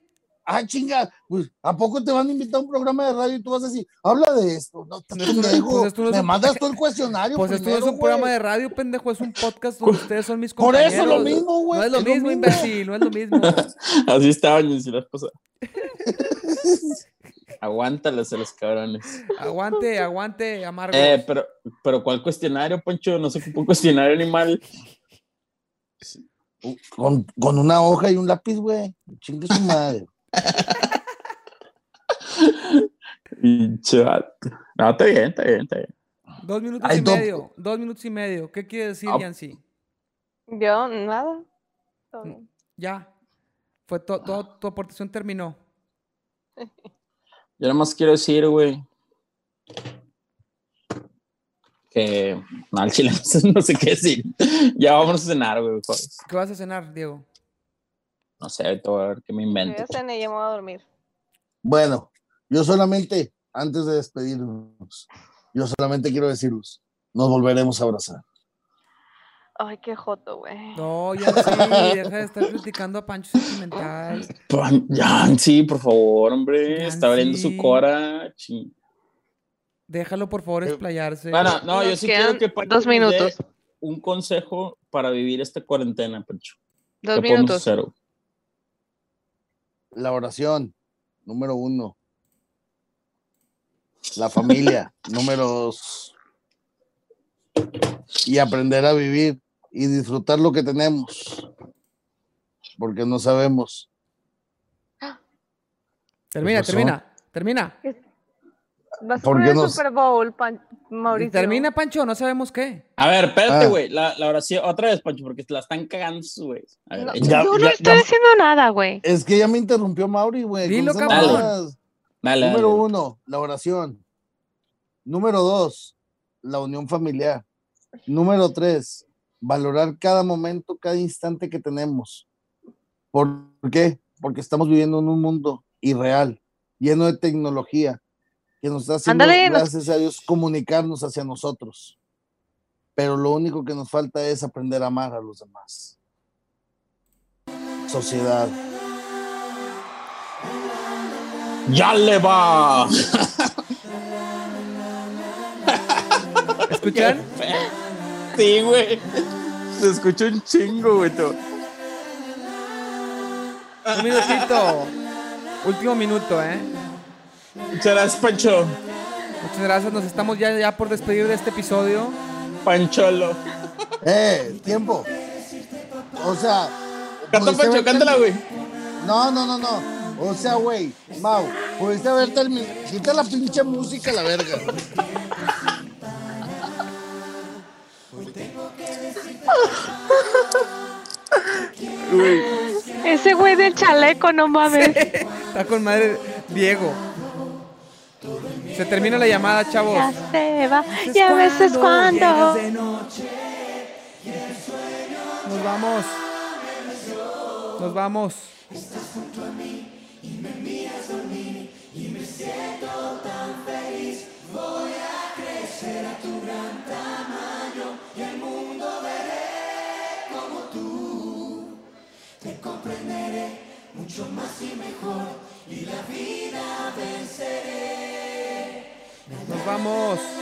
Speaker 3: Ah, chinga. Pues, ¿a poco te van a invitar a un programa de radio y tú vas a decir, habla de esto? No, estás
Speaker 1: No, esto no-
Speaker 3: pendejo.
Speaker 1: pues esto no es
Speaker 3: Me
Speaker 1: un- (laughs)
Speaker 3: mandas tú el cuestionario.
Speaker 1: Pues esto no es
Speaker 3: primero,
Speaker 1: un programa
Speaker 3: güey.
Speaker 1: de radio, pendejo. Es un podcast donde ustedes son mis
Speaker 3: Por
Speaker 1: compañeros.
Speaker 3: eso lo mismo, güey.
Speaker 1: No es lo
Speaker 3: es lo
Speaker 1: mismo,
Speaker 3: mismo.
Speaker 1: imbécil. No es lo mismo.
Speaker 3: (laughs)
Speaker 5: Así estaban y así las
Speaker 1: (laughs)
Speaker 5: cosas. Aguántalas a los cabrones.
Speaker 1: Aguante, aguante, amargo.
Speaker 5: Eh, pero, pero ¿cuál cuestionario, Poncho? No se ocupa un cuestionario animal.
Speaker 3: Uh, Con, con una hoja y un lápiz, güey. Chingue
Speaker 1: (laughs)
Speaker 3: su madre.
Speaker 5: Pinche vato. No, está bien, está bien, está bien.
Speaker 1: Dos minutos
Speaker 3: Ay,
Speaker 1: y
Speaker 3: no.
Speaker 1: medio. Dos minutos y medio. ¿Qué quiere decir,
Speaker 5: Ah.
Speaker 1: Yancy?
Speaker 2: Yo, nada. Todo bien.
Speaker 1: Ya. Fue to- todo, tu aportación terminó.
Speaker 5: Yo nomás quiero decir, güey. Que. No, al chile (laughs) no sé qué decir. Ya vamos a cenar, güey. mejor.
Speaker 1: ¿Qué vas a cenar, Diego?
Speaker 5: No sé, ahorita voy a ver qué me
Speaker 2: Yo
Speaker 5: invento.
Speaker 2: ya cené, ya me voy a dormir.
Speaker 3: Bueno, yo solamente, antes de despedirnos, yo solamente quiero decirles, nos volveremos a abrazar.
Speaker 2: Ay, qué joto, güey.
Speaker 1: No, Yancy, deja de estar criticando a Pancho Sentimental.
Speaker 5: Pan- Yancy, por favor, hombre. Está abriendo
Speaker 1: Yancy.
Speaker 5: su cora. ching-
Speaker 1: Déjalo, por favor,
Speaker 3: Eh,
Speaker 1: explayarse.
Speaker 5: Bueno, no, yo
Speaker 2: Nos
Speaker 5: sí
Speaker 2: quedan
Speaker 5: quiero que Pancho
Speaker 2: dos
Speaker 5: nos dé
Speaker 2: minutos.
Speaker 5: Un consejo para vivir esta cuarentena, Pancho.
Speaker 2: Dos
Speaker 5: ¿Qué podemos
Speaker 2: minutos.
Speaker 5: hacer, güey?
Speaker 3: La oración, número uno. La familia, número dos. Y aprender a vivir y disfrutar lo que tenemos. Porque no sabemos.
Speaker 1: termina,
Speaker 3: ¿qué pasó?
Speaker 1: termina, termina.
Speaker 2: Vas a
Speaker 3: ¿Por
Speaker 2: poner
Speaker 3: qué
Speaker 2: el
Speaker 3: nos-
Speaker 2: Super Bowl, Pan- Mauricio.
Speaker 1: Termina, Pancho, no sabemos qué.
Speaker 5: A ver, espérate,
Speaker 3: Ah.
Speaker 5: güey. La, la oración, otra vez, Pancho, porque te la están cagando, güey. A ver,
Speaker 2: No,
Speaker 5: échale.
Speaker 3: Ya-
Speaker 2: yo no
Speaker 3: ya-
Speaker 2: estoy
Speaker 3: ya-
Speaker 2: diciendo nada, güey.
Speaker 3: Es que ya me interrumpió Mauri, güey. con
Speaker 1: Dilo,
Speaker 3: esas
Speaker 1: cabrón.
Speaker 3: mamadas.
Speaker 5: dale, dale.
Speaker 3: Número uno, la oración. Número dos, la unión familiar. Número tres, valorar cada momento, cada instante que tenemos. ¿Por qué? Porque estamos viviendo en un mundo irreal, lleno de tecnología, que nos está haciendo,
Speaker 2: Ándale, nos-
Speaker 3: gracias a Dios, comunicarnos hacia nosotros. Pero lo único que nos falta es aprender a amar a los demás. Sociedad.
Speaker 5: ¡Ya le va!
Speaker 1: ¿Escuchan?
Speaker 5: (laughs) Sí, güey. Se escuchó un chingo, güey. todo.
Speaker 1: Un minutito. Último minuto, ¿eh?
Speaker 5: Muchas gracias, Pancho.
Speaker 1: Muchas gracias. Nos estamos ya, ya por despedir de este episodio.
Speaker 5: Pancholo.
Speaker 3: ¡Eh! ¡Tiempo! O sea.
Speaker 5: Canta,
Speaker 3: pudiste
Speaker 5: Pancho,
Speaker 3: haber
Speaker 5: cántala,
Speaker 3: termi-
Speaker 5: güey.
Speaker 3: No, no, no, no. O sea, güey, Mau, pudiste haber terminado. Quita la pinche música, a la verga.
Speaker 2: Ese güey del chaleco, no mames.
Speaker 1: Está con madre Diego. Se termina la llamada, chavos.
Speaker 2: Ya se va. Y a veces
Speaker 1: llegas
Speaker 2: cuando.
Speaker 1: de noche. Nos vamos. Nos vamos. Nos vamos.